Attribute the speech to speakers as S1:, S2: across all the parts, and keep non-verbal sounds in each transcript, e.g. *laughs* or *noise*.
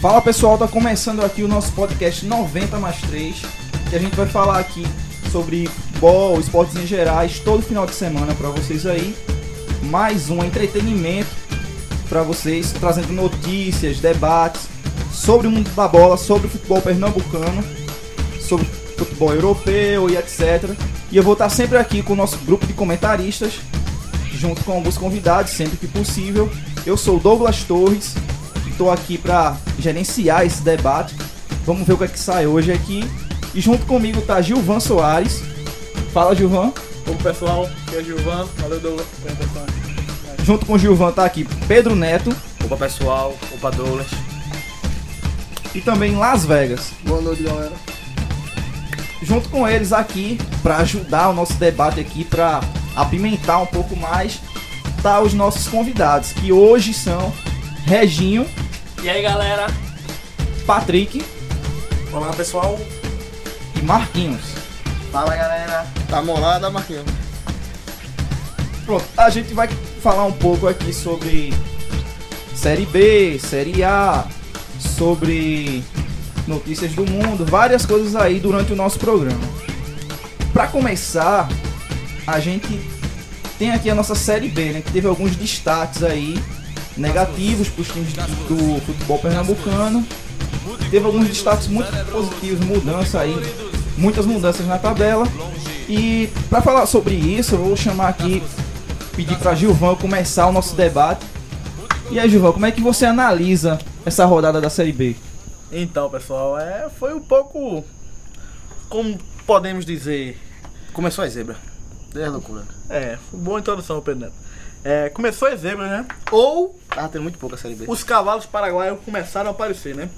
S1: Fala pessoal, tá começando aqui o nosso podcast 90 mais 3, que a gente vai falar aqui sobre futebol, esportes em gerais, todo final de semana pra vocês aí. Mais um entretenimento pra vocês, trazendo notícias, debates sobre o mundo da bola, sobre o futebol pernambucano, sobre futebol europeu e etc. E eu vou estar sempre aqui com o nosso grupo de comentaristas, junto com alguns convidados, sempre que possível. Eu sou o Douglas Torres, estou aqui para gerenciar esse debate. Vamos ver o que é que sai hoje aqui. E junto comigo tá Gilvan Soares. Fala, Gilvan.
S2: Ô pessoal, aqui é o Gilvan, valeu pela apresentação.
S1: Junto com o Gilvan tá aqui Pedro Neto
S3: Opa pessoal, opa Douglas.
S1: e também Las Vegas.
S2: Boa noite, galera.
S1: junto com eles aqui para ajudar o nosso debate aqui, para apimentar um pouco mais, tá os nossos convidados, que hoje são Reginho,
S4: E aí galera,
S1: Patrick
S2: Olá, pessoal.
S1: e Marquinhos.
S3: Fala galera.
S2: Tá molada, Marquinhos?
S1: Pronto, a gente vai falar um pouco aqui sobre Série B, Série A, sobre notícias do mundo, várias coisas aí durante o nosso programa. Para começar, a gente tem aqui a nossa Série B, né, que teve alguns destaques aí negativos para os times do futebol pernambucano. Teve alguns destaques muito positivos, mudança aí, muitas mudanças na tabela. E para falar sobre isso, eu vou chamar aqui pedir para Gilvan começar o nosso debate. E aí, Gilvan, como é que você analisa essa rodada da Série B?
S2: Então, pessoal, é, foi um pouco. Como podemos dizer.
S3: Começou a zebra. É loucura.
S2: É, foi boa introdução, Pedro Neto. É, começou as zebras, né?
S3: Ou. Tava tendo muito pouca série B.
S2: Os cavalos paraguaios começaram a aparecer, né?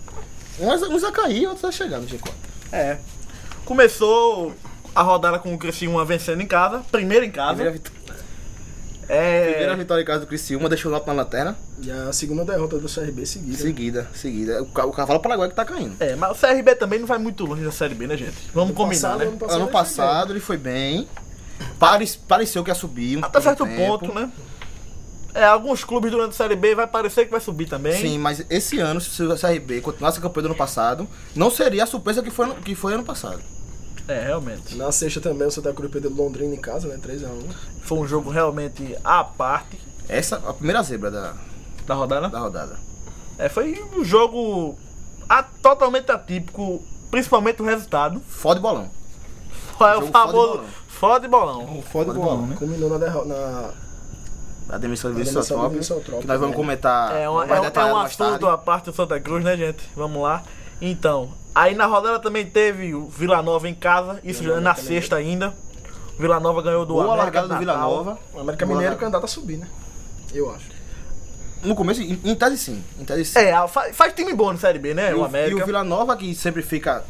S3: Uns, uns a cair, outros a chegar no G4.
S2: É. Começou a rodada com o Criciúma vencendo em casa, primeiro em casa.
S3: Primeira, vit-
S2: É,
S3: primeira vitória em casa do Criciúma, deixou o Náutico na lanterna.
S5: E a segunda derrota do CRB seguida.
S3: Seguida, seguida. O, ca- o cavalo paraguaio que tá caindo.
S2: é, mas o CRB também não vai muito longe da Série B, né, gente? Vamos combinar,
S5: passado,
S2: né?
S5: ano
S3: ano
S5: ele
S3: passado ele foi bem. Pare, pareceu que ia subir. um
S2: Até certo
S3: tempo.
S2: ponto, né? É, alguns clubes durante a Série B vai parecer que vai subir também.
S3: Sim, mas esse ano, se o CRB continuasse campeão do ano passado, não seria a surpresa que foi, ano- que foi ano passado.
S2: É, realmente.
S5: foi. Na sexta também o Santa Cruz perdeu do Londrina em casa, né? 3x1.
S2: Foi um jogo realmente à parte
S3: Essa é a primeira zebra da,
S2: da rodada.
S3: da rodada.
S2: É, foi um jogo a- totalmente atípico, principalmente o resultado.
S3: Foda e bolão.
S2: Foi o
S3: Jogo
S2: famoso foda e bolão.
S1: O
S5: é
S1: foda
S3: do bolão,
S1: né?
S5: Culminou na derrota. Na...
S3: A demissão do
S5: A
S3: Vinícius
S5: demissão do
S3: Eutrópio,
S5: Vinícius Eutrópio,
S3: que nós
S5: né?
S3: vamos comentar
S2: É, um, é,
S3: mais
S2: um- é
S3: detalhado
S2: um
S3: mais tarde.
S2: assunto à parte do Santa Cruz, né, gente? Vamos lá. Então, aí na rodada também teve o Vila Nova em casa, isso já na sexta ainda. O Vila Nova ganhou do
S3: Boa
S2: América
S3: largada do
S2: de
S3: Vila
S2: Natal.
S3: Nova.
S5: O América
S3: Boa
S5: Mineiro é
S3: largada.
S5: candidato a subir, né? Eu acho.
S3: No começo, em, em tese sim. Em tese sim.
S2: É, a- faz, faz time bom na Série B, né?
S3: e,
S2: o
S3: o,
S2: América.
S3: e o Vila Nova, que sempre fica.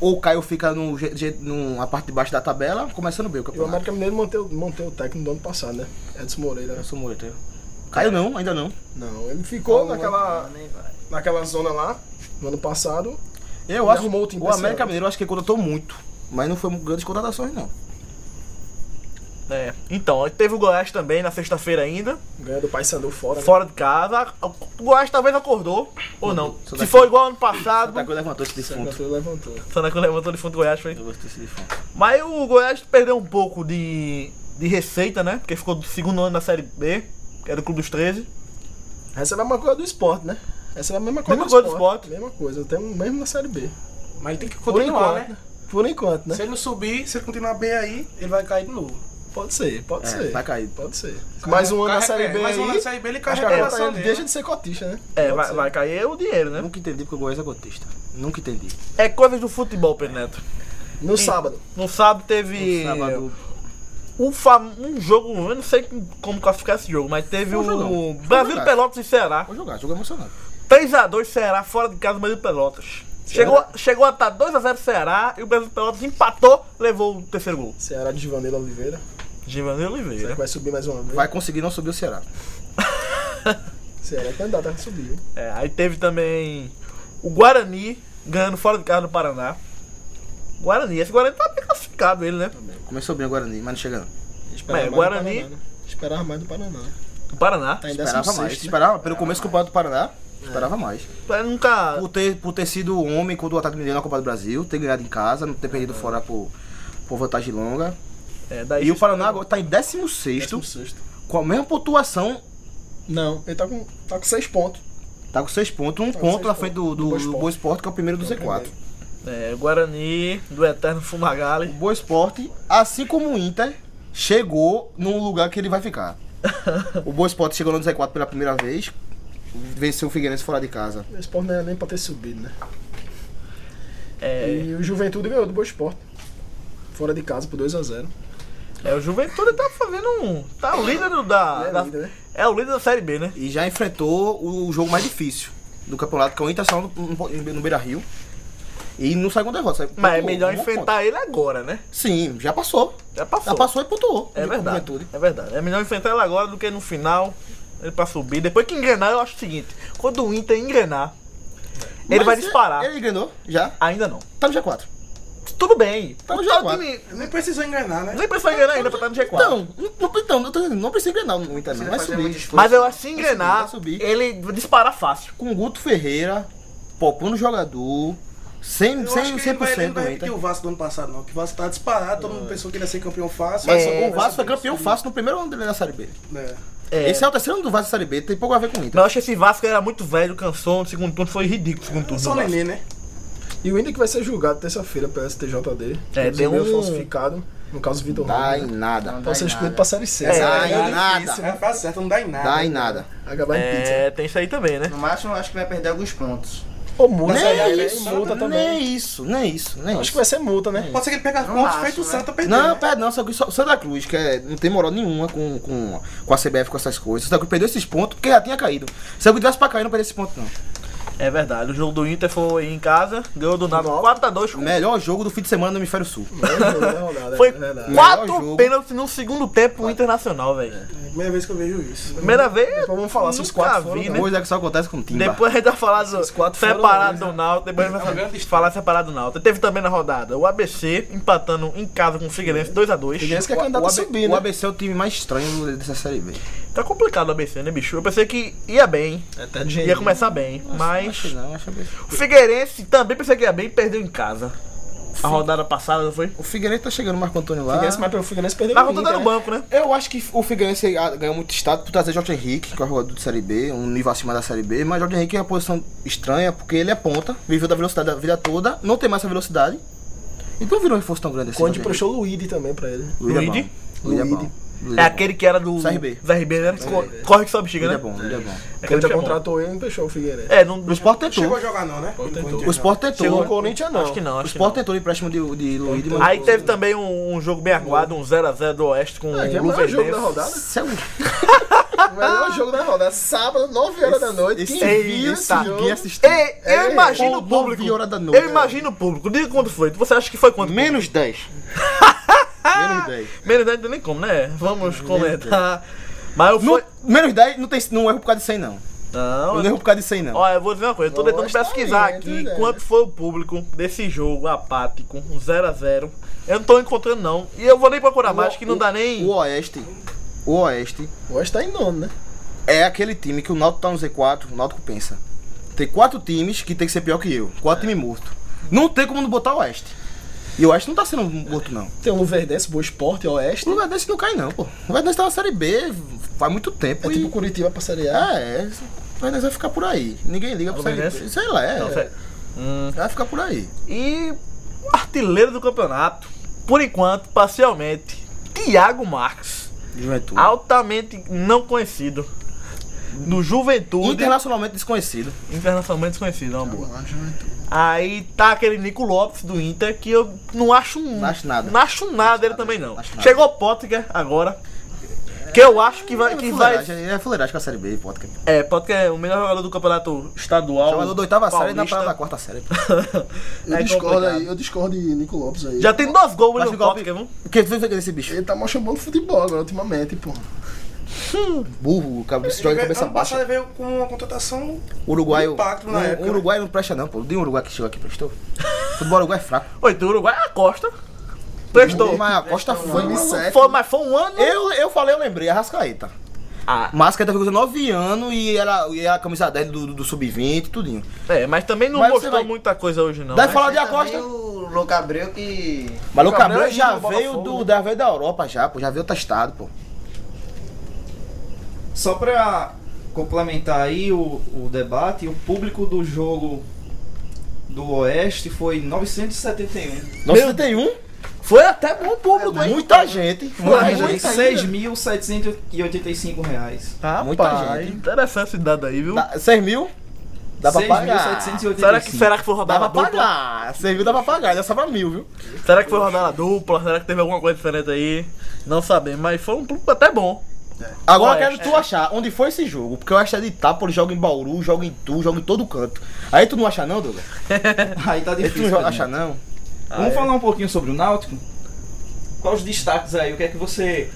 S3: Ou cai ou fica no, je- je- no- na parte de baixo da tabela, começando bem o
S5: E o
S3: campeonato.
S5: América Mineiro manteve, manteve o técnico do ano passado, né? Edson Moreira.
S3: Eu sou moleteiro. Caiu não, ainda não.
S5: Não, ele ficou
S3: Não,
S5: naquela,
S2: né,
S5: naquela zona lá no ano passado.
S3: Eu
S5: Ele
S3: acho
S5: arrumou o time
S3: o
S5: pra esse
S3: América
S5: ano.
S3: Mineiro eu acho que contratou muito. Mas não foi grandes contratações, não.
S2: É. Então, aí teve o Goiás também na sexta-feira ainda,
S5: Ganha do Paysandu fora. né?
S2: fora de casa. O Goiás talvez acordou, ou não.
S3: Santa
S2: Se
S3: Cruz.
S2: for igual ano passado,
S3: Santa Cruz levantou esse
S5: Santa
S3: defunto.
S5: Cruz levantou.
S2: Santa Cruz levantou de fundo do Goiás, foi.
S3: Levantou esse defunto.
S2: Mas o Goiás perdeu um pouco de, de receita, né? Porque ficou do segundo ano na Série B, que era o Clube dos 13.
S5: Essa era a mesma coisa do esporte, né? Essa era a mesma coisa
S2: Mesma coisa do esporte.
S5: Mesma coisa, tem um mesmo na Série B.
S6: Mas ele tem que
S5: Por
S6: continuar,
S5: enquanto,
S6: né?
S5: Por enquanto, né?
S6: Se ele não subir, se ele continuar bem aí, ele vai cair de novo.
S5: Pode ser, pode
S3: É,
S5: ser.
S3: vai cair.
S5: Pode ser. mais um ano na
S6: Carrega-
S5: Série B
S6: é, Mais um ano
S5: aí.
S6: na Série B, ele
S5: Acho
S6: cai
S5: que
S6: a
S1: é,
S5: agora
S6: relação
S1: tá-
S5: ele
S6: dele.
S5: deixa de ser cotista, né?
S2: É,
S5: Pode
S2: vai,
S5: ser.
S2: vai cair o dinheiro, né?
S3: Nunca entendi porque o Goiás é cotista. Nunca entendi.
S2: É coisas do futebol, Pedro Neto.
S5: No sábado.
S2: No sábado teve
S3: Sábado.
S2: um, fam- um jogo, eu não sei como classificar esse jogo, mas teve
S3: Foi um jogão.
S2: o
S3: Foi um
S2: Brasil de
S3: jogaço.
S2: Pelotas e Ceará.
S3: Vou jogar, jogo emocionado.
S2: 3x2 Ceará fora de casa, Brasil de Pelotas. Chegou, chegou a estar 2x0 Ceará e o Brasil de Pelotas empatou, levou o terceiro gol.
S5: Ceará de Givanildo Oliveira.
S2: Giovanni
S5: Será
S2: Oliveira.
S5: que vai subir mais uma vez?
S3: Vai conseguir não subir o Ceará.
S5: Ceará é candidato a subir. hein?
S2: É, aí teve também o Guarani ganhando fora de casa do Paraná. Guarani, esse Guarani tá bem classificado ele, né?
S3: Começou bem o Guarani, mas não chega não.
S5: Esperava mais do
S2: Guarani-
S5: Paraná, né? Esperava mais do Paraná.
S2: O Paraná.
S5: Tá em
S3: Esperava mais.
S5: 16º, né?
S3: Esperava, pelo começo do campeonato do Paraná, Esperava mais.
S2: Pra nunca.
S3: Por ter, por ter sido homem quando o ataque mineiro na Copa do Brasil, ter ganhado em casa, não ter perdido fora por, por vantagem longa.
S2: É, daí
S3: E o Paraná agora tá em 16
S5: sexto.
S3: com a mesma pontuação,
S5: Não, ele tá com, tá com seis pontos.
S3: tá com 6 pontos, um
S5: Tá com
S3: ponto
S5: seis
S3: na frente do,
S5: pontos,
S3: do,
S5: do Boa Tá
S3: do Boa Esporte, que é o primeiro do Z4.
S2: É, Guarani, do Eterno
S3: O
S2: Fumagalli.
S3: Boa Esporte, assim como o Inter, chegou no lugar que ele
S5: *laughs*
S3: vai ficar. o Boa Esporte chegou no Z4 pela primeira vez, venceu o Figueirense fora de casa.
S5: O esporte não era nem pra ter subido, né?
S2: É,
S5: E o Juventude ganhou do Boa Esporte. Fora de casa por 2x0.
S2: é, o Juventude tá fazendo um. Tá o líder do, da. da-
S5: líder, né?
S2: é o líder da Série B, né?
S3: E já enfrentou o jogo mais difícil do campeonato, que é o Internacional no, no, no Beira Rio. E não saiu com derrota. saiu com
S2: Mas é
S3: ponto,
S2: melhor
S3: um bom
S2: enfrentar ele agora, né?
S3: ponto. Sim, já passou.
S2: Já passou.
S3: Já passou e pontuou.
S2: É
S3: Com
S2: verdade.
S3: Juventude.
S2: É verdade. É melhor enfrentar ele agora do que no final. Ele pra subir. Depois que engrenar, eu acho o seguinte: quando o Inter engrenar, ele
S3: Mas é-
S2: vai disparar.
S3: Ele ganhou, já.
S2: Ainda não.
S3: Tá no G4.
S2: Tudo bem.
S3: Tá no
S2: O tal
S3: G4.
S2: time-
S6: Nem precisou enganar, né?
S2: Nem precisa engrenar ainda é Tá pra estar no G4.
S3: Então, não, então, não, tô- não precisa ganhar no Inter, não. Vai subir.
S2: Mas eu acho que se
S3: Vai
S2: engrenar,
S3: subir.
S2: ele dispara fácil.
S3: com Guto Ferreira, poupando jogador, sem,
S6: Eu
S3: sem
S6: acho que ele
S3: 100%
S6: não vai, ele não vai
S3: do
S6: repetir
S3: Inter.
S6: o Vasco do ano passado, não. Que o Vasco tá disparado, todo mundo pensou que ele ia ser campeão fácil.
S3: É. Mas
S6: Vai ser-
S3: É, o Vasco foi campeão fácil no primeiro ano dele na Série B.
S6: É.
S2: É.
S3: Esse é o terceiro ano do Vasco na Série B, tem pouco a ver com o Inter.
S2: Mas eu acho que esse Vasco era muito velho, cansou, no segundo turno foi ridículo o segundo turno. do
S6: Só o
S2: Vasco.
S6: Nenê, né?
S5: E o Inter que vai ser julgado terça-feira pelo STJD.
S2: É,
S5: Os
S2: deu
S5: e-mails
S2: um-
S5: falsificado. No caso, Vitor
S3: Dá
S5: Ramos.
S3: em
S5: né?
S3: nada.
S5: Pode ser excluído pra Série C.
S2: É,
S5: né?
S3: Dá
S6: É
S3: em
S6: difícil,
S3: nada.
S6: é a frase certa, não dá em nada.
S3: Dá em nada.
S5: Acabar
S3: né?
S5: em pizza.
S2: É, tem isso aí também, né?
S4: No máximo, eu acho que vai perder alguns pontos.
S5: Ou multa.
S3: Nem
S5: E
S3: isso,
S5: é multa também.
S3: nem isso, nem isso, nem
S5: tá Acho que
S3: isso.
S5: vai ser multa, né?
S6: Pode ser que ele pegue as
S4: Não
S6: pontos
S4: acho,
S6: feito o
S4: né?
S6: Santa perdendo.
S3: Não,
S6: né?
S3: pera, não, só que só- Santa Cruz, que é- não tem moral nenhuma com, com, com a CBF, com essas coisas. Santa Cruz perdeu esses pontos porque já tinha caído. Se eu tivesse pra cair, não perdia esse ponto, não.
S2: É verdade, o jogo do Inter foi em casa, ganhou do nada 4x2. com-
S3: Melhor jogo do fim de semana no Hemisfério Sul.
S2: Foi
S5: verdade.
S3: Melhor jogo.
S2: quatro pênaltis no segundo tempo o Internacional, velho.
S6: É a Primeira vez que eu vejo isso.
S2: Primeira vez,
S5: Depois vamos falar se os
S2: nunca
S5: quatro foram,
S2: vi, né?
S3: Hoje é que só acontece com o time.
S2: Depois a gente vai falar do
S5: quatro foram
S2: separado
S5: dois,
S2: do Náutico, depois a gente vai
S6: uma grande
S2: falar separado do Náutico. Teve também na rodada o ABC empatando em casa com o Figueirense 2x2.
S5: Figueirense que é candidato
S3: o,
S5: a
S3: AB-
S5: subir,
S3: o
S5: né?
S3: ABC é o time mais estranho dessa série B.
S2: Tá complicado o ABC, né, bicho? Eu pensei que ia bem,
S5: Até de
S2: ia começar bem,
S5: é,
S3: Acho que
S2: mas
S3: não, acho que não.
S2: o Figueirense também pensei que ia bem e perdeu em casa. A rodada passada não foi?
S3: O Figueiredo tá chegando, o Marco Antônio lá.
S5: Figueirense, Ah. mas pelo Figueirense perdeu
S2: Na
S5: o
S2: rodada
S5: Inter,
S2: no
S5: né?
S2: banco, né?
S3: Eu acho que o Figueirense ah, ganhou muito estado por trazer Jorge Henrique, que é o jogador de Série B, um nível acima da Série B, mas Jorge Henrique é uma posição estranha, porque ele é ponta, viveu da velocidade da vida toda, não tem mais essa velocidade, então virou um reforço tão grande assim.
S5: Conde
S3: Jorge
S5: puxou o Luíde também pra ele.
S3: Henrique. Luiz
S2: Luíde?
S3: é bom. Luiz é bom.
S5: Luíde.
S3: Luiz
S2: É
S3: bom.
S2: aquele que era do.
S3: CRB.
S2: CRB, né? Co- Corre que sobe, chega,
S3: Luiz
S2: né?
S3: é bom, Luiz é
S2: Aquele
S3: bom.
S5: Conde
S2: que
S5: já
S2: é bom.
S5: contratou ele e não fechou o Figueirense.
S2: É, não.
S3: O Sport tentou.
S6: Chegou a jogar, não, né?
S3: O Sport tentou.
S2: Chegou né?
S5: O Corinthians não.
S2: Acho que não,
S3: O
S2: acho que não.
S3: Sport tentou o empréstimo de, de Luiz, mas...
S2: Aí teve também um, um jogo bem aguado, um 0x0 do Oeste com
S5: É, Ah. que é
S2: o
S5: o melhor jogo
S2: Luverdense.
S5: da rodada.
S2: é
S3: Céu,
S2: um
S5: O melhor jogo da rodada. Sábado, 9 horas da noite.
S3: esse,
S5: Quem
S3: esse,
S5: viu esse
S3: esse,
S5: jogo?
S3: esse,
S2: tá, Ei, eu
S5: É,
S2: imagino o
S3: nove
S2: público.
S3: horas da noite.
S2: Eu imagino o público. Diga quanto foi. Você acha que foi quanto?
S3: Menos 10. *laughs* Menos 10.
S2: Menos 10 não tem nem como, né? Vamos comentar. Mas eu
S3: No-
S2: fui.
S3: menos 10 não, tem, não erro por causa de 100, não.
S2: Não,
S3: Não erro por causa de 100, não.
S2: Olha, eu vou dizer uma coisa, eu tô tentando
S5: Gosta
S2: pesquisar
S5: muito,
S2: aqui
S5: tá né?
S2: quanto foi o público desse jogo apático, um 0x0. Eu não tô encontrando não. E eu vou nem procurar mais, que não dá nem.
S3: O Oeste. O Oeste
S5: O Oeste tá em nono, né?
S3: é aquele time que o Náutico tá no Z4, o Náutico pensa. Tem quatro times que tem que ser pior que eu.
S2: É.
S3: Quatro times mortos. Não tem como não botar o Oeste. E o Oeste não tá sendo morto, não.
S5: Tem o Luverdense, Boa Esporte, Oeste.
S3: O lugar desse não cai, não, pô. O lugar desse tá na Série B faz muito tempo.
S5: É
S3: e-
S5: tipo Curitiba pra Série A.
S3: É, é. O lugar desse vai ficar por aí. Ninguém liga pro
S2: O
S3: Série B.
S2: Fluminense?
S3: Sei lá, é.
S2: Não, sério. Hum,
S3: Vai ficar por aí.
S2: E o artilheiro do campeonato, por enquanto, parcialmente, Thiago Marques.
S3: Juventude.
S2: Altamente não conhecido. Do Juventude.
S3: Internacionalmente desconhecido.
S2: Internacionalmente desconhecido, é uma boa. Aí tá aquele Nico Lopes do Inter que eu não acho um-
S3: Não acho nada.
S2: Não acho nada dele também não.
S3: Acho nada.
S2: Chegou o Potker agora. Que eu acho que vai.
S3: É
S2: Que vai
S3: fuleiragem, É fuleiragem com a Série B, pode.
S2: é, Potker é o melhor jogador do campeonato estadual.
S3: Jogador da oitava série na
S2: paulista.
S3: parada da quarta série. pô.
S5: Eu
S2: É
S5: discordo
S2: complicado.
S5: aí, eu discordo de Nico Lopes aí.
S2: Já tem dois gols
S3: Mas
S2: no
S3: igual-
S2: Potker, viu?
S3: O que foi desse bicho?
S5: Ele tá mostrando futebol agora, ultimamente, pô.
S3: É Burro, o cara se joga de cabeça
S6: ano passado
S3: baixa.
S6: ele veio com uma contratação.
S3: Uruguaio.
S6: impacto na
S3: um-
S6: época,
S2: né?
S3: um Uruguai não presta, não, pô. Não tem um Uruguai que chegou aqui, e prestou. Futebol uruguai é fraco.
S2: Oi, do Uruguai a Costa. Prestou.
S3: Mas a Costa foi.
S5: Foi
S3: uma-
S5: sete.
S2: Foi, mas foi um ano.
S3: Eu, eu falei, eu lembrei, Arrascaeta.
S2: Ah.
S3: Máscara tava com 19 anos e era, e era a camisa 10 do, do, do sub-20 e tudinho.
S2: É, mas também não
S3: Mas você
S2: mostrou
S3: vai-
S2: muita coisa hoje, não.
S3: Daí
S2: né?
S3: fala de
S4: Tem
S3: Acosta.
S4: também o Louco Abreu que.
S3: Mas o
S5: Gabriel
S3: Cabral já
S5: é ídolo,
S3: veio
S5: Botafogo.
S3: do, já veio da Europa já, pô, já veio testado, pô.
S1: Só pra complementar aí o, o debate, o público do jogo do Oeste foi 971.
S3: Nossa, 71?
S2: Foi até bom público, hein?
S3: Muita gente.
S1: Uma
S3: Muita
S1: gente,
S3: gente.
S1: 6.785 reais.
S2: Rapaz,
S3: Muita gente.
S2: Interessante esse dado aí, viu?
S3: Dá- 6 mil? Dá pra pagar.
S1: 6.785.
S2: Será que, será que foi
S3: Dá
S2: rodada
S3: pra
S2: dupla?
S3: pagar. 6 mil dá pra pagar, já sobra mil, viu?
S2: Será que foi rodada dupla? Será que teve alguma coisa diferente aí? Não sabemos, mas foi um público até bom.
S3: Agora eu
S2: Oeste.
S3: quero tu achar onde foi esse jogo, porque o Oeste é de Itápolis, joga em Bauru, joga em Tu, joga em todo canto. Aí tu não acha não, Douglas?
S1: Aí tá
S3: Aí tu
S1: difícil.
S3: não
S1: né?
S3: acha não?
S1: Vamos falar um pouquinho sobre o Náutico? Quais os destaques aí? O que é que você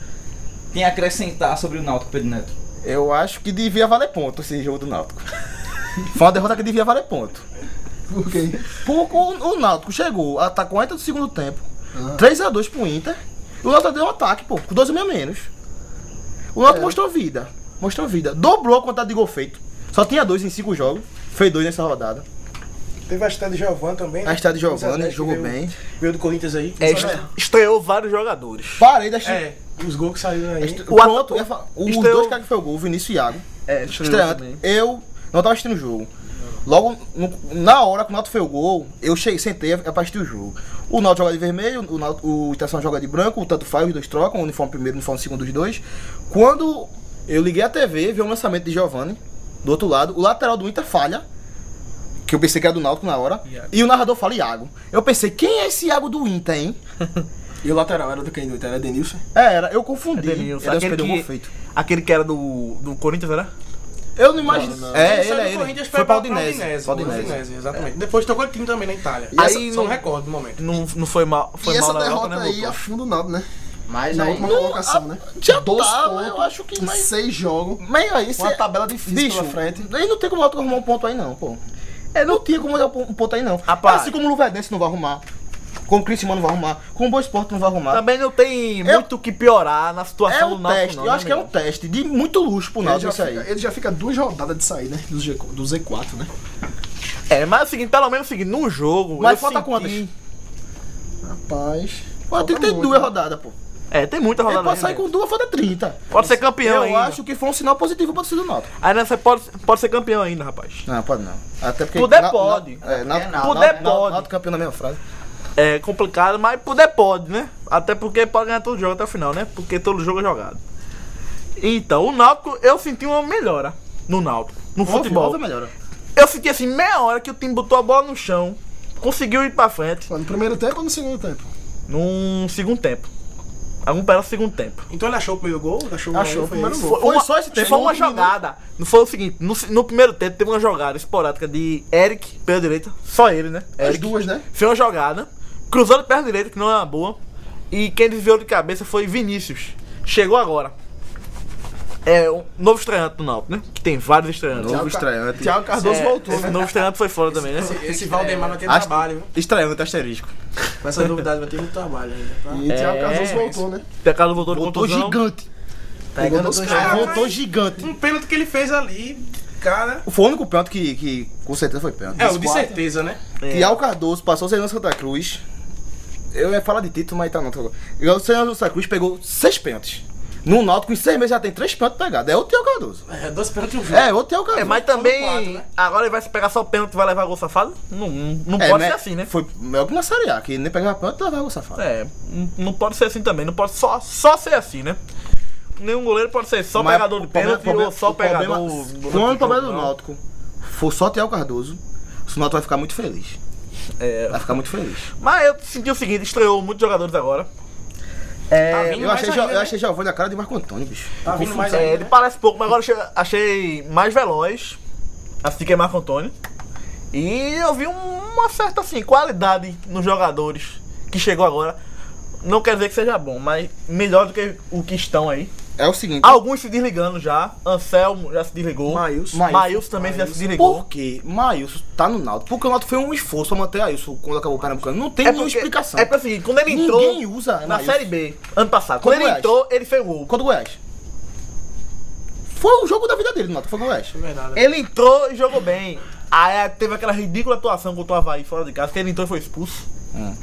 S1: tem a acrescentar sobre o Náutico, Pedro Neto?
S3: Eu acho que devia valer ponto esse jogo do Náutico. Foi uma derrota que devia valer ponto.
S6: Por quê?
S3: Por- o, o Náutico chegou, atacou 40 do segundo tempo. Ah. 3x2 pro Inter. E o Náutico deu um ataque, pô, com 12 mil a menos. O Náutico mostrou vida. Mostrou vida. Dobrou a quantidade de gol feito. Só tinha dois em cinco jogos. Fez dois nessa rodada.
S6: Teve a história de Giovanni também. né?
S3: A estrada de
S6: Camisa
S3: Giovanni
S6: 10 que
S3: jogou
S6: veio-
S3: bem.
S6: Veio do Corinthians aí.
S2: É, est- estreou vários jogadores.
S3: Parei da estrada.
S6: É, os gols que saíram aí.
S3: Est-
S2: O
S3: Pronto,
S2: ata-
S3: eu ia falar. os
S2: estreou-
S3: dois caras que foi o gol, Vinícius e Iago.
S2: É,
S3: Estreante. Eu não tava assistindo o jogo. Logo, no- na hora que o Náutico fez o gol, eu cheguei, sentei é pra assistir o jogo. O Náutico joga de vermelho, o, Náutico, o Itação joga de branco, o tanto faz, os dois trocam, o uniforme primeiro, o uniforme segundo dos dois. Quando eu liguei a TV, vi um lançamento de Giovanni, do outro lado, o lateral do Inter falha, que eu pensei que era do Náutico na hora, e o narrador fala Iago. Eu pensei, quem é esse Iago do Inter, hein?
S6: E o lateral era do quem? Do Inter? Era Denilson?
S3: É, era, eu confundi.
S2: É Denilson,
S3: Era
S2: aquele
S3: aquele
S2: que-
S3: gol feito.
S2: Aquele que era do, do Corinthians, né? era?
S3: Eu não imagino. É, ele,
S6: saiu do
S3: é ele.
S6: Corinthians
S3: Foi
S6: pra
S3: pra Udinese.
S6: Udinese,
S3: pra Udinese.
S6: Udinese, exatamente. Depois tocou o time também na Itália.
S3: E essa-
S6: aí, só não recordo no momento.
S2: Não, não foi mal, foi
S7: e
S2: mal
S7: essa
S2: na
S7: derrota
S2: Europa, né?
S7: aí
S2: voltou?
S7: afunda o Náutico, né?
S4: Mas
S7: Na
S4: aí.
S7: última colocação, né?
S3: Já
S7: Dois
S3: tá,
S7: pontos,
S3: eu acho que...
S7: em
S3: Mas,
S7: seis jogos,
S3: mas aí,
S7: uma
S3: se...
S7: tabela difícil
S3: Bicho,
S7: pela frente.
S3: aí não tem como o Náutico arrumar um ponto aí não, pô. É, não tinha como dar um ponto aí não.
S2: Rapaz.
S3: Assim como o Luverdense não vai arrumar, como o Cristiano não vai arrumar, como o Boa Esporte não vai arrumar.
S2: Também não tem
S3: Eu-
S2: muito o que piorar na situação
S3: é
S2: do
S3: um
S2: Náutico,
S3: teste,
S2: não,
S3: eu
S2: né,
S3: acho que é um
S2: amigo?
S3: teste de muito luxo pro
S7: Ele
S3: Náutico
S7: já,
S3: isso
S7: fica,
S3: aí.
S7: ele já fica duas rodadas de sair, né? Do, G, do Z4, né?
S2: É, mas é o seguinte, pelo menos é o seguinte, no jogo...
S3: Mas
S2: eu
S3: falta
S2: senti-
S3: quantas?
S7: Rapaz.
S3: Pô, tem que ter duas rodadas, pô.
S2: É, tem muita
S3: Ele
S2: rodada
S3: pode
S2: ainda.
S3: sair com duas, falta 30.
S2: Pode ser campeão
S3: eu
S2: ainda.
S3: acho que foi um sinal positivo pra torcida do Náutico.
S2: Aí né, você pode, pode ser campeão ainda, rapaz.
S3: Não, pode não. Até porque...
S2: Puder
S3: Na-
S2: pode.
S3: Na, é, na,
S4: Puder
S3: na,
S2: pode.
S3: na- Náutico campeão na mesma frase.
S2: É complicado, mas puder pode, né? Até porque pode ganhar todo jogo até o final, né? Porque todo jogo é jogado. Então, o Náutico, eu senti uma melhora no Náutico, no futebol.
S3: Houve melhora.
S2: Eu senti assim, meia hora que o time botou a bola no chão, conseguiu ir pra frente
S7: Foi No primeiro tempo ou no segundo tempo?
S2: num segundo tempo. Algum pedaço do segundo tempo.
S6: Então ele achou o primeiro gol? Achou o
S3: Achou o
S6: foi
S3: primeiro
S6: isso?
S3: gol. Foi só esse tempo,
S2: Foi uma
S3: um minuto.
S2: jogada. Não foi o seguinte, no, no primeiro tempo teve uma jogada esporádica de Eric pela direita. Só ele, né?
S7: As
S2: Eric.
S7: duas, né?
S2: Fez uma jogada, cruzou de perna direita, que não é uma boa. E quem desviou de cabeça foi Vinícius. Chegou agora. É um novo estreante do Náutico, né? Que tem vários estreantes.
S3: Novo estreante.
S7: Thiago Cardoso
S2: É,
S7: voltou.
S2: Esse novo estreante foi fora também, né?
S6: Esse Valdemar vai ter
S3: Acho-
S6: trabalho, viu?
S3: Estreante, asterisco.
S6: Com essa novidade vai ter muito trabalho ainda. tá?
S7: E Thiago
S2: É,
S7: Cardoso
S2: é
S7: voltou, né?
S2: Pecado voltou de
S3: Voltou
S2: contusão.
S3: gigante.
S7: Pegou dois
S6: caras.
S7: caras.
S3: Voltou gigante.
S6: Um pênalti que ele fez ali, cara.
S3: Foi o único pênalti que, que com certeza foi pênalti.
S6: É, o de
S3: Quatro.
S6: certeza, né?
S3: Thiago Cardoso passou o Senhor Santa Cruz. Eu ia falar de título, mas tá não. tá bom. E O Senhor Santa Cruz pegou seis pênaltis. No Náutico, em seis meses, já tem três pênaltis pegados. É o Thiago Cardoso.
S6: É, dois pênaltis e um jogo.
S3: É, o Thiago Cardoso.
S2: É, mas também.
S6: quatro, né?
S2: Agora ele vai se pegar só pênalti e vai levar gol safado? Não, não
S3: É,
S2: pode
S3: né?
S2: ser assim, né?
S3: Foi melhor que na Série A, que nem pegava pênalti, tava o safado.
S2: É, n- não pode ser assim também. Não pode só, só ser assim, né? Nenhum goleiro pode ser só
S3: Mas é
S2: pegador de
S3: o problema-
S2: pênalti
S3: problema-
S2: ou só
S3: o problema-
S2: pegador.
S3: Quando o problema do
S2: Não.
S3: Náutico for só Thiago Cardoso, o Náutico vai ficar muito feliz.
S2: É,
S3: Vai ficar muito feliz.
S2: Mas eu senti o seguinte, estreou muitos jogadores agora.
S6: Tá
S3: É,
S6: vindo
S3: eu,
S6: mais
S3: achei,
S6: ainda,
S3: Jo- eu
S6: né?
S3: achei Giovanni a cara de Marco Antônio, bicho.
S6: Tá vindo mais
S2: É,
S6: ainda,
S2: ele
S6: né?
S2: parece pouco, mas agora achei, achei mais veloz. Assim que é Marco Antônio. E eu vi um- uma certa assim, qualidade nos jogadores que chegou agora. Não quer dizer que seja bom, mas melhor do que o que estão aí.
S3: É o seguinte.
S2: Alguns se desligando já. Anselmo já se desligou.
S6: Maílson.
S2: Maílson também já se desligou.
S3: Por que Maílson tá no Náutico? Porque o Náutico foi um esforço pra manter Ailson quando acabou o Pernambucano. Não tem nenhuma
S2: porque-
S3: explicação.
S2: É pra seguir, quando ele entrou
S3: Ninguém usa
S2: na
S3: Maílson.
S2: Série B, ano passado,
S3: Como
S2: quando ele
S3: é?
S2: entrou, ele fez gol.
S3: Contra o Goiás. Foi o jogo da vida dele, Nota, foi com o Oeste.
S2: Ele entrou e jogou bem. Aí teve aquela ridícula atuação contra o Havaí fora de casa, que ele entrou e foi expulso.
S3: Hum.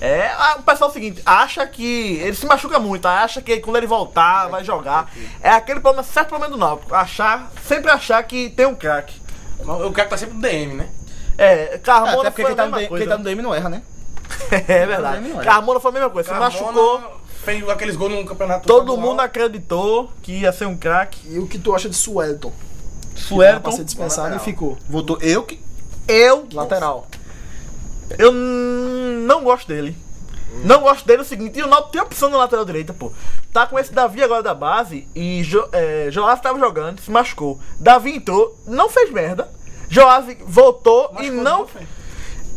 S2: É, a- o pessoal é o seguinte, acha que. Ele se machuca muito, acha que quando ele voltar, vai jogar. É aquele problema, certo problema do Náutico. Achar, sempre achar que tem um craque.
S6: O cara tá sempre no DM, né?
S2: É,
S3: Ah,
S2: Carmona
S3: até
S2: foi
S3: porque
S2: a
S3: quem tá,
S2: mesma
S3: no DM,
S2: coisa.
S3: quem tá no DM não erra, né?
S2: É verdade.
S3: DM não é.
S2: Carmona foi a mesma coisa.
S6: Carmona
S2: Se machucou,
S6: Fez aqueles gols no campeonato.
S2: todo
S6: estadual.
S2: mundo acreditou que ia ser um craque.
S7: E o que tu acha de Suelton? Pra
S2: Suelton,
S7: ser
S2: é
S7: dispensado e ficou.
S3: Voltou eu que.
S2: eu
S7: Lateral.
S2: Eu n- não gosto dele. Não gosto dele é o seguinte, e o Náutico tem opção na lateral direita, pô. Tá com esse Davi agora da base e jo, é, Joás tava jogando, se machucou. Davi entrou, não fez merda. Joás voltou
S6: Machucou
S2: e
S6: de
S2: não.
S6: novo, foi.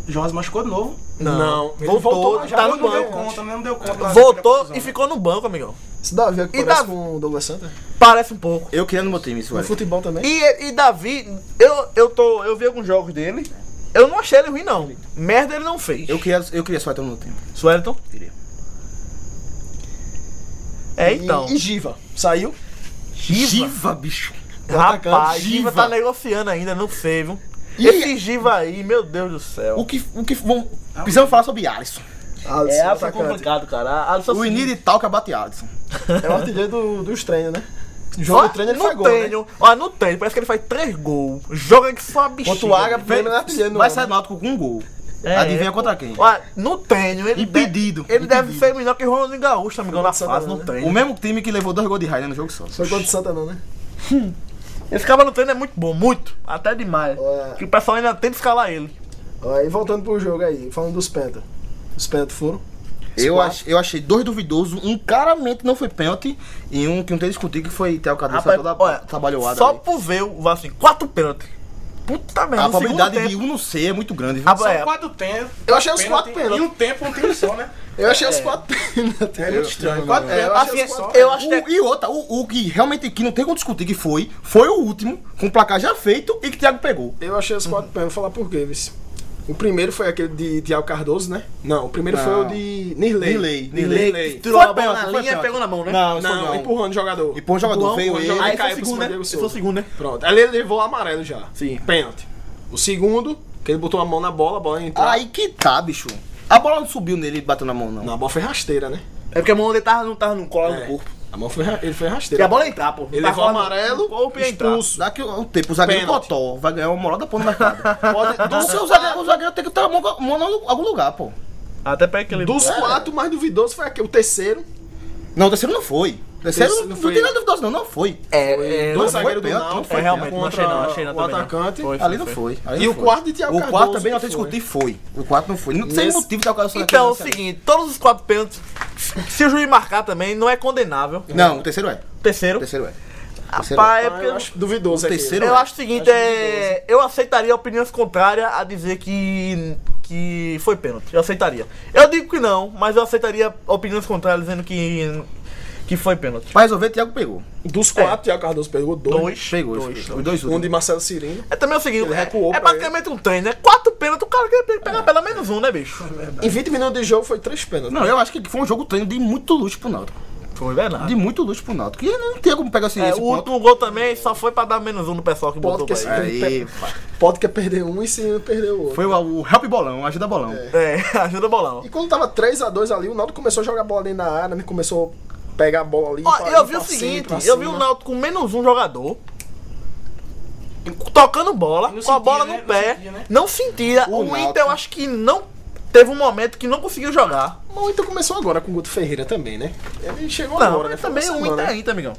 S6: Joás machucou de novo.
S2: Não,
S6: Ele
S2: voltou,
S6: mas
S2: tá
S6: não
S2: no
S6: deu
S2: banco.
S6: conta, né? não deu conta. lá daquele
S2: Voltou
S6: confusão.
S2: e ficou no banco, amigão.
S7: Esse Davi é que
S2: E
S7: parece
S2: Davi?
S7: com o Douglas Santa.
S2: Parece um pouco.
S3: Eu queria no meu time, isso,
S7: No
S3: velho.
S7: futebol também.
S2: E, e Davi, eu, eu, tô, eu vi alguns jogos dele. Eu não achei ele ruim, não. Merda ele não fez.
S3: Eu queria, eu queria só ter no meu time.
S2: Suelton?
S3: Queria.
S2: É, então.
S7: E, e Giva. Saiu.
S3: Giva, bicho.
S2: Rapaz, Giva
S3: Giva.
S2: tá negociando ainda, não sei, viu?
S3: Ih!
S2: Esse Giva aí, meu Deus do céu.
S3: O que. O que vamos, precisamos falar sobre Alisson.
S2: É,
S7: Alisson, Ah, atacante.
S2: cara. Alisson
S3: O Inir e tal que abate Alisson.
S7: É o artilheiro do- dos treinos, né?
S2: Ó,
S7: Joga o treino, ele
S2: no
S7: faz gol, né?
S2: treino, ó, no treino, parece que ele faz três gols. Joga que só uma bexiga.
S7: Contra o Ágape,
S2: bicho.
S7: primeiro é artilheiro. no
S3: Vai
S7: ano.
S3: sair do Náutico com um gol.
S2: É,
S3: Adivinha
S2: é,
S3: contra quem?
S2: Ó, no treino, ele,
S3: Impedido,
S2: deve, ele deve
S3: impedido.
S2: ser melhor que o Ronaldinho Gaúcho, amigão, na fase, no
S3: O
S2: treino.
S3: mesmo time que levou dois gols de raia no jogo só.
S7: Foi contra o Santa, não, né?
S2: Esse cara no treino é muito bom, muito. Até demais.
S7: Ó,
S2: Que o pessoal ainda tenta escalar ele.
S7: ó, e voltando pro jogo aí, falando dos Penta. Os Penta foram.
S3: Eu,
S7: Quatro.
S3: ach- eu achei dois duvidosos, um claramente não foi pênalti e um que não tem discutido que foi até o cabeça
S2: Rapaz,
S3: toda
S2: olha,
S3: trabalhoada.
S2: Só
S3: ali.
S2: por ver o Vasco assim, quatro pênaltis. Puta merda,
S3: A
S2: no segundo
S3: probabilidade de
S2: tempo.
S3: um não ser é muito grande. viu?
S2: Ah,
S6: São
S2: é,
S6: quatro tempos.
S7: Eu achei os quatro
S6: E
S7: pênaltis.
S6: um tempo, um time só, né?
S7: Eu achei
S2: É.
S7: os quatro pênaltis.
S6: É muito estranho.
S7: Quatro
S6: Quatro
S7: pênaltis.
S6: pênaltis.
S2: Assim,
S6: achei os quatro.
S2: eu acho que
S3: O- e outra, o, o que realmente que não tem como discutir que foi, foi o último, com o placar já feito e que o Thiago pegou.
S7: é, Eu achei os quatro pênaltis. Vou falar por quê, Vice. O primeiro foi aquele de Thiago Cardoso, né? Não, o primeiro
S2: Ah.
S7: foi o de Nirley.
S3: Nirley,
S7: Nirley.
S3: Nirley.
S2: tirou
S3: Foi
S2: a bola na
S3: pênalti, foi
S2: linha e
S3: pênalti.
S2: pegou na mão, né?
S3: Não, isso
S7: Não,
S3: não.
S7: empurrando o jogador.
S3: E pô, o jogador
S7: Empurrão,
S3: veio
S7: empurrão,
S3: ele.
S7: jogador.
S3: Aí,
S2: Aí foi
S7: caiu
S2: o
S7: por
S2: segundo,
S7: cima
S2: né?
S7: do Diego
S2: Esse foi o
S7: Souza.
S2: segundo, né?
S7: Pronto. Ali ele levou o amarelo já.
S2: Sim.
S7: Pênalti. O segundo, que ele botou a mão na bola, a bola entrou.
S3: aí que tá, bicho. A bola não subiu nele e bateu na mão, não.
S7: Não, a bola foi rasteira, né?
S2: É porque a mão dele tava, não tava Tá no colo
S7: É.
S2: no corpo.
S7: A bola foi, ra- ele foi
S2: E
S7: rasteira.
S2: a bola ia entrar, pô.
S7: Ele
S2: Tava
S7: levou
S2: lá no-
S7: amarelo,
S2: no corpo e ia entrar.
S7: expulso.
S3: Daqui a um tempo o zagueiro
S7: Pênalti.
S3: Cotó vai ganhar uma moral da porra no
S2: *laughs*
S3: mercado.
S7: Pode-
S3: Do
S7: dos,
S3: seu o zagueiro, o zagueiro tem que ter a mão, a mão em algum lugar, pô.
S2: Até pra aquele. É,
S7: dos quatro, o mais duvidoso foi aquele, o terceiro.
S3: Não, o terceiro não foi. O terceiro,
S7: Terceiro
S3: não,
S7: foi-
S3: tem nada duvidoso, não. Não foi.
S2: É, é,
S7: Dois
S2: não,
S7: zagueiros do
S3: pênalti,
S7: Náutico.
S3: não
S2: foi realmente, não achei não,
S7: É, contra
S2: achei não
S7: o
S2: também não.
S7: atacante.
S2: Foi,
S3: ali não foi. ali
S7: E
S3: não
S7: o
S3: foi.
S7: quarto de Thiago
S3: O
S7: Cardoso.
S3: quarto também não tem
S7: foi.
S3: discutir, foi. O quarto não foi. Não tem
S7: Nesse-
S3: motivo da ocasião
S2: Então, é o seguinte, todos os quatro pênaltis, se o juiz marcar também, não é condenável.
S3: Não, o terceiro é.
S2: O
S3: O
S2: terceiro,
S3: terceiro é. terceiro
S2: rapaz, é
S7: Ah,
S2: porque...
S7: eu acho duvidoso
S3: O
S7: aquele.
S3: terceiro
S2: Eu
S3: é.
S2: acho o seguinte, é, eu aceitaria opiniões contrárias a dizer que, que foi pênalti. Eu aceitaria. Eu digo que não, mas eu aceitaria opiniões contrárias dizendo que, que foi pênalti.
S3: Pra resolver, o Thiago pegou.
S7: Dos quatro, Thiago Cardoso pegou dois.
S2: é Dois.
S3: Pegou.
S2: dois.
S3: Os dois
S7: Um de
S3: últimos.
S7: Marcelo Cirino.
S2: É também o seguinte,
S7: Ele
S2: é,
S7: recuou
S2: é
S7: pra
S2: basicamente um treino, né? Quatro pênaltis, o cara quer pe- pegar pelo menos um, né, bicho?
S7: Em 20 minutos de jogo foi três pênaltis.
S3: Não, eu acho que foi um jogo treino de muito luxo pro Náutico.
S2: Foi
S3: De
S2: verdade.
S3: muito luxo pro Náutico. E não tem como pegar esse,
S2: É,
S3: esse
S2: o
S3: ponto.
S2: último gol também só foi pra dar menos um no pessoal que
S7: Ponto
S2: botou
S7: que
S2: pra ele.
S7: esse-
S3: Aí, pá.
S7: Pode quer perder um e sim perder o outro.
S3: foi o, o help bolão, ajuda bolão.
S2: É, *laughs* ajuda o bolão.
S7: E quando tava 3x2 ali, o Náutico começou a jogar a bola ali na área, né? começou a pegar a bola ali.
S2: Ó,
S7: pra-
S2: eu vi
S7: pra
S2: o
S7: cima,
S2: seguinte,
S7: pra
S2: eu vi
S7: cima.
S2: o Náutico com menos um jogador. Tocando bola, com
S6: Não
S2: a
S6: sentia,
S2: bola
S6: né?
S2: no
S6: Não
S2: pé.
S6: sentia, né?
S2: Não sentia.
S3: O
S2: O,
S3: Náutico-
S2: Inter, eu acho que não teve um momento que não conseguiu jogar.
S7: Mas o Inter começou agora com o Guto Ferreira também, né? Ele chegou
S2: Não,
S7: agora, né?
S2: mas
S7: Foi
S2: também
S7: uma
S2: o
S7: semana,
S2: Inter é
S7: né?
S2: Inter, amigão.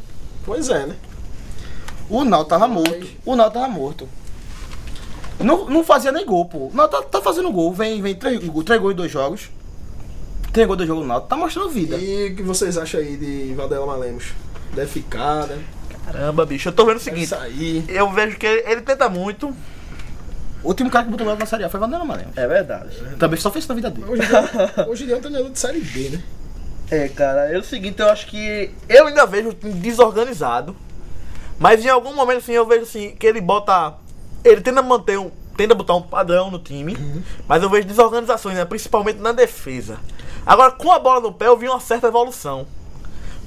S7: Pois é, né?
S3: O Náutico tava morto. O Náutico tava morto. Não, não fazia nem gol, pô. O Náutico tá, tá fazendo gol. Vem, vem três, go- três gols em dois jogos. Três gols em dois jogos, o Náutico tá mostrando vida.
S7: E o que vocês acham aí de Valdela Malemos? Deve ficar, né?
S2: Caramba, bicho, eu tô vendo o
S7: Deve
S2: seguinte.
S7: sair.
S2: Eu vejo que ele, ele tenta muito.
S3: O último cara que botou o Náutico na Série A foi Vandana Maranhão.
S2: É verdade.
S3: Também só fez isso na vida dele.
S7: Hoje em dia- Hoje em dia é um treinador de Série B, né?
S2: É, cara, é o seguinte, eu acho que. Eu ainda vejo o time desorganizado. Mas em algum momento, assim, eu vejo assim, que ele bota. Ele tenta manter um. Tenta botar um padrão no time. Mas eu vejo desorganizações, né? Principalmente na defesa. Agora, com a bola no pé, eu vi uma certa evolução.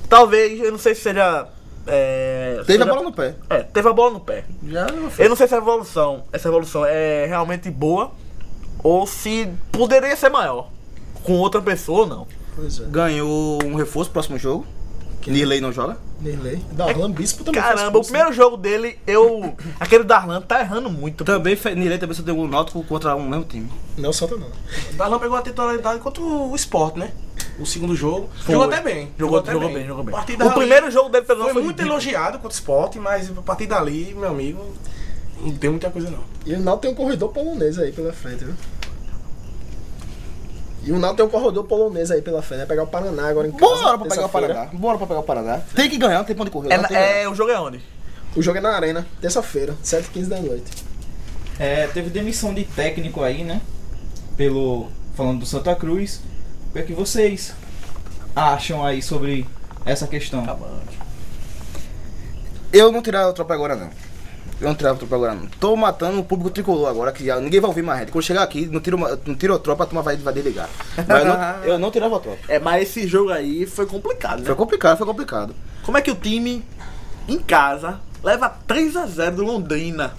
S2: Talvez, eu não sei se seja é,
S3: Teve
S2: seja-
S3: a bola no pé.
S2: É, teve a bola no pé.
S3: Já foi.
S2: Eu não sei se a evolução, essa evolução é realmente boa ou se poderia ser maior com outra pessoa ou não.
S7: Pois é.
S3: Ganhou um reforço próximo jogo. Nirley não joga.
S7: Nirley. Darlan Bispo também né? foi
S2: Caramba, o
S7: expulso,
S2: primeiro jogo dele, eu. Aquele Darlan né? tá errando muito.
S3: Também, fe- Nirley também só deu um náutico contra um mesmo time.
S7: né? Não, Santa não.
S6: O Darlan pegou a titularidade contra o Sport, né? O segundo jogo.
S2: Foi.
S6: Jogou até bem.
S2: Jogou,
S6: até
S2: jogou bem, jogou bem.
S6: A partir
S2: O
S6: dali,
S2: primeiro jogo dele pelo
S6: Foi
S2: menos foi
S6: muito
S2: ridículo.
S6: elogiado contra o Sport, mas a partir dali, meu amigo, não tem muita coisa não.
S7: E o Náutico tem um corredor polonês aí pela frente, viu? E o Náutico tem um corredor polonês aí pela frente. Vai pegar o Paraná agora em casa.
S3: Bora pra pegar o
S7: terça-feira.
S3: Paraná. Bora pra pegar o Paraná. Tem que ganhar, não tem ponto de correr.
S2: É,
S3: não
S2: na-
S3: tem que ganhar.
S2: é, o jogo é onde?
S7: O jogo é na Arena, terça-feira, 7h15 da noite.
S1: É, teve demissão de técnico aí, né? Pelo. Falando do Santa Cruz. O que é que vocês acham aí sobre essa questão?
S3: Eu não tirava o tropa agora, não. Eu não tirava o tropa agora, não. Tô matando o público tricolor agora, que já ninguém vai ouvir mais. Quando chegar aqui, não tiro, uma- não tiro a tropa, a turma vai, vai desligar. Mas eu não, eu não tirava a tropa.
S2: É, mas esse jogo aí foi complicado, né?
S3: Foi complicado, foi complicado.
S2: Como é que o time em casa leva 3 a 0 do Londrina?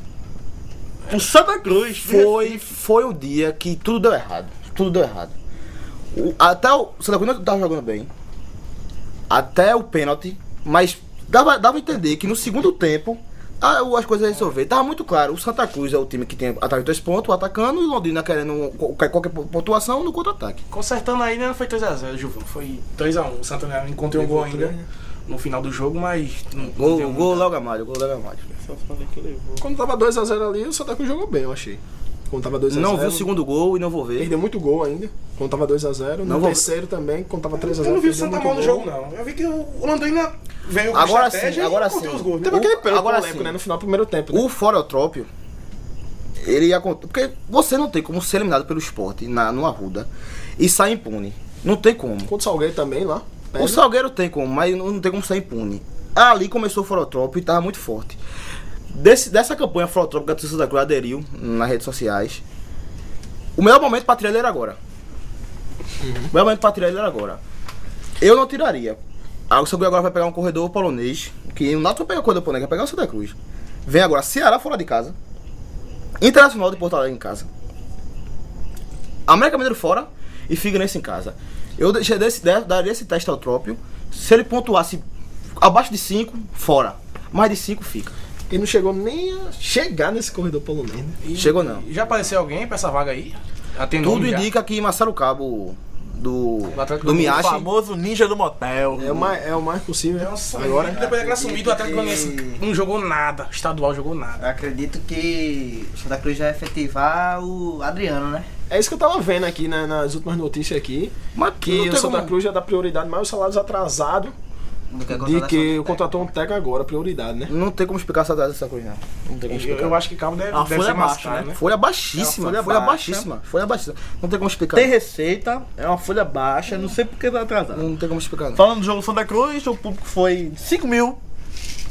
S2: O Santa Cruz
S3: Foi, foi o dia que tudo deu errado. Tudo deu errado. O- até o Santa Cruz não tava jogando bem. Até o pênalti. Mas dava, dava a entender que no segundo tempo a- o- as coisas resolveram. Tava muito claro. O Santa Cruz é o time que tem atrás de dois pontos, atacando, e o Londrina querendo um- qual- qualquer pontuação no contra-ataque.
S6: Consertando aí, né, não foi 3x0, Juvan. Foi 3x1. O Santa não encontrou um gol ainda no final do jogo, mas. Não, não
S3: Gol,
S6: deu
S3: gol
S6: muita.
S3: logo amalho, gol logo amalho.
S7: Quando tava 2x0 ali, o Santa Cruz jogou bem, eu achei. Quando tava 2x0.
S3: Não vi o segundo gol e não vou ver.
S7: Perdeu muito gol ainda. Quando tava 2x0. No
S3: Não vou-
S7: terceiro também, quando tava 3x0.
S6: Eu não vi o
S7: perdeu
S6: Santa
S7: muito
S6: mal no
S7: gol.
S6: jogo, não. Eu vi que o Londrina veio com
S3: Agora sim,
S6: estratégia
S3: agora
S6: e curtiu
S3: sim.
S6: os gols. né?
S7: Teve aquele
S3: O-
S7: pênalti
S3: agora
S7: polêmico,
S3: sim.
S7: né? No final do primeiro tempo. Né?
S3: O Forotrópio, ele ia contar. Porque você não tem como ser eliminado pelo esporte na, no Arruda e sair impune. Não tem como.
S7: Contra o Salgueiro também lá.
S3: O Salgueiro tem como, mas não não tem como sair impune. Ali começou o Forotrópio e tava muito forte. Desse, dessa campanha Forotrópica do Santa Cruz aderiu nas redes sociais. O melhor momento pra tirar ele era agora. O melhor momento pra tirar ele era agora. Eu não tiraria. Ah, O Santa Cruz agora vai pegar um corredor polonês. Que o Náutico vai pegar o corredor polonês, vai pegar o Santa Cruz. Vem agora Ceará fora de casa. Internacional de Porto Alegre em casa. América Mineiro fora e Figueirense em casa. Eu deixei desse, de- daria esse teste ao Trópio. Se ele pontuasse abaixo de 5, fora. Mais de 5, fica.
S7: E não chegou nem a chegar nesse corredor polonês, né?
S6: E-
S3: Chegou não.
S6: Já apareceu alguém pra essa vaga aí? Já tem
S3: Tudo
S6: nome já?
S3: indica que Marcelo Cabo do,
S6: O Atlético
S3: do
S6: do
S2: o
S3: Miachi
S2: famoso ninja do motel.
S7: É o mais, é o mais possível.
S6: Nossa,
S7: Agora,
S6: agora depois daquele assumido, o Atlético Goianiense não jogou nada, estadual jogou nada.
S4: Eu acredito que o Santa Cruz vai efetivar o Adriano, né?
S7: é isso que eu tava vendo aqui né, nas últimas notícias aqui.
S3: Mas não
S7: Que
S3: tem
S7: o Santa
S3: como-
S7: Cruz já dá prioridade mais aos salários atrasados
S3: é
S4: Do que a
S7: de
S4: contratação
S7: que
S4: do
S7: contratou um técnico agora, prioridade, né?
S3: Não tem como explicar essa dessa coisa, não. Não tem como
S6: Eu,
S3: explicar.
S6: eu acho que Cabo deve,
S2: A
S6: deve
S2: folha
S6: ser
S2: é baixa,
S6: mascado,
S2: né?
S6: né?
S3: Folha
S2: É
S3: baixíssima,
S2: uma folha
S3: folha,
S2: baixa.
S3: baixíssima, folha baixíssima. Não né? tem como explicar.
S2: Tem receita, é uma folha baixa, não sei porque tá atrasado.
S3: Não tem como explicar. Não.
S2: Falando do jogo Santa Cruz, o público foi 5 mil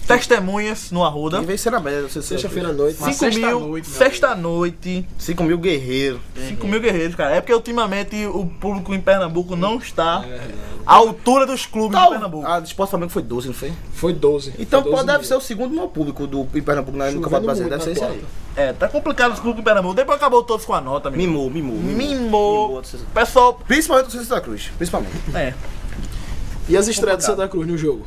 S2: testemunhas no Arruda.
S3: E vem ser a média, você
S7: Sexta-feira à noite.
S6: Mas
S2: 5
S6: sexta
S2: mil,
S6: noite, meu
S2: sexta-noite,
S3: 5 mil guerreiros.
S2: 5 mil guerreiros, cara. É porque ultimamente o público em Pernambuco não está
S3: É
S2: à altura dos clubes de Pernambuco.
S3: a disposta Ah, Flamengo foi 12, não foi?
S7: Foi 12.
S3: Então
S7: foi 12
S3: pode, deve
S7: mil.
S3: ser o segundo maior público do em Pernambuco né, no
S7: Chovendo
S3: Campeonato Brasileiro. Deve
S7: muito
S3: ser isso
S7: na
S3: aí.
S2: É, tá complicado os clubes em Pernambuco. Depois acabou todos com a nota, amigo.
S3: Mimou, mimou.
S2: Mimou.
S3: Mimou.
S2: Pessoal,
S3: Principalmente o Santa Cruz. Principalmente.
S2: é.
S7: E as estreias do Santa Cruz no jogo?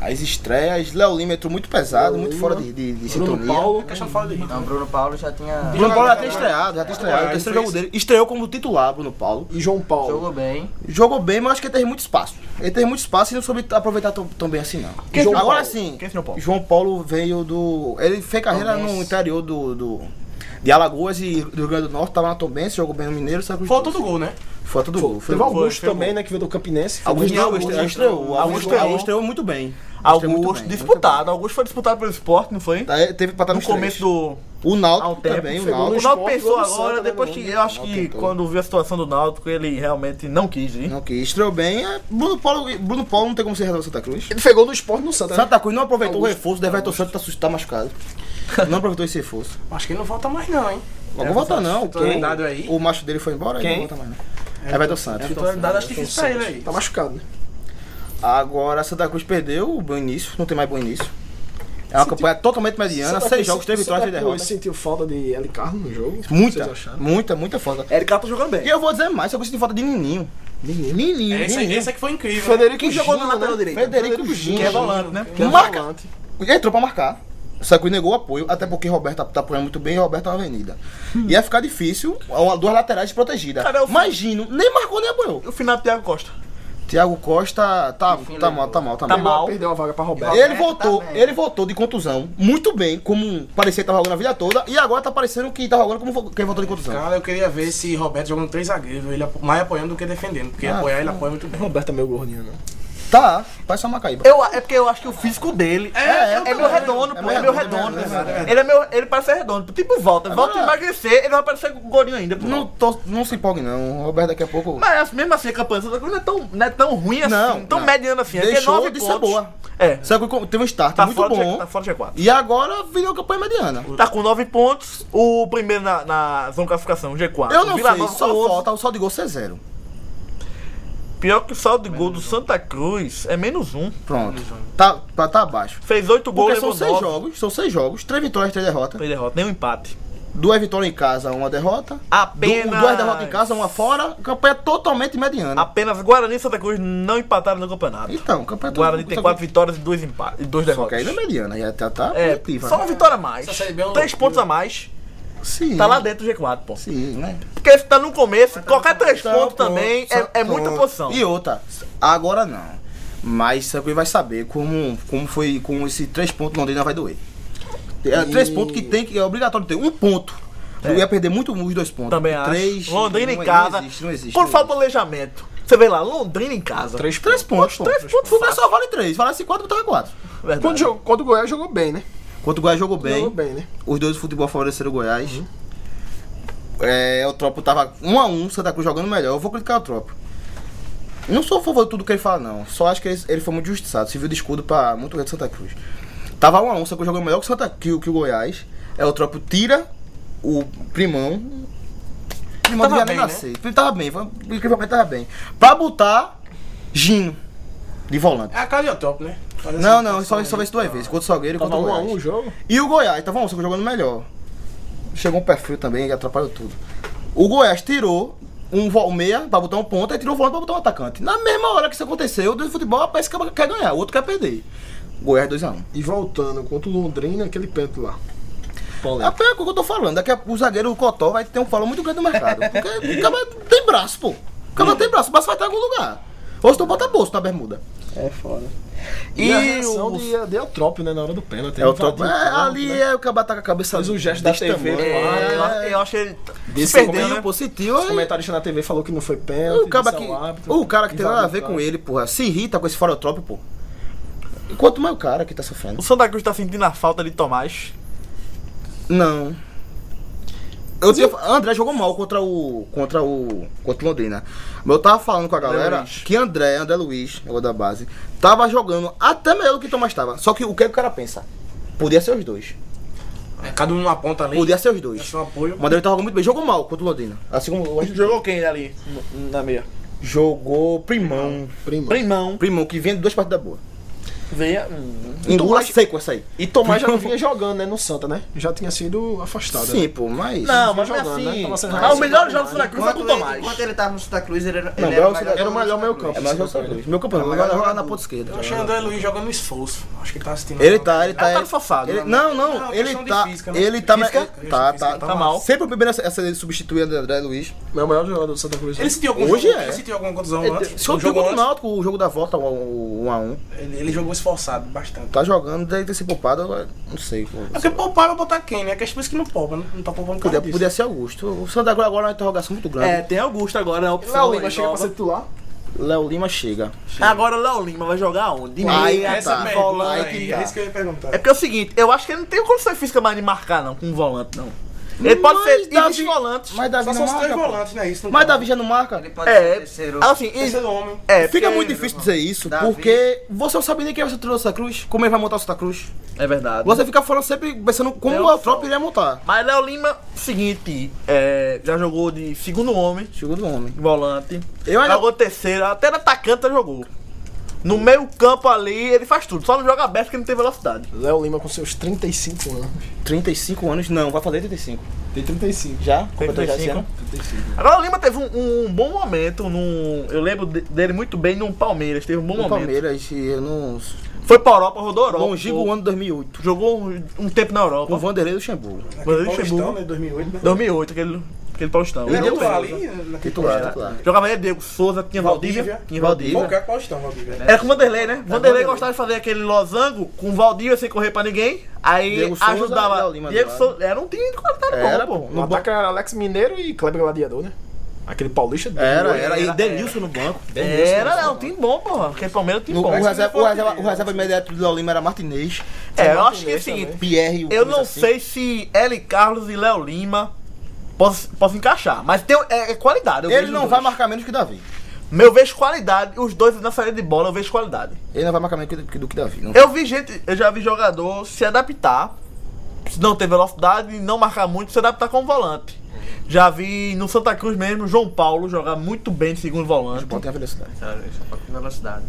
S3: As estreias, Léo Lima entrou muito pesado,
S7: Léo
S3: muito
S7: Lima,
S3: fora de, de, de
S7: Bruno
S3: sintonia.
S7: Paulo.
S6: Questão fora de
S4: Adriano. Não, Bruno Paulo já tinha.
S3: Bruno Paulo já tem estreado, já tem estreado. O
S6: ele
S3: terceiro jogo
S6: fez-
S3: dele. Estreou como titular, Bruno Paulo.
S7: E João Paulo.
S4: Jogou bem.
S3: Jogou bem, mas acho que ele teve muito espaço. Ele teve muito espaço e não soube aproveitar tão, tão bem assim, não.
S2: Quem
S3: João-
S2: foi o
S3: agora
S2: Paulo?
S3: sim,
S2: Quem foi o Paulo?
S3: João Paulo veio do... Ele fez carreira no
S4: Tombense.
S3: interior do... do- de Alagoas e do Rio Grande do Norte, tava na Tombense, jogou bem no Mineiro, saiu com os
S6: Falta
S3: dois.
S6: do gol, né?
S3: Foi todo gol. Foi
S7: Teve
S3: gol.
S7: Augusto
S2: foi
S7: também, né? Que veio do Campinense.
S3: Augusto,
S7: Foi
S3: Augusto, Augusto estreou. Augusto,
S2: estreou.
S3: Augusto estreou muito bem. Augusto estreou muito
S2: Augusto
S3: bem,
S2: disputado. Augusto foi disputado pelo esporte, não foi?
S3: muito bem. Tá, ele teve pra estar
S2: No
S3: nos
S2: começo
S3: três.
S2: do.
S3: O
S2: ao
S3: Náutico
S2: tempo,
S3: também, o
S7: foi gol
S2: O
S3: Náutico.
S7: esporte,
S2: Náutico pensou
S7: gol do
S2: agora,
S7: Santa, né,
S2: depois
S7: no
S2: que.
S7: mundo.
S2: Eu acho
S3: Náutico
S2: que
S3: tentou.
S2: quando viu a situação do Náutico, ele realmente não quis ir.
S3: Não, que estreou bem. é, Bruno Paulo, Bruno Paulo não tem como ser reserva do Santa Cruz.
S7: Ele pegou do esporte no Santa. né?
S3: Santa Cruz não aproveitou o reforço, deve estar Santos tá, sus- tá *laughs* machucado. Não aproveitou esse reforço.
S6: Acho que ele não volta mais, não, hein?
S3: Logo volta não.
S6: Tô
S3: quem-
S6: ligado aí.
S3: O macho dele foi embora e
S6: Quem?
S3: não volta mais não. Everton Santos.
S6: Titularidade acho difícil pra ele aí.
S7: Tá machucado, Tá né?
S3: Agora Santa Cruz perdeu o bom início, não tem mais bom início. É uma
S7: Sentiu-
S3: campanha totalmente mediana,
S7: Santa
S3: seis
S7: Cruz-
S3: jogos, três
S7: Santa
S3: vitórias e
S7: Cruz
S3: derrotas.
S7: sentiu falta de L. Carro no jogo?
S3: Muita,
S7: Vocês acharam?
S3: muita, muita falta.
S2: Erika tá jogando
S3: E
S2: bem.
S3: eu vou dizer mais, eu preciso de falta de Nininho. Nininho, Nininho.
S6: Essa, essa que foi incrível. né?
S3: Frederico
S2: Quem jogou na lateral
S3: né?
S2: direita?
S3: Frederico Gino.
S2: Que é volante, né?
S3: Que Marca. Entrou pra marcar. O Santa Cruz negou o apoio, até porque Roberto tá, tá apoiando muito bem e Roberto é uma avenida. Ia ficar difícil, uma- duas laterais protegidas.
S2: Cadê o-
S3: Mas Gino nem marcou nem apoiou.
S2: E o final do Thiago Costa.
S3: Thiago Costa tá,
S4: Enfim,
S3: tá
S4: levou.
S3: mal, tá mal, tá
S2: Tá
S3: mal.
S2: mal.
S7: Perdeu uma vaga pra Roberto.
S3: Ele
S4: Roberto
S3: voltou,
S4: tá bem.
S3: ele voltou de contusão, muito bem, como parecia que tava jogando a vida toda, e agora tá parecendo que tá jogando como quem voltou de contusão.
S6: Cara, eu queria ver se Roberto jogando três zagueiros, ele apo- mais apoiando do que defendendo, porque
S3: Ah,
S6: apoiar ele apoia muito bem.
S7: Roberto é meio gordinho, né?
S3: Tá, parece uma Macaíba.
S2: Eu, é porque eu acho que o físico dele é, é, meio redondo, pô. É meio redondo.
S3: é verdade, Ah. é
S2: Ele é meio. Ele parece ser redondo. Tipo volta. Volta
S3: Agora-
S2: emagrecer, ele vai parecer gordinho ainda, pô.
S3: Não, tô- não se empolgue não, o Roberto daqui a pouco...
S2: Mas mesmo assim, a campanha do Santa Cruz não é tão, não é tão ruim assim,
S3: Não,
S2: tão
S3: não.
S2: mediana assim. É
S3: Deixou
S2: 19
S3: de ser
S2: pontos.
S3: boa.
S2: É.
S3: Sabe, que teve um start
S2: Tá
S3: muito
S2: fora,
S3: bom,
S2: De, tá fora do G4.
S3: e agora virou campanha mediana.
S2: Tá com 9 pontos, o primeiro na, na zona de classificação, G4.
S3: Eu não
S2: Vila
S3: sei,
S2: Nova
S3: só
S2: com 11.
S3: falta o saldo de gol ser zero.
S2: Pior que o saldo de gol do Santa
S3: um.
S2: Cruz é menos um.
S3: Pronto, tá, tá, tá abaixo.
S2: Fez 8 gols,
S3: Porque são
S2: levou
S3: seis
S2: 9.
S3: jogos, são seis jogos, três vitórias, três derrotas.
S2: Três derrotas, nenhum empate.
S3: Duas vitórias em casa, uma derrota. Du-
S2: Apenas.
S3: Duas derrotas em casa, uma fora. Campanha totalmente mediana.
S2: Apenas Guarani e Santa Cruz não empataram no campeonato.
S3: Então, campanha
S2: Guarani tem 4 vitórias e 2 empates. E 2
S3: Só que
S2: derrotas.
S3: aí não é mediana, já tá, tá
S2: É,
S3: positiva.
S2: só uma vitória a mais.
S6: Essa Série B é uma
S2: 3
S6: loucura.
S2: pontos a mais.
S3: Sim.
S2: Tá lá dentro do G4, pô.
S3: Sim, né?
S2: Porque se tá no começo, qualquer 3
S3: Então,
S2: pontos
S3: pronto,
S2: também
S3: só-
S2: é, é muita
S3: pronto.
S2: posição.
S3: E outra, agora não. Mas Sangue vai saber como, como foi com esse três pontos Londrina vai doer. É, Três pontos que tem que é obrigatório ter. Um ponto. Eu ia perder muito os dois pontos.
S2: É. Também acho.
S3: três,
S2: Londrina
S3: não- é-
S2: em casa.
S3: Não existe, não existe.
S2: Por
S3: não
S2: favor, planejamento. Você vê lá, Londrina em casa.
S3: existe. Três pontos. pô.
S2: Três pontos,
S3: Fluminense
S2: fácil.
S3: só vale três. Vale quatro, botava quatro.
S2: Verdade.
S7: Quando jogou, quando o Goiás jogou bem, né?
S3: Enquanto o Goiás jogou bem,
S7: Jogou bem, né?
S3: os dois do futebol favoreceram o Goiás.
S2: Uhum.
S3: É, o Tropo tava 1 a 1 Santa Cruz jogando melhor. Eu vou criticar o Tropo. Não sou a favor de tudo que ele fala, não. Só acho que ele, ele foi muito justiçado. Serviu de escudo pra muito grande Santa Cruz. Tava 1 a 1 Santa Cruz jogando melhor que, o Santa, que, o- que o Goiás. É, o Tropo tira o primão. Primão
S2: Tava
S3: devia nem
S2: bem, né?
S3: nascer. Ele tava bem, foi- incrivelmente tava bem. Pra botar Gino de volante.
S2: Ah,
S6: É a cara de top, né? Fazer
S3: Não,
S6: essa-
S3: não, só, só vence duas vezes. Contra o Salgueiro e
S7: Tava
S3: contra o
S7: 1 a
S3: Goiás.
S7: 1 o jogo.
S3: E o Goiás, tava um Santa Cruz jogando melhor. Chegou um pé frio também, que atrapalhou tudo. O Goiás tirou um vo- um meia pra botar um ponta e tirou o volante pra botar um atacante. Na mesma hora que isso aconteceu, do futebol, parece que quer ganhar, o outro quer perder. Goiás 2x1. Um.
S7: E voltando contra o Londrina, aquele pênalti lá.
S3: É a pena que eu tô falando, daqui a pouco o zagueiro o Cotó vai ter um valor muito grande no mercado. Porque o cara tem braço, pô. O cara tem braço, o braço vai estar em algum lugar. Ou se não bota bolso na bermuda.
S7: É foda.
S2: E,
S7: E, a reação
S2: o...
S7: de, de Eutrópio, né? Na hora do
S3: É
S7: pênalti.
S3: o
S7: Invadiu
S3: tropa. É,
S7: campo,
S3: ali
S7: né?
S3: é o cara tá com a cabeça.
S7: Fez o gesto da
S3: desse
S7: TV
S3: tamanho.
S7: lá,
S2: é, eu acho- eu acho que ele se perdeu, né?
S3: positivo.
S7: Os
S3: aí-
S7: comentaristas na TV falou que não foi pênalti.
S3: O cara, que,
S7: disse ao árbitro,
S3: o cara que tem nada a
S7: invadiu
S3: ver
S7: o
S3: com
S7: campo.
S3: ele, porra, se irrita com esse farotrópio, pô. E Quanto mais o cara que tá
S2: o
S3: sofrendo.
S2: Santa Cruz tá sentindo a falta de Tomás.
S3: Não. Eu tinha, André jogou mal contra o. contra o. contra o Londrina. Mas eu tava falando com a galera
S2: Luiz.
S3: que André, André Luiz, jogador da base, tava jogando até melhor do que Thomas tava. Só que o que, o cara pensa? Podia ser os dois.
S6: É, cada um numa ponta ali.
S3: Podia ser os
S6: Ia
S3: dois.
S6: ser um apoio.
S3: O André tava jogando muito bem, jogou mal contra o Londrina. Assim como o Washington
S2: Jogou quem ali na meia?
S3: jogou primão.
S2: Primão.
S3: Primão que vem de duas partidas boas.
S2: Veia.
S3: Engula seco essa aí.
S7: E Tomás já
S3: *laughs*
S7: não vinha jogando, né? No Santa, né? Já tinha sido afastado. né?
S3: Sim, pô, mas.
S2: Não, mas não é
S7: jogando, né?
S2: assim.
S7: Tava sendo
S2: Mas o
S7: reação
S2: melhor
S7: do
S2: jogo do é Santa Cruz foi com o
S4: Enquanto ele,
S2: Tomás.
S4: enquanto ele tava no Santa Cruz, ele era,
S3: Não,
S4: ele era,
S3: Bel-
S7: Era o melhor
S4: jogador
S7: meio
S4: do Santa
S7: campo.
S3: É mais José Luiz. Meu campeão,
S4: Não,
S3: agora
S4: não,
S3: joga
S4: não.
S3: é na ponta esquerda.
S6: Eu achei o André Luiz jogando no esforço. Acho que ele tá assistindo.
S3: Ele tá, ele tá.
S2: tá safado,
S3: ele-
S2: né?
S3: não, não,
S6: Não,
S3: ele
S6: questão de
S3: tá.
S6: física, né?
S3: ele tá, me-
S6: Física?
S3: tá,
S6: Física,
S3: tá,
S6: tá
S2: Tá mal.
S3: Sempre o primeiro a ser ele substituir o André Luiz.
S7: Meu maior jogador do Santa Cruz.
S6: Ele sentiu algum
S3: Hoje
S6: jogo,
S3: é.
S6: Ele sentiu alguma contusão antes.
S3: Se eu
S6: Um jogo
S3: jogo no
S6: antes.
S3: Náutico, o jogo da volta, um o 1x1.
S6: Ele, ele jogou esforçado bastante.
S3: Tá jogando, deve ter se poupado, agora, não sei. pô.
S6: É porque poupar vai botar quem, né? Que as pessoas que não poupam, né? Não tá poupando cara
S3: Podia,
S6: disso.
S3: podia ser Augusto. O Santa Cruz agora é uma interrogação muito
S2: É,
S3: grande.
S2: tem Augusto agora, é a
S7: Léo
S2: opção.
S7: Lima
S2: aí,
S7: chega pra
S2: nova.
S7: ser titular.
S3: Léo Lima chega.
S2: Agora Léo Lima vai jogar onde? De
S3: Aí
S2: meia,
S3: que tá.
S2: volante.
S3: Aí que
S6: Aí,
S3: tá.
S6: é isso que eu ia perguntar.
S2: É porque é o seguinte, eu acho que ele não tem condição física mais de marcar, não, com um volante, não. Ele pode
S3: Mas
S2: ser
S3: Davi-
S2: e volante.
S3: Mas Davi
S6: Só
S3: não
S6: são os três
S3: marca. pô.
S6: volantes, né? Isso não
S3: Mas
S6: tá.
S3: Davi já não marca?
S4: Ele pode ser o
S2: É,
S4: terceiro.
S2: assim, e-
S6: Terceiro homem.
S2: é,
S3: Fica
S2: porque-
S3: muito difícil dizer isso,
S4: Davi-
S3: porque você não sabe nem quem vai ser o treinador do Santa Cruz, como ele vai montar o Santa Cruz.
S2: É verdade.
S3: Você fica falando sempre pensando como
S2: Léo
S3: o Trop iria montar.
S2: Mas Léo Lima, seguinte, é, já jogou de segundo homem,
S3: Chegou do homem.
S2: volante,
S3: Eu ainda
S2: jogou terceiro, até no atacante já jogou. No meio campo ali, ele faz tudo. Só não joga aberto que ele não tem velocidade.
S7: Léo Lima com seus 35 anos.
S3: 35 anos? Não, vai fazer 35.
S7: Tem 35.
S3: Já? Completou já é esse
S2: 35.
S3: ano?
S7: 35.
S2: Agora o Lima teve um, um bom momento. Num, eu lembro de- dele muito bem no Palmeiras. Teve um bom
S3: No
S2: momento.
S3: Palmeiras, e eu não.
S2: Foi pra Europa, rodou a Europa.
S3: Longigo ano 2008.
S2: Jogou um, um tempo na
S3: Com o
S2: Europa.
S3: Vanderlei Luxemburgo.
S2: Mas ele
S6: Paulistão,
S2: chegou.
S6: né? 2008, né?
S2: 2008, aquele, aquele Paulistão.
S6: Ele era
S3: deu
S6: outro
S3: bem.
S6: ali, né?
S3: Titular, titular.
S2: Jogava ele, Diego Souza, tinha Valdívia.
S6: Valdívia.
S2: Tinha
S6: Pô,
S2: Valdívia.
S3: né?
S6: cara, é Paulistão, Valdívia.
S2: Era com o Vanderlei,
S3: É,
S2: né? Vanderlei gostava de fazer aquele losango com o Valdívia sem correr pra ninguém. Aí
S3: Diego Souza,
S2: ajudava.
S3: Léo Lima do
S2: Diego
S3: lado.
S2: Souza. Era um time de qualidade
S3: Era,
S2: bom, pô.
S7: No ataque era Alex Mineiro e Kleber Gladiador, né? Aquele paulista dele.
S3: Era, era. E Denilson no banco. Denilson.
S2: Era, era um time bom, porra. Aquele Palmeiras tinha
S3: No-
S2: um
S3: o,
S2: time bom.
S3: reserva, o, reserva, o reserva imediato do Léo Lima era Martinez,
S2: É, eu acho que é o seguinte.
S3: Pierre. o
S2: Eu
S3: coisa
S2: não
S3: assim.
S2: sei se L. Carlos e Léo Lima posso, posso encaixar, mas tem, é, é qualidade. eu
S3: Ele
S2: vejo
S3: não
S2: os
S3: vai
S2: dois.
S3: marcar menos que Davi.
S2: Meu, eu vejo qualidade. Os dois na saída de bola, eu vejo qualidade.
S3: Ele não vai marcar menos que- que- do que Davi. Não.
S2: Eu vi gente, eu já vi jogador se adaptar, se não ter velocidade, não marcar muito, se adaptar como volante. Já vi no Santa Cruz mesmo, João Paulo jogar muito bem de segundo volante.
S3: Bom, tem a velocidade.
S4: velocidade.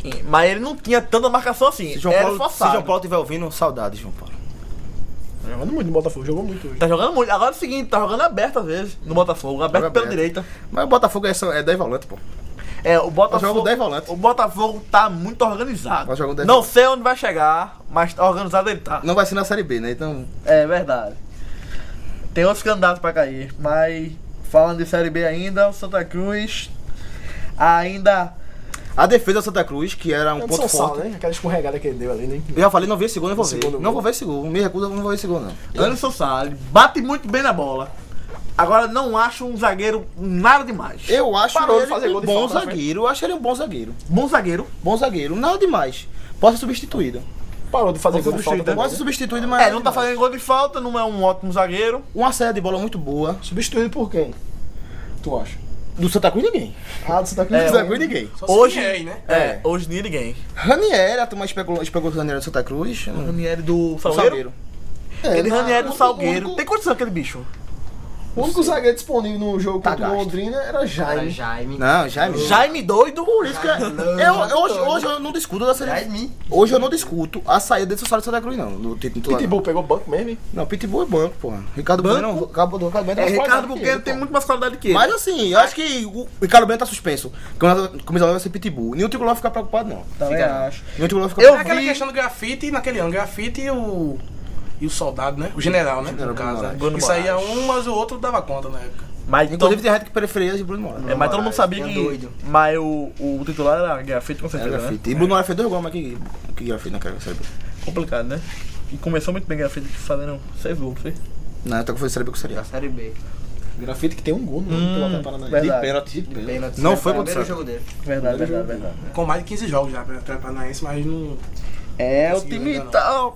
S2: Sim, Mas ele não tinha tanta marcação assim.
S3: Se João,
S2: era
S3: Paulo, se
S2: forçado.
S3: João Paulo tiver ouvindo, saudades, João Paulo.
S7: Jogando muito no Botafogo, jogou muito hoje.
S2: Tá jogando muito. Agora é o seguinte, tá jogando aberto às vezes, no Botafogo, aberto
S3: Joga
S2: pela
S3: aberto.
S2: direita.
S3: Mas o Botafogo é, só- é 10 volantes, pô.
S2: É, o
S3: Nós
S2: Botafogo.
S3: jogamos 10 volantes.
S2: O Botafogo tá muito organizado.
S3: Nós jogamos 10
S2: Não sei onde vai chegar, mas tá organizado ele tá.
S3: Não vai ser na Série B, né? Então,
S4: É verdade.
S2: Tem outros candidatos pra cair.
S4: E- Mas falando de Série B ainda, o Santa Cruz ainda
S3: a defesa do Santa Cruz, que era um
S7: É de
S3: ponto
S7: São
S3: forte.
S7: Saulo, né? Aquela escorregada que ele deu ali, né?
S3: Eu já falei, não vi esse gol, não vou ver.
S7: Segundo
S3: Não
S7: gol.
S3: vou ver esse gol. Me recusa, não vou ver esse gol, não.
S2: Anderson Salles bate muito bem na bola. Agora não acho um zagueiro nada demais.
S3: Eu acho
S7: Parou de
S3: ele
S7: fazer
S3: um
S7: gol de
S3: bom
S7: falta na frente.
S3: zagueiro. Eu acho ele um bom zagueiro.
S2: Bom zagueiro.
S3: Bom zagueiro, nada demais. Pode ser substituído.
S7: Parou de fazer gol de falta
S2: substituído,
S7: também.
S3: Pode ser substituído, mas.
S2: É, não tá fazendo gol de falta, não é um ótimo zagueiro.
S3: Uma saída de bola muito boa.
S7: Substituído por quem? Tu acha?
S3: Do Santa Cruz, ninguém.
S7: né? Ah, do Santa Cruz.
S3: Do
S7: É,
S3: Santa Cruz, ninguém.
S6: Só
S2: Hoje-
S6: se aí, né?
S2: É, hoje nem ninguém.
S3: Ranieri, a turma especulou especulou que o Ranieri era do Santa Cruz. Hum.
S2: Ranieri do Salgueiro.
S3: Salgueiro.
S2: Aquele
S7: na-
S2: Ranieri do
S7: É, o
S2: Salgueiro.
S7: único-
S2: Tem condição aquele bicho?
S7: O único zagueiro disponível no jogo
S3: Tá
S7: contra o
S3: gasto.
S7: Londrina era
S4: Era
S7: Jaime.
S4: Jaime.
S3: Não, Jaime.
S2: Jaime doido.
S3: Isso que é- eu, eu- hoje, hoje eu não discuto da série.
S4: Jaime.
S3: Hoje eu não discuto a saída desse salário do Santa Cruz, não. No título titular, não.
S7: Pitbull pegou banco mesmo, hein?
S3: Não, Pitbull é banco, porra. Ricardo Bueno. não. Ricardo Ricardo Bueno tá
S2: É,
S3: mais
S2: Ricardo
S3: qualidade que
S2: Buqueno
S3: ele,
S2: tem
S3: pô.
S2: muito mais qualidade que ele.
S3: Mas assim, eu acho que o Ricardo Bueno tá suspenso. O comissário vai ser Pitbull. Nenhum titular vai ficar preocupado, não.
S4: Também acho.
S3: Nenhum titular vai ficar
S2: Eu
S6: É aquela
S2: vi-
S6: questão do grafite e naquele ano. Grafite e o. E o soldado, né? O general, né?
S3: General
S6: No
S3: Bruno
S6: caso. né?
S2: Moraes.
S6: Que saía um, mas o outro dava conta na época.
S2: Mas, então,
S3: Inclusive tem gente que preferia de Bruno Moraes.
S2: é, mas todo mundo sabia
S4: Moraes,
S2: que.
S4: é doido.
S2: Mas o, o titular era grafite com
S3: É,
S2: certeza. né?
S3: grafite. E Bruno Moraes fez dois gols, mas que, que grafite naquela série B.
S2: Complicado, né? E começou muito bem grafite fazendo seis gols, foi?
S3: Não, eu tô com série B com série
S4: Da
S3: A.
S4: Série B.
S7: Grafite que tem um gol no
S2: Hum,
S7: pelo Atlético Paranaense.
S4: Verdade.
S3: pênalti, de
S4: Pênalti.
S3: Não foi contra o
S4: primeiro
S3: Santa.
S4: jogo dele.
S2: Verdade, verdade, verdade.
S6: Com mais de 15 jogos já, pra Paranaense, mas não.
S2: É, o
S6: Conseguiu
S2: time
S6: ainda não.
S2: tá.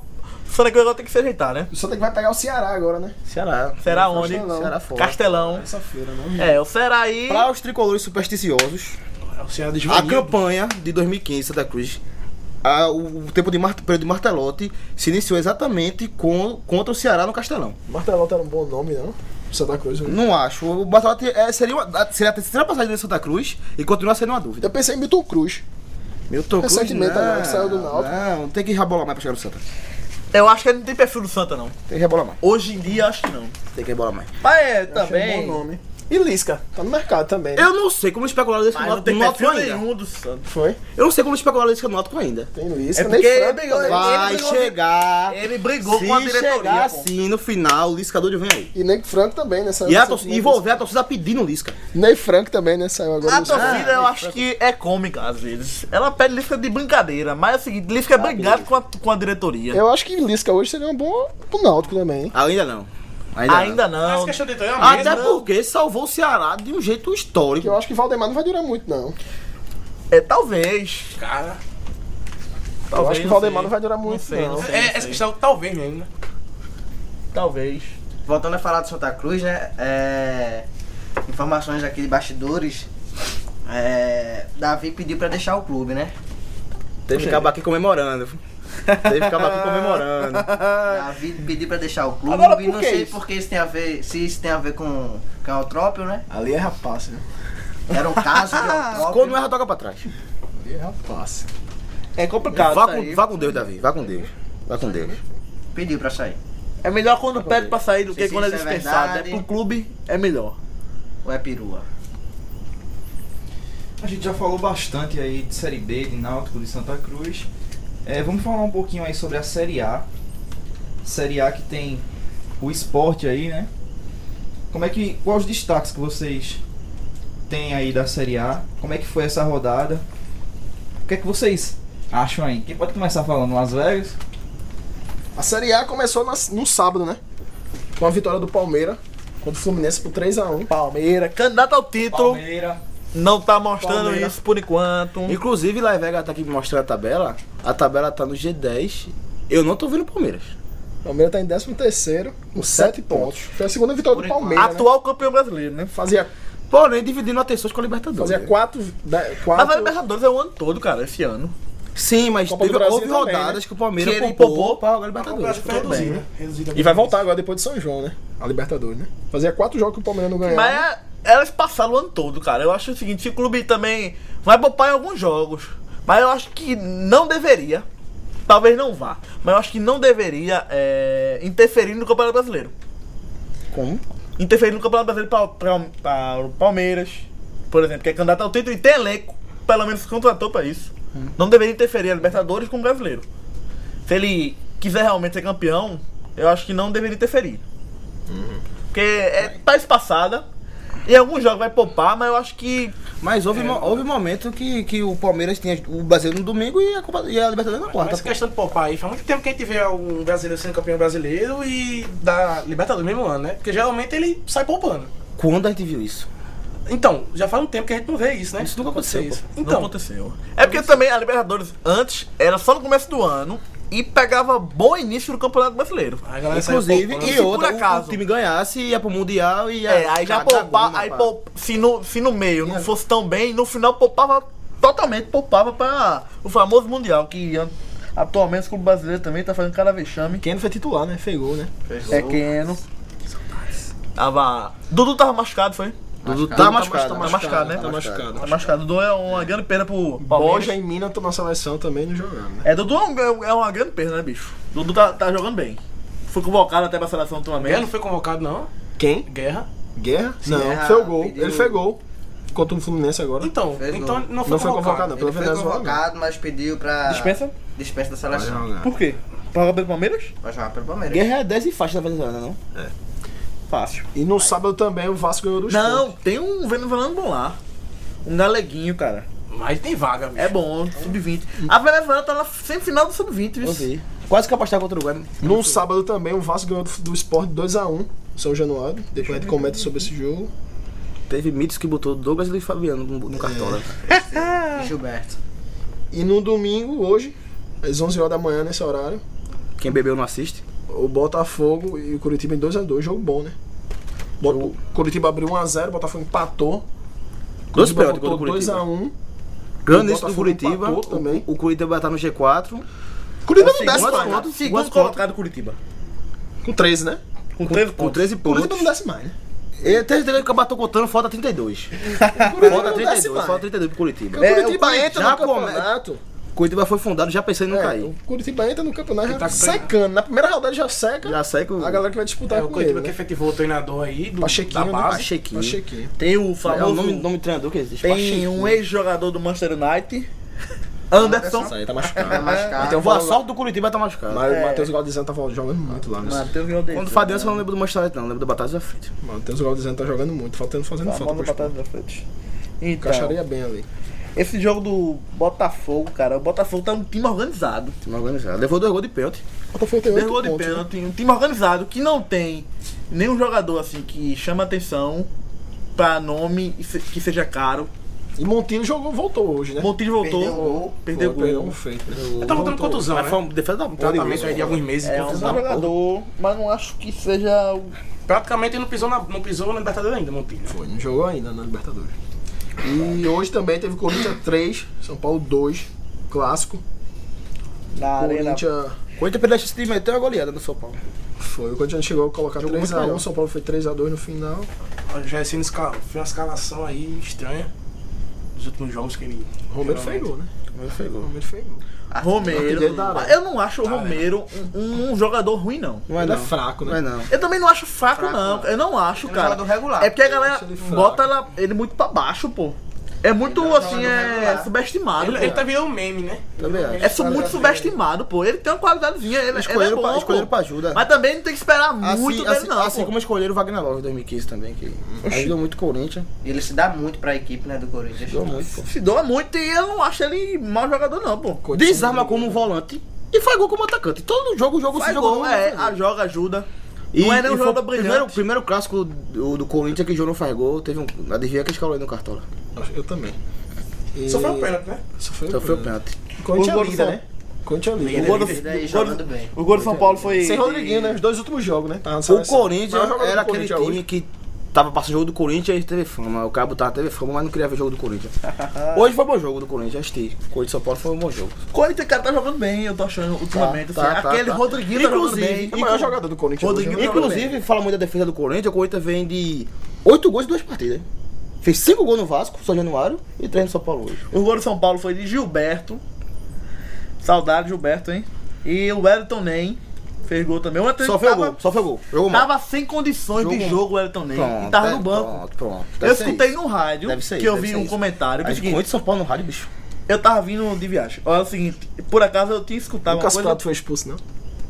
S2: Será que agora tem que se ajeitar, né?
S7: O Santa É. que vai pegar o Ceará agora, né?
S3: Ceará.
S2: Será onde?
S3: Ceará fora.
S2: Castelão.
S7: Terça-feira, né?
S2: É, o Será aí.
S3: Para os tricolores supersticiosos,
S6: É o Ceará de
S3: a campanha de 2015 Santa Cruz, a- o, o tempo de Mart, período de Martelotti se iniciou exatamente com, contra o Ceará no Castelão.
S7: Martelota era um bom nome, não? Santa Cruz. né?
S3: Não acho. O Martelotti é, seria, uma, seria a terceira passagem do Santa Cruz e continua sendo uma dúvida.
S7: Eu pensei em Milton Cruz.
S3: Milton Cruz
S7: Recentemente, agora que saiu do Náutico.
S3: Não, tem que rebolar mais pra chegar no Santa.
S2: Eu acho que ele não tem perfil do Santa, não.
S3: Tem que rebolar mais.
S2: Hoje em dia, acho que não.
S3: Tem que rebolar mais.
S2: Mas é,
S7: Achei um
S2: também.
S7: bom nome. E Lisca, tá no mercado também. né?
S3: Eu não sei como especularam desse
S2: Mas
S3: no
S2: não tem
S3: Náutico
S2: perfil
S3: ainda.
S2: nenhum do Santa.
S7: Foi?
S3: Eu não sei como especularam desse no Náutico ainda.
S7: Tem Lisca,
S2: É
S7: nem né?
S2: porque
S7: Franco tá
S2: ele brigou,
S7: também.
S3: Vai
S2: brigou-
S3: chegar.
S2: Ele brigou com a
S3: Se
S2: diretoria.
S3: chegar
S2: pô.
S3: assim no final, o Lisca doido vem aí.
S7: E nem Franco também, né? Saiu
S3: E, a
S7: recentemente.
S3: torcida, e vou ver a torcida pedindo Lisca.
S7: Ney Franco também, né? Saiu agora.
S2: A
S7: do-
S2: torcida eu acho que é cômica às vezes. Ela pede lista de brincadeira, mas é o seguinte, lista é brigado com a, com a diretoria.
S7: Eu acho que Lisca hoje seria um bom pro Náutico também. hein?
S3: Ainda não. Ainda,
S2: Ainda não.
S6: Essa questão de então é
S3: não.
S6: uma merda.
S3: Até porque salvou o Ceará de um jeito
S7: Que
S3: histórico.
S7: eu acho que Valdemar não vai durar muito, não.
S2: É, talvez.
S6: Cara.
S7: eu
S2: Talvez,
S7: acho que
S2: não
S7: Valdemar
S2: sei.
S7: não vai durar muito,
S2: sei,
S7: não.
S2: não sei.
S6: É, essa questão talvez mesmo, né?
S2: Talvez.
S4: Voltando a falar do Santa Cruz, né? é, informações aqui de bastidores. é, Davi pediu pra deixar o clube, né?
S3: Teve que acabar aqui comemorando. Teve que acabar aqui comemorando.
S4: Davi pediu pra deixar o clube.
S7: Agora, por
S4: não
S7: que
S4: sei
S7: isso?
S4: por que isso tem a ver, se isso tem a ver com, com Eutrópio, né?
S7: Ali é rapaz, né?
S4: Era um caso de
S3: *laughs*
S7: *laughs*
S3: Quando
S7: Ah,
S4: Eutrópio.
S7: é
S3: erra, toca pra trás. Ih, rapaz.
S2: É complicado.
S3: Vá
S2: isso aí.
S3: com, vá com Deus, Davi. Vá com Deus. Vá com Deus.
S4: Pediu pra sair.
S2: É melhor quando pede pra sair do
S4: Se
S2: que
S4: isso
S2: quando é
S4: é
S2: dispensado.
S4: verdade.
S2: né? Pro clube é melhor.
S4: Ou é perua?
S1: A gente já falou bastante aí de Série B, de Náutico, de Santa Cruz. É, vamos falar um pouquinho aí sobre a Série A. Série A que tem o esporte aí, né? Como é que. Quais os destaques que vocês têm aí da Série A? Como é que foi essa rodada? O que é que vocês acham aí? Quem pode começar falando? Las Vegas?
S7: A Série A começou nas- no sábado, né? Com a vitória do Palmeiras contra o Fluminense por 3x1.
S2: Palmeiras, candidato ao título,
S1: Palmeira.
S2: não tá mostrando
S7: Palmeira.
S2: isso por enquanto.
S3: Inclusive, lá Vega tá aqui me mostrando a tabela. A tabela tá no G10. Eu não tô vendo o Palmeiras.
S7: O Palmeiras tá em 13º, com 7 pontos. Foi a segunda vitória do Palmeiras. né?
S2: Atual campeão brasileiro, né?
S7: Fazia,
S3: Porém, dividindo atenções com a Libertadores.
S7: fazia quatro, de- quatro-
S2: Mas a Libertadores é o ano todo, cara, esse ano.
S3: Sim, mas
S7: Copa do
S3: teve,
S7: Brasil
S3: houve
S7: também,
S3: rodadas que o Palmeiras
S2: Que ele
S3: poupou,
S2: poupou
S3: pra jogar
S6: O
S3: Libertadores.
S6: Brasil foi
S3: Tudo bem.
S6: reduzido, né? Reduzido
S7: E vai voltar agora depois de São João, né? A Libertadores, né? Fazia quatro jogos que o Palmeiras não ganhava.
S2: Mas é- elas passaram o ano todo, cara. Eu acho o seguinte, se o clube também vai poupar em alguns jogos. Mas eu acho que não deveria. Talvez não vá. Mas eu acho que não deveria é, interferir no Campeonato Brasileiro.
S3: Como?
S2: Interferir no Campeonato Brasileiro pra- pra- para o Palmeiras, por exemplo, que é candidato ao título e tem elenco. Pelo menos contratou pra isso. Não deveria interferir a Libertadores com o brasileiro. Se ele quiser realmente ser campeão, eu acho que não deveria interferir. Porque é, tá espaçada. Em alguns jogos vai poupar, mas eu acho que.
S3: Mas houve, mo- houve momento que, que o Palmeiras tinha o Brasileiro no domingo e a, Copa, e a Libertadores na
S6: Mas
S3: quarta.
S6: essa questão de poupar aí, faz muito tempo que a gente vê um brasileiro sendo campeão brasileiro e da Libertadores mesmo ano, né? Porque geralmente ele sai poupando.
S3: Quando a gente viu isso?
S6: Então, já faz um tempo que a gente não vê isso, né?
S3: Isso nunca aconteceu,
S6: Isso.
S2: Não
S6: Então,
S2: aconteceu. É porque também a Libertadores antes era só no começo do ano e pegava bom início do Campeonato Brasileiro.
S6: a galera sai
S3: Inclusive,
S6: poupando.
S2: Se
S3: e
S2: por
S3: outra, o-
S2: acaso-
S3: o time ganhasse, ia pro Mundial e ia.
S2: É, aí já
S3: cagar
S2: poupar,
S3: goma,
S2: aí
S3: pá.
S2: poup- se, no, se no meio não fosse tão bem, no final poupava totalmente, poupava pra o famoso Mundial, que an- atualmente o clube brasileiro também tá fazendo cada vexame.
S7: Keno foi titular, né? Fez gol, né?
S2: É Keno. Tava. Dudu tava machucado, foi?
S3: Dudu tá machucado.
S2: Tá machucado, né?
S3: Tá machucado.
S2: Tá machucado. Dudu é uma grande perda pro Palmeiras.
S7: Boja e Mina estão na seleção também não jogaram, né?
S2: É, Dudu é, um- é uma grande perda, né, bicho? Dudu tá, tá jogando bem. Foi convocado até pra seleção
S6: Guerra
S2: atualmente.
S6: não foi convocado, não.
S7: Quem?
S6: Guerra.
S7: Guerra? Não,
S4: Guerra
S7: foi o gol.
S4: pediu-
S7: Ele fez gol contra o Fluminense agora.
S6: Então,
S4: Fez
S6: então
S4: não.
S6: não foi
S7: Não foi
S6: convocado.
S7: convocado, não.
S4: Ele
S7: Pela
S4: foi
S7: Venezuela. não.
S4: convocado, mas pediu pra.
S2: Dispensa?
S4: Dispensa da
S7: Vai
S4: seleção.
S7: jogar.
S2: Por quê? Pra jogar pelo Palmeiras?
S4: Vai jogar pelo Palmeiras.
S3: Guerra é 10 e faixa da Venezuela, não?
S2: Fácil.
S7: E no sábado também o Vasco ganhou do
S2: Não,
S7: Sport.
S2: tem um venezuelano bom lá. Um galeguinho, cara.
S6: Mas tem vaga, bicho.
S2: É bom, sub-20. A Venezuela tá na semifinal do sub-20, viu?
S3: Eu vi. Quase que apostar contra o Uruguai.
S7: No sábado também o Vasco ganhou do, do Sport 2x1, São Januário. Depois a gente comenta sobre esse jogo.
S3: Teve mitos que botou Douglas e Fabiano no,
S7: É.
S3: no cartola.
S4: E Gilberto.
S7: E no domingo, hoje, às 11 horas da manhã, nesse horário,
S3: Quem bebeu não assiste.
S7: o Botafogo e o Curitiba em 2x2, jogo bom, né? Bot- O Curitiba abriu 1x0, o Botafogo empatou.
S3: Dois
S7: Curitiba
S3: pênaltis contra
S7: botou
S3: o Curitiba.
S7: 2x1.
S3: Grande
S7: O
S3: isso do
S7: Botafogo
S3: Curitiba.
S7: empatou também.
S3: O, o Curitiba tá no G4.
S7: Curitiba não
S2: Segundo
S7: desce mais,
S2: colocado-
S7: né?
S2: Segundo colocado do Curitiba.
S7: Com 13, né?
S2: Com 13
S3: Com
S2: pontos.
S3: 13
S7: Curitiba
S3: pontos.
S7: não desce mais, né?
S3: Ele tem certeza que acabou contando, falta 32.
S7: *laughs* Curitiba
S3: Falta
S7: não desce
S3: 32,
S7: mais.
S3: falta 32 pro Curitiba. É,
S7: O Curitiba
S3: Curitiba
S7: entra
S3: já
S7: no campeonato.
S3: Curitiba foi fundado já pensando em não
S7: É,
S3: cair.
S7: o Curitiba entra no campeonato já
S6: tá com
S7: secando. Na primeira rodada já seca.
S3: Já sai com
S7: A galera que vai disputar
S6: É, o
S7: com ele.
S6: Curitiba
S7: Né?
S6: que efetivou o treinador aí do,
S7: Pachequinho,
S6: da
S7: né?
S6: base.
S3: Pachequinho.
S7: Pachequinho.
S2: Tem o
S3: É
S2: famoso...
S3: o nome, nome do treinador que existe.
S2: tem
S3: Pacheco.
S2: um ex-jogador do Manchester United, Anderson.
S3: é
S7: Isso aí tá
S4: Vai
S7: machucado.
S4: machucar.
S3: Então o assalto do Curitiba tá machucado.
S7: Mas o Matheus Galdizano tá jogando muito lá. Né?
S2: Matheus Galdesano.
S3: Quando faz dança, eu não lembro do Manchester United, não. Eu lembro do Batalha da Frente.
S7: Matheus Galdizano tá jogando muito, faltando fazendo
S2: A bola
S7: falta.
S2: do
S7: pro Sport.
S2: Batalha da Frente. Então,
S7: Encaixaria bem ali.
S2: esse jogo do Botafogo, cara, o Botafogo tá um time organizado.
S3: Time organizado. Levou dois gols de pênalti.
S7: Botafogo tem oito
S2: Derrubou de
S7: pontos. né?
S2: pênalti, um time organizado que não tem nenhum jogador assim que chama atenção pra nome e se- que seja caro.
S7: E Montino jogou, voltou hoje, né?
S2: Montijo voltou,
S4: Perdeu o gol.
S2: perdeu
S7: Foi,
S2: gol.
S7: perdeu um feito. né?
S6: Ele tá voltando contusão,
S3: Mas
S6: né?
S3: foi um defesa da porra.
S6: Tratamento aí de alguns meses.
S2: É um bom
S6: contusão.
S2: jogador, mas não acho que seja o
S6: Praticamente ele não pisou na, não pisou na Libertadores ainda, Montilho.
S7: Foi, não jogou ainda na Libertadores. E hoje também teve Corinthians 3, São Paulo 2, clássico.
S2: na arena.
S7: Corinthians
S3: Corinthians perdeu a chance de meter uma goleada no São Paulo.
S7: foi. O Corinthians chegou a colocar
S3: Jogou muito
S7: 3x1,
S3: melhor.
S7: São Paulo foi 3x2 no final.
S6: é Já sendo escala, foi uma escalação aí estranha. dos últimos jogos que ele.
S7: Romero
S6: geralmente-
S7: fez gol, né?
S3: Romero fez gol.
S7: Romero fez gol.
S2: Romero.
S3: Artilheiro da área.
S2: Eu não acho o Romero um, um jogador ruim, não.
S3: Não é
S7: Ele é
S3: não.
S7: fraco, né?
S3: Não é não.
S2: Eu também não acho fraco,
S4: Fraco,
S2: não.
S4: não.
S2: Eu não acho,
S4: É um
S2: cara.
S4: jogador regular.
S2: É porque a galera
S7: acho ele fraco.
S2: bota ela- ele muito pra baixo, pô. É muito,
S4: Ele é um
S2: assim,
S4: jogador
S2: é
S4: regular.
S2: subestimado,
S6: Ele,
S2: pô.
S6: ele tá virando um meme, né?
S3: Também acho.
S2: É su- muito subestimado, pô. Ele tem uma qualidadezinha, ele, ele é
S3: Escolheram,
S2: bom,
S3: pra, escolheram
S2: pô.
S3: pra ajuda.
S2: Mas também não tem que esperar
S3: Assim,
S2: muito dele,
S3: assim,
S2: não,
S3: assim
S2: pô.
S3: como escolheram o Wagner Love em 2015 também, que ajudou muito o Corinthians.
S4: E ele se dá muito pra equipe, né, do Corinthians.
S3: Ajudou muito, pô.
S2: Se doa muito e eu não acho ele mau jogador, não, pô.
S3: Desarma como um volante e faz gol como atacante. Todo jogo, jogo,
S2: Faz
S3: se jogou.
S2: gol, é, a joga ajuda.
S3: E-
S2: não é nem
S3: e
S2: um
S3: foi
S2: jogador
S3: o
S2: brilhante.
S3: Primeiro, primeiro clássico do, do Corinthians que o João não faz gol, teve um. Adivinha que escalou aí no Cartola.
S7: Eu também.
S6: Só foi o pênalti, né?
S7: Sofreu
S3: Então foi o pênalti.
S7: Corinthians
S1: O
S7: é
S1: gol do
S7: líder,
S1: São-
S7: né? Corinthians é
S4: Ele
S7: líder.
S4: é
S1: gol do-
S4: líder aí,
S1: o gol do-
S4: jogando bem.
S1: O gol do São Paulo foi. de-
S7: Sem Rodriguinho, né? Os dois últimos jogos, né? Tá na
S3: O
S7: seleção. Maior
S3: Corinthians
S7: jogador
S3: era
S7: do
S3: aquele
S7: Corinthians
S3: time
S7: hoje.
S3: que tava passando jogo do Corinthians e teve fama. O Cabo tava teve fama, mas não queria ver jogo do Corinthians. Hoje foi bom jogo do Corinthians, assisti. Corinthians e São Paulo foi um bom jogo.
S2: Corinthians, cara, tá jogando bem, eu tô achando, ultimamente.
S3: Tá,
S2: assim.
S3: tá,
S2: Aquele
S3: tá.
S2: Rodriguinho
S3: Inclusive,
S2: tá jogando
S7: É
S2: bem.
S7: o maior jogador do Corinthians hoje,
S2: Rodriguinho
S7: né?
S3: Inclusive, fala muito da defesa do Corinthians, o Corinthians vem de 8 gols em duas partidas. Fez 5 gols no Vasco, São Januário, e 3 no São Paulo hoje.
S2: O gol do São Paulo foi de Gilberto. Saudade, Gilberto, hein? E o Wellington Nem fez gol também. O Wellington
S3: Só foi o
S2: tava,
S3: gol, só foi o gol. Jogou mal.
S2: tava sem condições de
S3: Jogo-
S2: jogo, o Wellington Nem.
S3: Pronto,
S2: e tava
S3: deve-
S2: no banco.
S3: Pronto, pronto.
S2: Eu
S3: Deve ser
S2: escutei
S3: isso.
S2: no rádio
S3: Deve ser
S2: que
S3: isso,
S2: eu
S3: deve
S2: vi
S3: ser
S2: um
S3: isso.
S2: comentário. Que é o
S3: Acho que
S2: seguinte,
S3: Corinthians e São Paulo no rádio, bicho.
S2: eu tava vindo de viagem. Olha é o seguinte, por acaso eu tinha escutado
S7: Lucas
S2: É uma coisa.
S7: Prato foi expulso, não?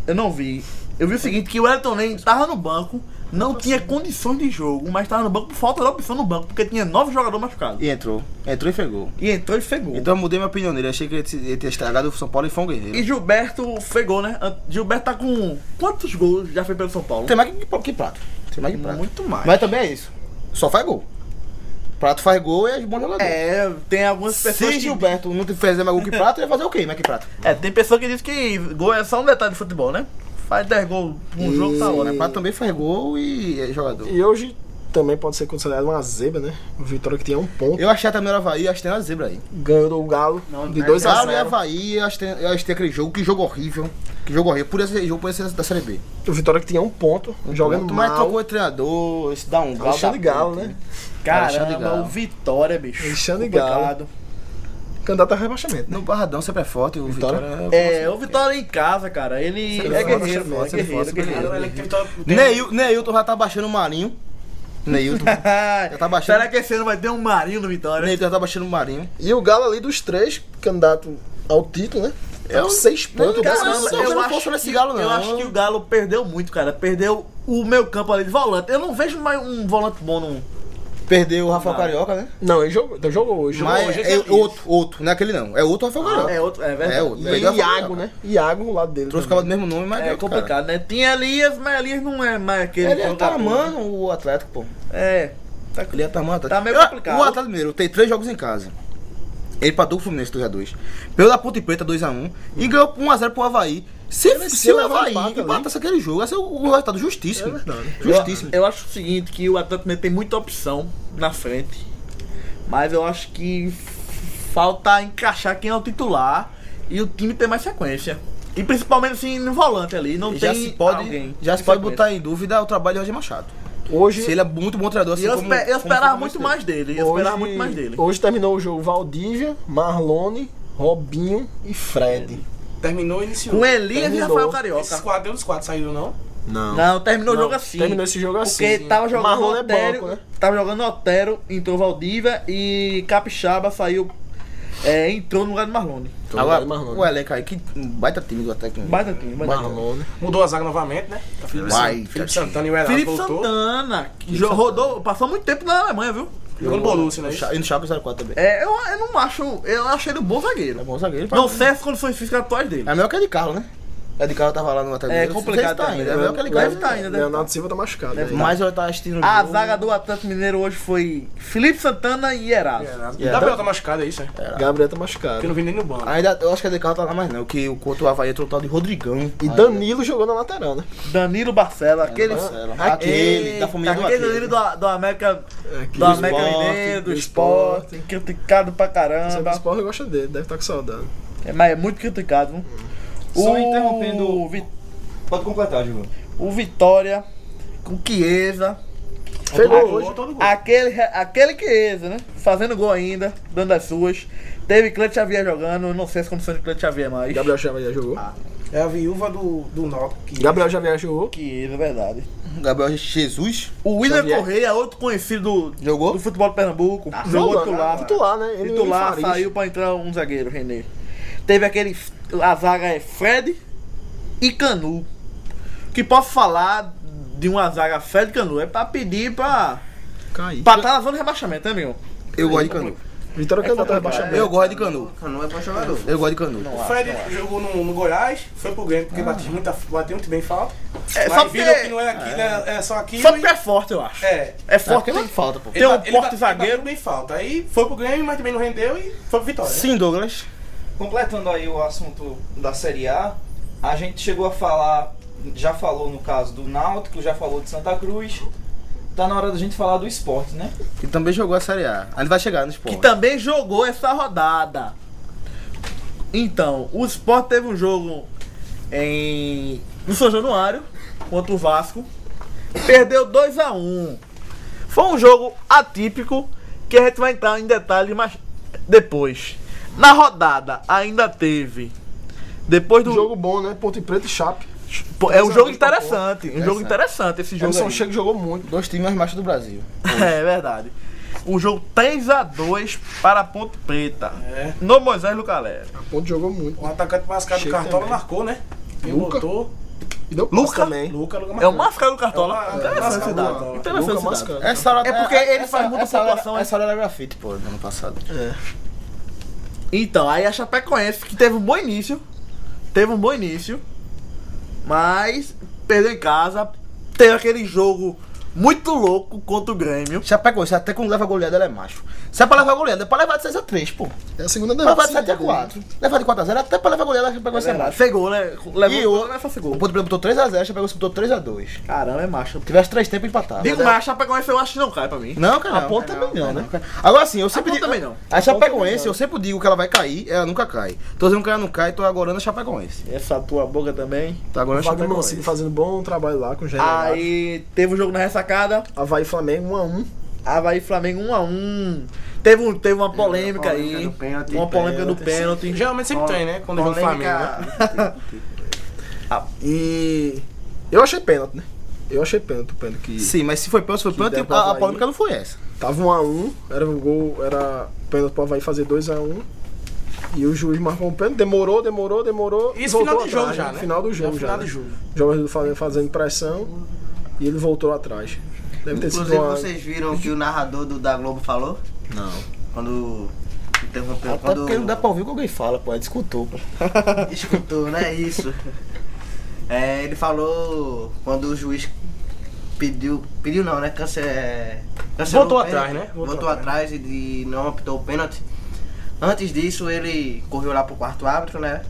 S2: Eu não vi. Eu vi o seguinte, que o Elton Nem tava no banco, não tinha condições de jogo, mas tava no banco por falta de opção no banco, porque tinha nove jogadores machucados.
S3: E entrou. Entrou e fez gol.
S2: E entrou e fez gol.
S3: Então eu mudei minha opinião dele. Achei que ele t- ele tinha estragado o São Paulo e foi um guerreiro.
S2: E Gilberto fez gol, né? Gilberto tá com quantos gols já fez pelo São Paulo?
S3: Tem mais que, que Prato. Tem mais que Prato.
S2: Muito mais.
S3: Mas também é isso. Só faz gol. Prato faz gol e é bom jogador.
S2: É, tem algumas pessoas
S3: Se
S2: que...
S3: Gilberto não fizer mais gol que Prato, ele vai fazer o quê? Mais que
S7: *laughs*
S3: Prato.
S2: É, tem pessoa que diz que gol é só um detalhe de futebol, né? Faz 10 gols num jogo, tá
S3: Sim,
S2: hora.
S3: Mas Né, Prato também faz gol e é jogador.
S7: E hoje também pode ser considerado uma zebra, né? O Vitória que tinha um ponto,
S3: Eu achei a Tamira Havaí, acho que tem uma zebra aí.
S7: ganhou do Galo
S4: Não,
S7: de
S4: né?
S7: 2 a
S3: Claro, é
S7: 0.
S3: Havaí, eu acho que tem- eu acho que tem aquele jogo, que jogo horrível. Que jogo horrível. Por esse jogo, por esse da Série B.
S2: né?
S7: O Vitória que tinha um ponto, jogando
S3: Mas
S7: mal.
S3: trocou o treinador, esse dá um galo.
S7: Alexandre
S3: dá
S7: Galo,
S3: ponto.
S7: né?
S3: Alexandre
S2: Caramba,
S3: Galo.
S2: o Vitória, bicho.
S7: Alexandre Galo.
S2: Complicado.
S7: Candidato a rebaixamento, né?
S3: No Barradão sempre é forte, o
S7: Vitória.
S3: Vitória,
S2: É, o Vitória em casa, cara, ele
S3: Você
S2: é
S3: fala,
S2: guerreiro,
S3: você
S2: pô, é
S3: fala, você
S2: guerreiro,
S3: fala,
S2: guerreiro. é
S6: Agora ele que tá- tem-
S3: Neil, Neilton já tá baixando o Marinho.
S7: *laughs*
S3: Neilton. já tá baixando.
S2: Será que esse ano vai ter um Marinho no Vitória?
S3: Neilton já tá baixando o Marinho.
S7: E o Galo ali dos três, candidato ao título, né? Tá com seis pontos.
S3: Cara,
S7: décimo
S3: não,
S2: Caramba,
S3: eu
S7: sexto.
S2: eu
S3: não
S2: acho,
S3: posso nesse
S2: que,
S3: Galo, não.
S2: eu acho que o Galo perdeu muito, cara. Perdeu o meu campo ali de volante. Eu não vejo mais um volante bom no.
S3: Perdeu o Rafael Carioca, né?
S7: Não, ele jogou, então jogou hoje.
S3: Mas
S7: jogou hoje.
S3: é outro, outro, não é aquele não. É outro Rafael Carioca.
S2: É outro, é verdade.
S3: É outro.
S7: E
S3: perdeu
S7: aí,
S3: a Rafael
S7: Iago,
S3: Carioca.
S7: né? Iago, o lado dele.
S3: Trouxe o cara
S7: também.
S3: do mesmo nome, mas
S2: É,
S3: outro cara.
S2: complicado, né? Tinha Elias, mas Elias não é mais aquele.
S3: Ele ia tá
S2: jogador, né?
S3: amando o Atlético, pô.
S2: É.
S3: Ele ia tá amando o Atlético.
S2: Tá meio
S3: Eu-
S2: complicado.
S3: O Atlético Mineiro tem três jogos em casa. Ele patou o Fluminense 2x2. Perdeu da Ponte Preta 2x1. E ganhou 1x0 pro Havaí. Se, se
S7: Mereceu
S3: o
S7: levar
S3: Havaí
S7: empate ali.
S3: empatasse aquele jogo, ia ser o o resultado justíssimo. justíssimo.
S2: Eu, eu acho o seguinte, que o Atlético Mineiro tem muita opção na frente. Mas eu acho que f- falta encaixar quem é o titular e o time ter mais sequência. E principalmente assim no volante ali. Não
S3: já
S2: tem
S3: se pode,
S2: alguém.
S3: já se
S2: de
S3: pode
S2: sequência.
S3: botar em dúvida o trabalho de Roger Machado.
S7: Hoje,
S3: Se ele é muito bom treinador, assim
S2: E eu,
S3: como,
S2: espe- eu
S3: como
S2: esperava
S3: o
S2: muito mais
S3: Fluminense
S2: dele. Eu
S7: hoje,
S2: esperava muito mais dele.
S7: Hoje terminou o jogo Valdívia, Marlone, Robinho e Fred.
S6: Terminou e iniciou.
S2: Com Elias e
S7: Terminou.
S2: Rafael
S6: Esses
S2: Carioca.
S6: quatro, os quatro saíram, não?
S2: Não, terminou o jogo
S7: Não,
S2: assim.
S7: Terminou esse jogo assim.
S2: Porque tava jogando
S7: Marlon é
S2: Otério.
S7: banco, né?
S2: Tava jogando Otero, entrou Valdívia e Capixaba saiu. é, entrou no lugar do Marlone.
S3: Agora,
S7: Marlon.
S3: o elenco aí, que baita time do Atlético. Mineiro.
S2: Baita time, baita time.
S7: Marlon, né?
S6: Mudou a zaga novamente, né? Tá Felipe,
S3: Vai,
S6: San- Felipe
S3: tá
S6: Santana e o Heraldo
S2: Felipe
S6: voltou.
S2: Santana, que jo- rodou, passou muito tempo na Alemanha, viu?
S6: Jogou no Borussia, né?
S3: No Cha- E no Chaco 04 também.
S2: É, eu, eu não acho. Eu achei ele um bom zagueiro.
S3: É bom zagueiro.
S2: não
S3: pra-
S2: sei as condições físicas atuais dele.
S3: É melhor que a de Carlos, né? A de Carlos tava lá no Atlético.
S2: É
S3: Mineiro,
S2: complicado
S3: não sei se tá
S2: também,
S3: ainda. É melhor que a de
S2: Deve
S3: Carlos.
S2: estar ainda, né? deve
S7: Leonardo Silva né? tá machucado. né?
S3: Mas eu tava assistindo o
S2: A
S3: jogo.
S2: Ah, zaga do Atlético Mineiro hoje foi Felipe Santana e Heraldo.
S6: Heraldo.
S3: Yeah.
S6: Gabriel tá machucado, é isso, é?
S7: Gabriel tá
S6: Porque eu
S7: machucado.
S6: não vi nem no banco.
S3: Ainda, eu acho que a de Carlos tá lá mais não, que o contra o Havaí entrou o tal de Rodrigão.
S7: E Danilo jogou na lateral, né?
S2: Danilo Barcela, aquele.
S3: Aquele, da família do
S2: aquele Danilo
S3: Atlético.
S2: do, do América. É, do
S7: Aquele
S2: América
S3: esporte,
S2: Mineiro, do
S7: do é
S2: esporte, tá. criticado pra
S7: Sendo
S2: caramba.
S7: esporte, eu gosto dele, deve estar com saudade.
S2: É, mas é muito criticado. viu?
S1: Só
S2: o...
S1: interrompendo-
S2: O, Vi-
S1: Pode completar, Gil.
S2: o Vitória, com Chiesa.
S3: Fez gol hoje.
S6: todo gol.
S2: Aquele, aquele que exa, né? Fazendo gol ainda, dando as suas. Teve Cleiton Xavier jogando, eu não sei as condições de Cleiton Xavier é mais.
S3: Gabriel Xavier jogou.
S2: Ah.
S6: É a viúva do, do Náutico que
S7: Gabriel Xavier jogou.
S2: Que ele, é verdade.
S3: Gabriel Jesus
S2: O William
S7: Xavier. Ah,
S2: Correia, outro conhecido do,
S3: jogou.
S2: do futebol de Pernambuco. jogou titular.
S7: Titular, né? Ele
S2: Titular,
S7: ele Farias.
S2: saiu pra entrar um zagueiro, Renê. Teve aquele. A zaga é Fred e Canu. Que posso falar de uma zaga Fred e Canu? É pra pedir pra.
S3: Caiu.
S2: Pra tá na zona de rebaixamento, né, amigo?
S3: Eu gosto de Canu.
S7: Vitória
S2: É
S7: Canu tá rebaixado.
S3: Eu gosto de Canu.
S4: Canu é bom jogador.
S3: Eu gosto de Canu.
S6: O Fred jogou no, no Goiás, foi pro Grêmio, porque bateu, muita, bateu muito bem falta.
S2: Ah. É,
S6: Mas
S2: só
S6: viram que
S2: porque.
S6: não é aqui, né? É só aqui.
S2: Só porque é forte, eu acho.
S6: É.
S2: É forte.
S3: Não falta, pô.
S2: Tem um
S6: Ele ba- ele
S2: porte
S6: ba-
S2: zagueiro.
S6: bateu bem falta. Aí foi pro Grêmio, mas também não rendeu e foi pro Vitória. né?
S3: Sim, Douglas.
S1: Completando aí o assunto da Série A, a gente chegou a falar, já falou no caso do Náutico, já falou de Santa Cruz. Tá na hora da gente falar do esporte, né?
S3: Que também jogou a Série A. Ainda vai chegar no
S2: que
S3: esporte.
S2: também jogou essa rodada. Então, o Sport teve um jogo em no São Januário contra o Vasco. Perdeu 2 a 1. Foi um jogo atípico que a gente vai entrar em detalhes mais depois. Na rodada ainda teve depois do
S7: Jogo bom, né? Ponte Preta e Chape.
S2: Pô, é um jogo interessante, um jogo interessante esse jogo.
S7: Emerson
S2: aí.
S7: Chega jogou muito.
S3: Dois times mais baixos do Brasil.
S2: É verdade. O jogo 3 a 2 para a Ponte Preta. No Moisés Lucalé.
S7: A Ponte jogou muito.
S6: O É, um atacante mascado do
S7: Chega
S6: Cartola
S7: também.
S6: marcou, né? E
S7: Luca?
S6: botou.
S7: E deu
S2: Luca?
S7: também.
S6: Luca, Luca
S2: É o
S6: marcou.
S2: máscara do Cartola.
S6: É o ma- é o
S2: Interessante
S6: mascado
S2: esse
S6: do
S2: dado.
S6: Cartola.
S2: Interessante esse
S7: Luca
S2: dado.
S7: Mascaro.
S3: Essa hora,
S2: É porque ele faz muita
S3: essa hora-
S2: pontuação, hein?
S3: Essa hora era é grafite, pô, do ano passado.
S2: Então, aí a Chapecoense, que teve um bom início. Teve um bom início. Mas perdeu em casa. Teve aquele jogo muito louco contra o Grêmio.
S3: Chapecoense, é até quando leva goleada, ela é macho. Se é pra levar goleada, é pra levar de 6x3, pô.
S7: É a segunda
S3: Pra
S7: derrota. né?
S3: levar de 7x4. Levar de 4x0, até pra levar goleada, a Chapecoense é, macho.
S2: Fez gol, né?
S3: E o-
S2: Levou vai fazer
S3: O
S2: gol.
S3: Ponte Preta botou 3x0, a Chapecoense botou 3x2.
S2: Caramba, é macho.
S3: Tivesse três tempos empatados.
S2: Digo mais, a Chapecoense eu acho que não cai pra mim.
S3: Não, cara.
S2: A ponta
S3: não, também não, né? Agora sim, eu sempre
S2: ponta
S3: digo.
S2: também não.
S3: A Chapecoense, eu sempre digo que ela vai cair, ela nunca cai. Tô dizendo que ela não cai, tô agorando a Chapecoense.
S2: Essa tua boca também.
S3: Tô agorando a
S7: Wagner
S3: Chapecoense.
S7: Mancini fazendo bom trabalho lá com o Gerard.
S2: Aí teve um jogo na ressacada.
S7: Havaí e Flamengo 1x1.
S2: Havaí e Flamengo 1 a 1 Teve, um, teve uma polêmica
S4: polêmica
S2: aí.
S4: do pênalti.
S2: uma polêmica do pênalti.
S6: Geralmente sempre tem, né? Quando joga o Flamengo. né?
S2: Ah,
S7: E. Eu achei pênalti, né? Eu achei pênalti o pênalti que.
S3: Sim, mas se foi pênalti, foi pênalti.
S7: der pro
S3: A, a
S7: Havaí.
S3: polêmica não foi essa.
S7: Tava 1x1, era um gol, era pênalti pro Havaí fazer 2x1. E o juiz marcou um pênalti, demorou, demorou, demorou.
S6: Isso final
S7: voltou
S6: do jogo
S7: atrás,
S6: já,
S7: no
S6: né?
S7: Final do jogo
S6: No
S7: já.
S6: final
S7: né?
S6: do jogo.
S7: O jogador do Flamengo fazendo pressão e ele voltou atrás. Deve ter sido
S4: Inclusive,
S7: uma...
S4: vocês viram o que o narrador do, da Globo falou?
S3: Não.
S4: Quando interrompeu,
S3: Até
S4: quando
S3: porque não dá pra ouvir o que alguém fala, pô. Ele escutou, pô.
S4: escutou, né? Isso. É, ele falou quando o juiz pediu, pediu não, né? Cance, é, cancelou
S6: Voltou
S4: o pênalti,
S6: atrás, né?
S4: Voltou,
S6: Voltou
S4: atrás e de- não optou o pênalti. Antes disso, ele correu lá pro quarto árbitro, né?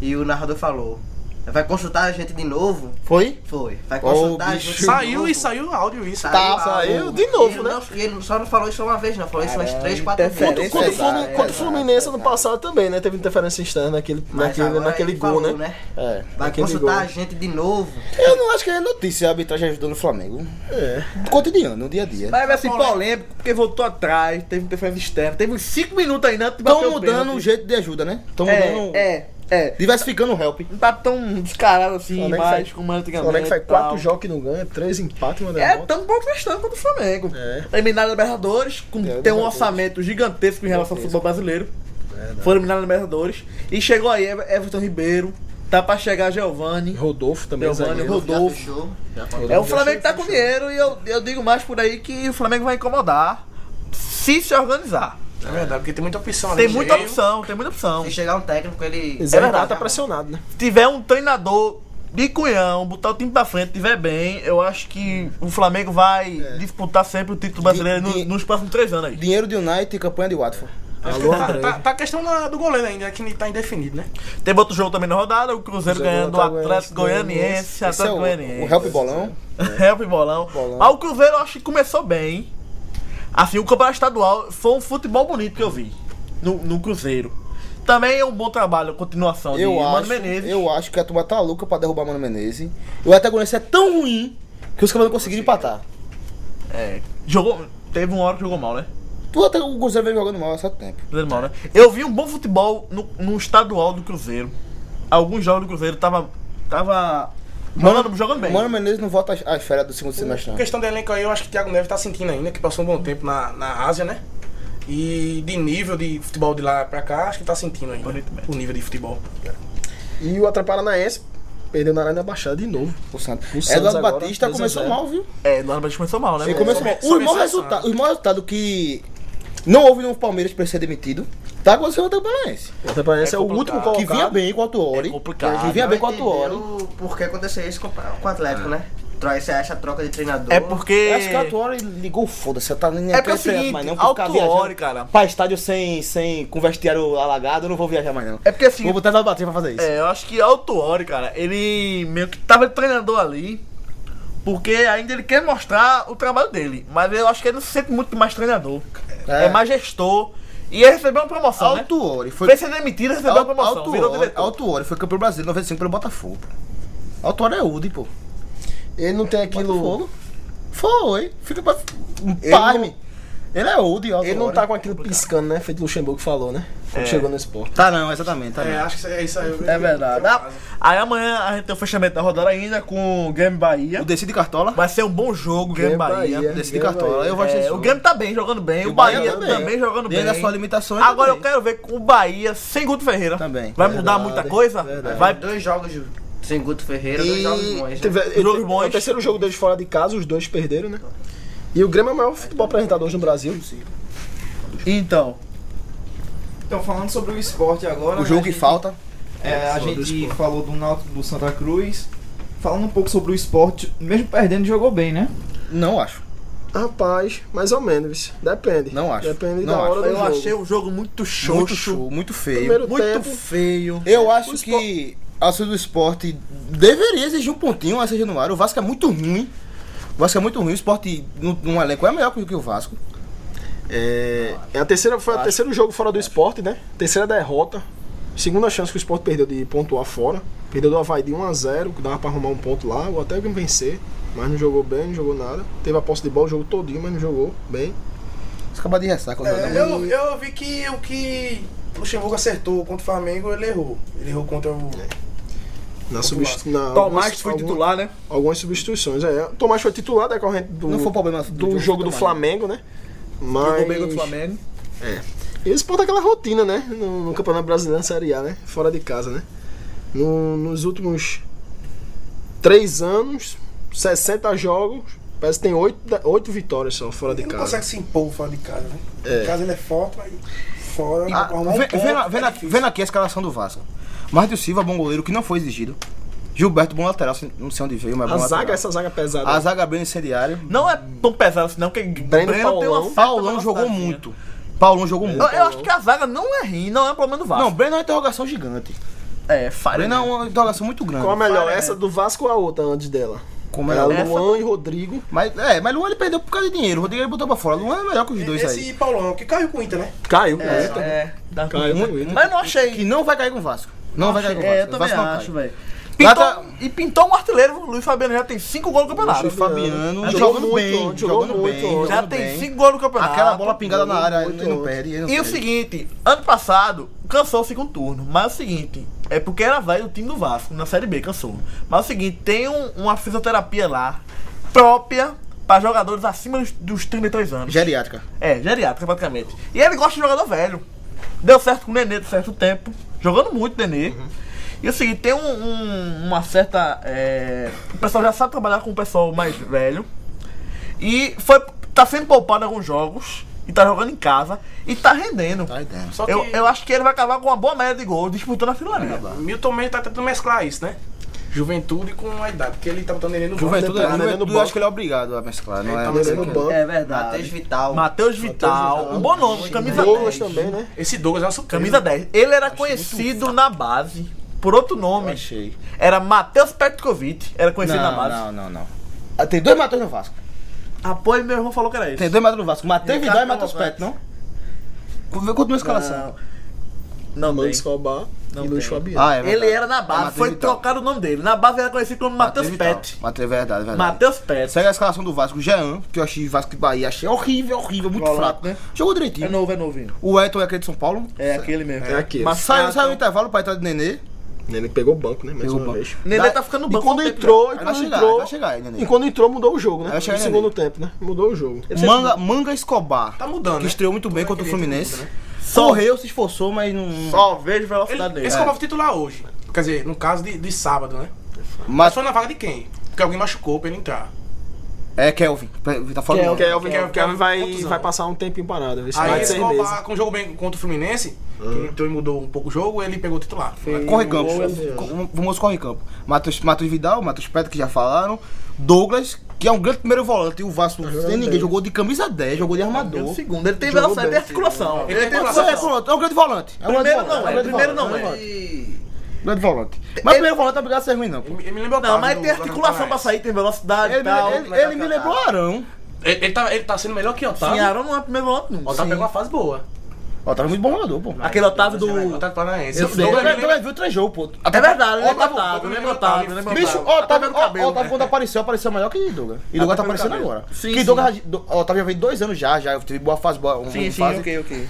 S4: E o narrador falou: Vai consultar a gente de novo?
S3: Foi?
S4: Foi. Vai
S3: Ó, o
S4: consultar a
S3: bicho.
S4: gente de
S6: Saiu
S4: novo.
S6: e saiu o áudio isso.
S3: Tá, saiu de novo,
S4: E ele
S3: né?
S4: não- é, e ele só não falou isso uma vez, não. Falou isso umas
S2: Caralho,
S4: três, quatro vezes.
S2: interferência
S7: Contra o
S3: Exato,
S7: Flumin- contra o
S3: exato,
S7: Fluminense ano passado também, né? Teve interferência externa naquele,
S4: Mas
S7: naquele,
S4: agora
S7: naquele
S4: ele
S7: gol,
S4: falou,
S7: né?
S3: É.
S4: Vai
S7: Naquele
S4: consultar
S7: gol.
S4: a gente de novo.
S3: Eu não acho que é notícia a arbitragem ajudando o Flamengo. É. Cotidiano, no dia a dia.
S2: Mas vai ser polêmico, porque voltou atrás, teve interferência externa, teve uns 5 minutos ainda. antes de bater
S3: Estão
S2: o
S3: mudando
S2: pênalti.
S3: o jeito de ajuda, né? Estão mudando.
S2: É, é, é.
S3: Diversificando o help.
S2: Não tá tão descarado assim
S7: Flamengo
S2: mais
S7: faz-
S2: como antigamente.
S7: Flamengo
S4: né,
S7: faz
S2: e tal.
S7: quatro jogos que não ganha, três empates, uma
S2: É,
S7: derrota.
S2: estamos protestando contra o Flamengo.
S7: Tá É.
S2: Eliminaram a Libertadores, com,
S7: a
S2: tem um
S7: Libertadores.
S2: orçamento gigantesco em relação ao futebol brasileiro. Foram eliminados na Libertadores. E chegou aí Ev- Everton Ribeiro, tá pra chegar Giovanni,
S7: Rodolfo também,
S2: Giovanni,
S7: zagueiro.
S2: Rodolfo.
S4: Fechou.
S2: É o Flamengo que tá com dinheiro e eu, eu digo mais por aí que o Flamengo vai incomodar se se organizar.
S6: É verdade, porque tem muita opção ali.
S2: Tem muita
S6: Cheio.
S2: opção, tem muita opção.
S4: Se chegar um técnico, ele.
S7: Zé Renato
S2: verdade.
S7: tá pressionado, né?
S2: Se tiver um treinador de cunhão, botar o time pra frente, tiver bem, eu acho que o Flamengo vai disputar sempre o título brasileiro no-
S3: de-
S2: nos próximos três anos aí.
S3: Dinheiro de United e campanha de Watford.
S7: Alô,
S6: Tá,
S7: André.
S6: tá, tá a questão da- do goleiro ainda, que tá indefinido, né?
S2: Teve outro jogo também na rodada, o Cruzeiro
S7: Cruzeiro
S2: ganhando o
S7: tá ganhando
S2: Atlético Goianiense,
S3: Esse é
S2: Atlético
S3: o,
S2: Goianiense.
S3: o help bolão. né?
S2: *laughs* Help bolão.
S3: Bolão.
S2: Mas o Cruzeiro eu acho que começou bem. Assim, o campeonato estadual foi um futebol bonito que eu vi no, no Cruzeiro. Também é um bom trabalho, a continuação de
S3: Eu
S2: Mano
S3: acho,
S2: Menezes.
S3: eu acho que a turma tá louca pra derrubar Mano Menezes. E o Atlético Goianiense é tão ruim que os caras não conseguiram empatar.
S2: É, jogou. Teve uma hora que jogou mal, né?
S3: Tu até o Cruzeiro vem jogando mal há certo tempo.
S2: Cruzeiro mal, né? Eu vi um bom futebol no, no estadual do Cruzeiro. Alguns jogos do Cruzeiro tava. tava. jogando, tá jogando bem.
S3: Mano Menezes não volta às, às férias do segundo semestre, não.
S6: Questão do elenco aí, eu acho que o Thiago Neves tá sentindo ainda, que passou um bom tempo na, na Ásia, né? E de nível de futebol de lá pra cá, acho que tá sentindo ainda
S2: Aparentemente.
S6: o nível de futebol.
S7: E o Atrapalanaense perdeu na Arena Baixada de novo.
S3: O Santos.
S7: O Santos
S3: Eduardo
S7: agora,
S3: Batista
S7: 3 a 0.
S3: começou mal, viu?
S2: É, Eduardo Batista começou mal, né?
S3: Ele começou
S6: sobe-
S3: mal. O
S6: sobe
S3: mau
S6: sensação.
S3: resultado, o mau resultado que não houve no Palmeiras pra ele ser demitido, tá acontecendo no Palmeirense.
S7: O Atrapalanaense
S2: É
S7: é, o
S2: complicado.
S7: último
S3: Que
S7: colocado.
S3: vinha bem com o Autuori.
S2: É complicado.
S3: Que vinha bem com o
S4: Não
S3: Autuori.
S4: entendeu Por que aconteceu isso com, com o Atlético,
S3: É.
S4: né? Troy, você acha a troca de treinador?
S2: É porque.
S3: Eu Acho que o Autuori ligou, foda-se, eu tá nem
S2: É porque é o
S3: pensando
S2: seguinte,
S3: mais não,
S2: Autuori,
S3: ficar viajando
S2: cara.
S3: Pra estádio sem, sem, com vestiário alagado, eu não vou viajar mais não.
S2: É porque assim.
S3: Vou botar Eduardo Batista pra fazer isso.
S2: É, eu acho que Autuori, cara, ele meio que tava de treinador ali, porque ainda ele quer mostrar o trabalho dele. Mas eu acho que ele não se sente muito mais treinador. É,
S3: É.
S2: mais gestor. E ele recebeu uma promoção, né?
S3: Autuori foi...
S2: Foi ser demitido e recebeu uma promoção. virou
S3: Autuori,
S2: diretor.
S3: Autuori foi campeão brasileiro em 95 pelo Botafogo. pô. Autuori é Udi, pô.
S7: Ele não tem aquilo.
S3: Botafogo. Foi. Fica pra... Um
S7: Ele não-
S3: palme. Ele é Udi, Autuori.
S7: Ele não tá com aquilo piscando, né? Feito o Luxemburgo falou, né? Quando
S2: É.
S7: chegou no esporte.
S3: Tá não, exatamente, tá não.
S6: É, acho que é isso aí.
S3: É verdade.
S2: Tá? Aí amanhã a gente tem o fechamento da rodada ainda com o Grêmio
S3: O
S2: Bahia.
S3: Desci de Cartola.
S2: Vai ser um bom jogo, Grêmio Bahia.
S7: Bahia.
S3: Desci de
S7: Grêmio
S3: Cartola.
S7: Bahia.
S3: Eu vou assistir.
S2: É,
S3: esse
S2: o
S3: jogo.
S2: Grêmio tá bem jogando bem,
S3: E
S2: o Bahia, também. jogando bem.
S3: Dentro das suas é limitações.
S2: Agora eu
S3: também.
S2: quero ver com o Bahia sem Guto Ferreira.
S3: Também.
S2: Vai mudar
S7: Verdade,
S2: muita coisa?
S7: verdade.
S2: Vai
S4: Dois jogos sem Guto Ferreira, dois jogos
S7: E
S4: bons.
S7: teve,
S4: Né?
S7: ele-
S2: Jogos bons.
S7: é o terceiro jogo deles fora de casa, os dois perderam, né? E o Grêmio é o maior futebol apresentador no Brasil.
S2: Então,
S1: Então, falando sobre o esporte agora.
S3: O
S1: né,
S3: jogo
S1: a
S3: que
S1: gente-
S3: falta.
S1: É, a
S6: Sobre o
S1: gente
S6: esporte.
S1: falou do Náutico do Santa Cruz. Falando um pouco sobre o esporte, mesmo perdendo, jogou bem, né?
S3: Não acho.
S7: Rapaz, mais ou menos. viu? Depende.
S3: Não acho.
S7: Depende
S3: Não
S7: da hora
S3: acho.
S7: do
S2: eu
S7: jogo.
S2: achei o jogo muito xoxo.
S3: um Muito show, muito feio.
S7: Primeiro
S2: muito
S7: tempo.
S2: feio.
S3: Eu acho
S7: espo-
S3: que a ação do esporte deveria exigir um pontinho a seja no ar. O Vasco é muito ruim. O Vasco é muito ruim. O esporte num, num elenco é melhor que o que o Vasco.
S7: É, é a terceira, foi o terceiro jogo fora do esporte, né? Terceira derrota. Segunda chance que o esporte perdeu de pontuar fora. Perdeu do Havaí de 1x0, que dava pra arrumar um ponto lá, ou até vencer. Mas não jogou bem, não jogou nada. Teve a posse de bola o jogo todinho, mas não jogou bem.
S3: Você acaba de ressaca. quando
S6: É,
S3: joga.
S6: eu, eu vi que o que o Luxemburgo acertou contra o Flamengo, ele errou. Ele errou contra o.
S7: Na substitu... na
S2: Tomás
S7: algumas-
S2: foi
S7: algumas-
S2: titular, né?
S7: Algumas substituições, é. Tomás foi titular decorrente do,
S3: Não foi problema
S7: do,
S3: do jogo do
S7: jogo, do
S3: Tomás.
S7: Flamengo, né? Mas.
S2: Jogou bem contra o Flamengo.
S7: Eles podem aquela rotina, né? No, no Campeonato Brasileiro na Série A, né? Fora de casa, né? No- nos últimos três anos, 60 jogos, parece que tem oito da- oito vitórias só fora de
S6: Ele não
S7: casa.
S6: consegue se impor fora de casa, né?
S7: É.
S6: Em casa ele é forte, mas fora.
S3: Ah,
S6: arrumar um
S3: vê-
S6: ponto
S3: vendo, vendo
S6: é
S3: aqui,
S6: difícil.
S3: vendo aqui a escalação do Vasco. Márcio Silva, bom goleiro, que não foi exigido. Gilberto, bom lateral, sem- não sei onde veio, mas bom
S7: A zaga, é
S3: lateral.
S7: essa zaga pesada.
S3: A zaga bem incendiário.
S2: Não é tão pesado assim, não, porque Breno, tem uma tá
S7: Paulão.
S2: certa
S3: Paulão jogou
S2: velocidade.
S3: muito. Paulão jogou
S2: Eu,
S3: muito.
S2: assim, né? eu acho que a zaga não é ruim, não é um problema do Vasco.
S3: Não, Breno é uma interrogação gigante.
S2: é, falha.
S3: Breno é
S2: Não,
S3: uma interrogação muito grande.
S7: Qual
S6: é
S7: a melhor?
S6: né?
S7: Essa do Vasco ou a outra antes dela?
S3: Como é
S7: Era
S3: era
S2: Essa-
S7: Luan e Rodrigo.
S3: Mas, é, mas Luan ele perdeu por causa de dinheiro. O Rodrigo ele botou pra fora. Luan é melhor que os dois
S6: Esse Paulão, que caiu com o Inter, né?
S7: Caiu.
S2: é,
S7: né?
S2: é, dá
S7: Caiu
S2: com-
S7: com o Inter.
S2: Mas eu não achei.
S3: aí. Que não vai cair com o Vasco. Não vai cair com o Vasco.
S2: é, eu
S3: O
S2: também
S3: Vasco não cai.
S2: acho, velho.
S3: Lá
S2: Pintou,
S3: tá-
S2: E pintou um artilheiro, o Luiz Fabiano já tem 5 gols no campeonato.
S3: E Fabiano
S7: Jogou
S3: jogando
S7: muito,
S3: bem.
S7: jogou
S3: Jogando
S7: muito,
S3: bem.
S7: jogou
S2: já
S3: jogando
S2: tem
S3: bem.
S2: 5 gols no campeonato.
S3: Aquela bola pingada na área,
S7: muito
S3: ele não
S7: bom.
S3: perde. ele não
S2: E o
S3: perde.
S2: seguinte, ano passado, cansou o segundo turno, mas é o seguinte, é porque era velho o time do Vasco, na Série B, cansou. Mas é o seguinte, tem um- uma fisioterapia lá, própria, pra jogadores acima dos, dos 33 anos.
S3: Geriátrica.
S2: É, geriátrica praticamente. E ele gosta de jogador velho. Deu certo com o Nenê de certo tempo, jogando muito Nenê. E o seguinte, tem um, um- uma certa... é, o pessoal já sabe trabalhar com o pessoal mais velho. E foi, tá sendo poupado em alguns jogos, e tá jogando em casa, e tá rendendo.
S3: Tá ideia.
S6: Só que
S2: Eu, eu acho que ele vai acabar com uma boa média de gols disputando a filaria.
S6: Milton Mendes tá tentando mesclar isso, né? Juventude com a idade, porque ele tá botando ele no
S3: Juventude,
S7: Tá, né,
S3: Juventude,
S7: no
S3: eu
S7: banco.
S3: acho que ele é obrigado a mesclar. Não é,
S7: Tá
S3: não sei
S7: no
S3: quem.
S7: banco.
S4: É verdade. Matheus
S2: Matheus
S4: Vital.
S2: Matheus Vital, um bom nome, camisa
S7: Douglas
S2: 10.
S7: também, né?
S6: Esse Douglas é uma surpresa.
S2: Camisa 10. Ele era conhecido na base por outro
S3: Eu
S2: nome.
S3: achei.
S2: Era Matheus Petkovic, era conhecido na
S3: Não,
S2: base.
S3: não, não, não. Ah, Tem dois Matheus no Vasco.
S2: Apoio, meu irmão falou que era
S3: Tem
S2: isso.
S3: dois Matheus no Vasco. Matheus
S2: Ricardo
S3: Vidal e Matheus
S2: Cavalcante.
S3: Pet, não? Continua a escalação.
S2: Não,
S7: Mano
S2: tem.
S7: Escobar. e Luiz Fabiano.
S3: Ah, é verdade.
S2: Ele era na
S3: É
S2: base,
S3: Matheus
S2: foi
S3: Vital.
S2: trocado o nome dele. Na base era conhecido como Matheus
S3: Vital.
S2: Pet.
S3: Matheus, é verdade, é verdade.
S2: Matheus Pet.
S3: Segue a escalação do Vasco. Jean, que eu achei Vasco e Bahia, achei horrível, horrível, muito
S1: Golado,
S3: fraco.
S1: né?
S3: Jogou
S1: É
S3: direitinho.
S1: novo, é novinho.
S3: O Elton é aquele de São Paulo.
S1: É aquele mesmo.
S7: É aquele.
S3: Mas saiu, saiu no intervalo pra entrar de Nenê.
S7: Nenê que pegou o banco, né? Mais
S3: Pegou
S7: uma
S3: o banco.
S7: vez.
S2: Nenê
S3: Da-
S2: tá ficando no
S7: E
S2: banco.
S7: quando
S2: há um tempo
S7: entrou, e
S3: Aí vai
S7: quando
S3: chegar,
S2: Tá
S7: entrou.
S3: vai chegar aí, Nenê.
S7: E quando entrou, mudou o jogo, né?
S3: Vai chegar
S7: No
S3: aí,
S7: segundo tempo, né? Mudou o jogo.
S3: Manga, Manga Escobar,
S6: Tá mudando,
S3: que
S6: né?
S3: estreou muito bem contra o Fluminense.
S2: Só-
S3: Correu, se esforçou, mas não...
S2: já. Só vejo velocidade
S6: Ele,
S2: nele.
S6: esse é o novo titular hoje. Quer dizer, no caso de, de sábado, né? Mas
S3: Mas
S6: foi na vaga de quem? Porque alguém machucou pra ele entrar.
S3: é Kelvin, tá fora do
S7: Porque
S3: banco.
S7: Kelvin, Kelvin, Kelvin vai,
S6: Contusão.
S7: vai passar um tempinho parado. Isso vai
S6: Aí
S7: de seis meses.
S6: Escobar, com o jogo bem contra o Fluminense, que então ele mudou um pouco o jogo, ele pegou o titular.
S3: Corre campo. Vamos corre campo. Matos, Matos Vidal, Matos Pedro, que já falaram. Douglas, que é um grande primeiro volante. E o Vasco, sem ninguém, jogou de camisa 10, jogou de armador.
S2: Segundo, ele tem velocidade de articulação.
S6: Ele tem
S3: Mas é,
S6: velocidade.
S3: pronto, é um grande volante. É um grande
S2: Primeiro
S3: volante,
S2: não
S3: é
S2: é,
S3: um grande
S2: primeiro
S3: volante,
S2: não é.
S3: Grande volante. Mas primeiro volante, obrigado a ser ruim, não. pô.
S6: Ele me lembrou
S3: Tá
S2: Não, mas tem articulação pra sair, tem velocidade
S3: Ele,
S2: e tal.
S3: ele- ele me lembrou Arão.
S6: Ele, ele, tá, ele tá sendo melhor que Otávio.
S2: Sim, Arão não é primeiro volante, não.
S6: Otávio pegou uma fase boa.
S3: Ó, tava muito bom jogador, pô.
S2: Aquele Otávio
S3: tá
S2: do.
S6: Otávio Paranaense.
S2: Eu
S6: O
S2: sei.
S6: Douglas é me
S3: Douglas
S6: lembra-
S3: Douglas viu três jogos, pô.
S2: É verdade, ele é
S6: Otávio,
S2: Otávio,
S6: Otávio,
S2: lembra Otávio,
S6: Otávio.
S7: né?
S2: lembra Otávio.
S3: Bicho, ó, Otávio,
S2: pelo
S3: ó,
S2: cabelo,
S3: Otávio
S2: né?
S3: quando apareceu, apareceu melhor que Douglas. E Douglas tá
S2: pelo
S3: aparecendo
S2: cabelo.
S3: agora.
S2: Sim,
S3: que
S2: sim.
S3: Douglas, do- Otávio já veio dois anos já, já teve boa fase, boa uma
S1: Sim, sim,
S3: fase.
S1: ok, ok.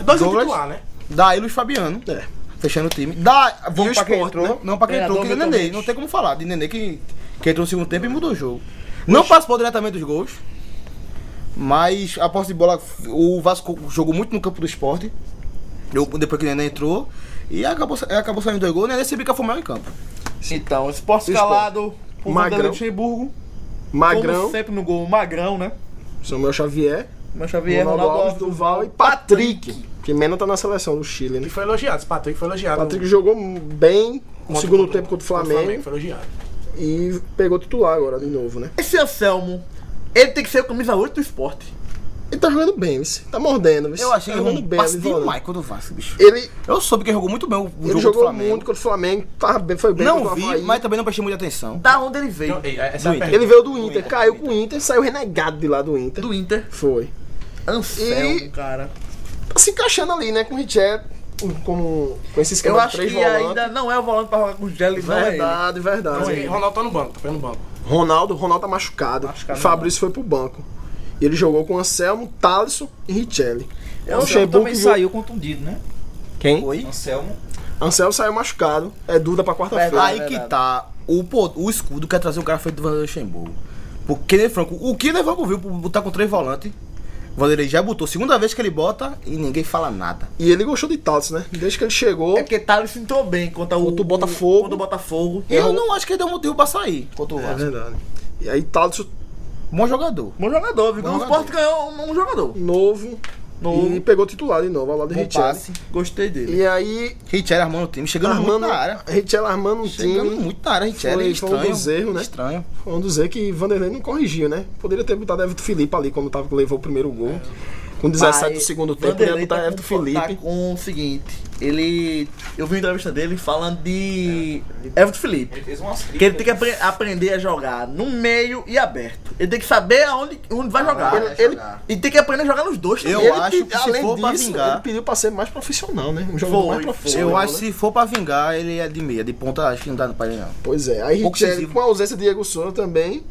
S6: Dois é
S3: Douglas.
S6: titular, né?
S3: Daí Luiz Fabiano.
S7: É.
S3: Fechando o time. Da, vamos pra quem entrou.
S7: né?
S3: Não pra quem
S1: É,
S3: entrou, que é
S1: Douglas
S3: Nenê.
S1: Douglas.
S3: Não tem como falar de Nenê que, que entrou no segundo tempo e mudou o jogo. Não participou diretamente dos gols. Mas a posse de bola, o Vasco jogou muito no campo do esporte. Eu- Depois que o Nenê entrou. E acabou, sa- acabou saindo dois gols. O Nenê se bica foi maior em campo.
S1: Então, esporte escalado por Magrão.
S7: Magrão.
S1: Luxemburgo. Como
S7: Magrão,
S1: sempre no gol, Magrão, né?
S7: Samuel Xavier,
S1: Mas Xavier,
S7: Ronaldo Alves,
S1: Alves,
S7: Duval e Patrick. Que menos tá na seleção do Chile,
S6: Ele
S7: né?
S6: foi elogiado, esse Patrick foi elogiado.
S7: Patrick jogou bem no
S6: Contra-
S7: segundo tempo contra o Flamengo
S6: Foi elogiado.
S7: e pegou titular agora de novo, né?
S2: Esse Anselmo, ele tem que ser o camisa 8 do esporte.
S7: Ele tá jogando bem, vice. tá mordendo. Vice.
S3: Eu achei que
S7: tá
S3: jogou
S7: jogando
S3: um
S7: bem.
S3: passe
S7: ali, volante.
S3: demais contra o Vasco, bicho.
S7: Ele,
S3: Eu soube que ele jogou muito bem o, o
S7: ele
S3: jogo do
S7: jogou
S3: Flamengo.
S7: muito é contra o Flamengo, tava bem, foi bem
S3: Não
S7: contra o
S3: vi,
S7: Avaí.
S3: mas também não prestei muita atenção.
S2: Da onde ele veio.
S6: Então, ei, essa é a
S1: Inter.
S6: pergunta.
S7: Ele veio do Inter, caiu com o Inter, saiu renegado de lá do Inter.
S2: Do Inter.
S7: Foi.
S2: Anselmo,
S7: E-
S2: cara.
S7: Tá se encaixando ali, né, com o Richet, com, com esse esquema
S2: Eu
S7: de
S2: acho
S7: três
S2: que
S7: volantes.
S2: ainda não é o volante pra jogar com o Gelli, não é ele.
S7: Verdade, verdade.
S6: Mas, Ronaldo tá no banco, tá pegando no banco.
S7: Ronaldo, Ronaldo tá machucado.
S1: Machucado,
S7: Fabrício foi pro banco. E ele jogou com Anselmo, Thaleson e Richelli.
S2: É
S1: O Anselmo também saiu contundido, né?
S7: Quem?
S3: Oi?
S1: Anselmo.
S7: Anselmo saiu machucado. É dúvida pra quarta-feira.
S3: Aí que tá. O, po- o escudo quer trazer o cara feito do Vanderlei Luxemburgo. Porque Killer Franco, o Killer Franco viu por botar com três volantes. O Vanderlei já botou. Segunda vez que ele bota e ninguém fala nada.
S7: E ele gostou de Thaleson, né? Desde que ele chegou,
S2: É porque Thales se entrou bem contra o,
S7: Contra o Botafogo.
S2: Contra o Botafogo. é
S3: Eu não acho que ele deu motivo pra sair. Contra o
S7: É
S3: Vasco.
S7: verdade. E aí, Thaleson
S3: Bom jogador.
S2: um Bom jogador, viu?
S3: Bom
S2: o
S3: jogador.
S2: Sport ganhou um, um jogador.
S7: novo,
S2: Novo.
S7: e pegou titular de novo, ao lado de
S3: Bom
S7: Richelli.
S3: passe.
S2: Gostei dele.
S7: E aí,
S3: Richelli armando o time. Chegando muito
S7: armando,
S3: na área.
S7: Richelli armando um
S3: Chegando
S7: time.
S3: muito na área, Richelli.
S7: Foi- foi um
S3: estranho.
S7: dos erros, né?
S3: Estranho.
S7: Vamos dizer que Vanderlei não corrigiu, né? Poderia ter botado Everton Felipe ali quando tava, levou o primeiro gol. Com 17 do segundo tempo, poderia
S2: Vanderlei
S7: botar
S2: tá
S7: Everton
S2: com, tá
S7: Felipe.
S2: com o seguinte, ele... Eu vi uma entrevista dele falando de Everton Felipe.
S1: Fez umas
S2: Que ele tem que apre- aprender a jogar no meio e aberto. Ele tem que saber aonde, onde vai jogar.
S7: Ele- ele-
S2: E tem que aprender a jogar nos dois
S3: Eu
S2: também.
S3: acho que se
S7: além
S3: for pra
S7: disso,
S3: vingar-
S7: ele pediu pra ser mais profissional, né? Um jogador
S2: Foi,
S7: mais profissional.
S3: Eu
S7: né?
S3: acho que se for pra vingar, ele é de meia. De ponta, acho que não dá pra ele não.
S7: Pois é. Aí
S3: Pouco
S7: Richelli,
S3: decisivo.
S7: com a ausência de Diego Souza também,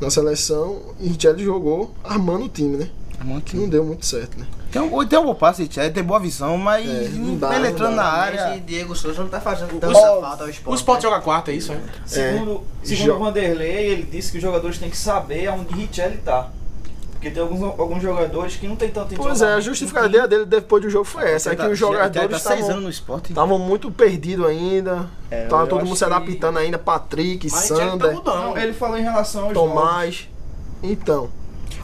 S7: na seleção, e Richelli jogou armando o time, né?
S3: Armando o
S7: Que
S3: time.
S7: não deu muito certo, né?
S3: Tem um, tem um bom passe, Richelli. Tem boa visão, mas
S7: É, não dá,
S3: penetrando
S7: não dá.
S3: na
S7: é
S3: área.
S4: Mas e Diego Souza não tá fazendo tanta
S6: Ó,
S4: falta ao
S6: O
S4: esporte.
S6: Sport joga quarta, é isso, né?
S1: Segundo, segundo
S7: Jo-
S1: o Vanderlei, ele disse que os jogadores têm que saber aonde Richelli tá. Porque tem alguns, alguns jogadores que não tem tanto
S7: Pois é, a
S1: entrosamento.
S7: justificativa dele depois do jogo foi essa. É que os jogadores
S3: tá seis
S7: estavam
S3: anos no esporte.
S7: estavam muito perdidos ainda.
S1: É,
S7: tava
S1: eu
S7: todo mundo
S1: acho
S7: se
S1: que-
S7: adaptando ainda. Patrick,
S6: Mas Richelli tá
S7: Sander.
S1: Não,
S6: mudando.
S1: Então, ele falou em relação aos novos.
S7: Tomás. Então,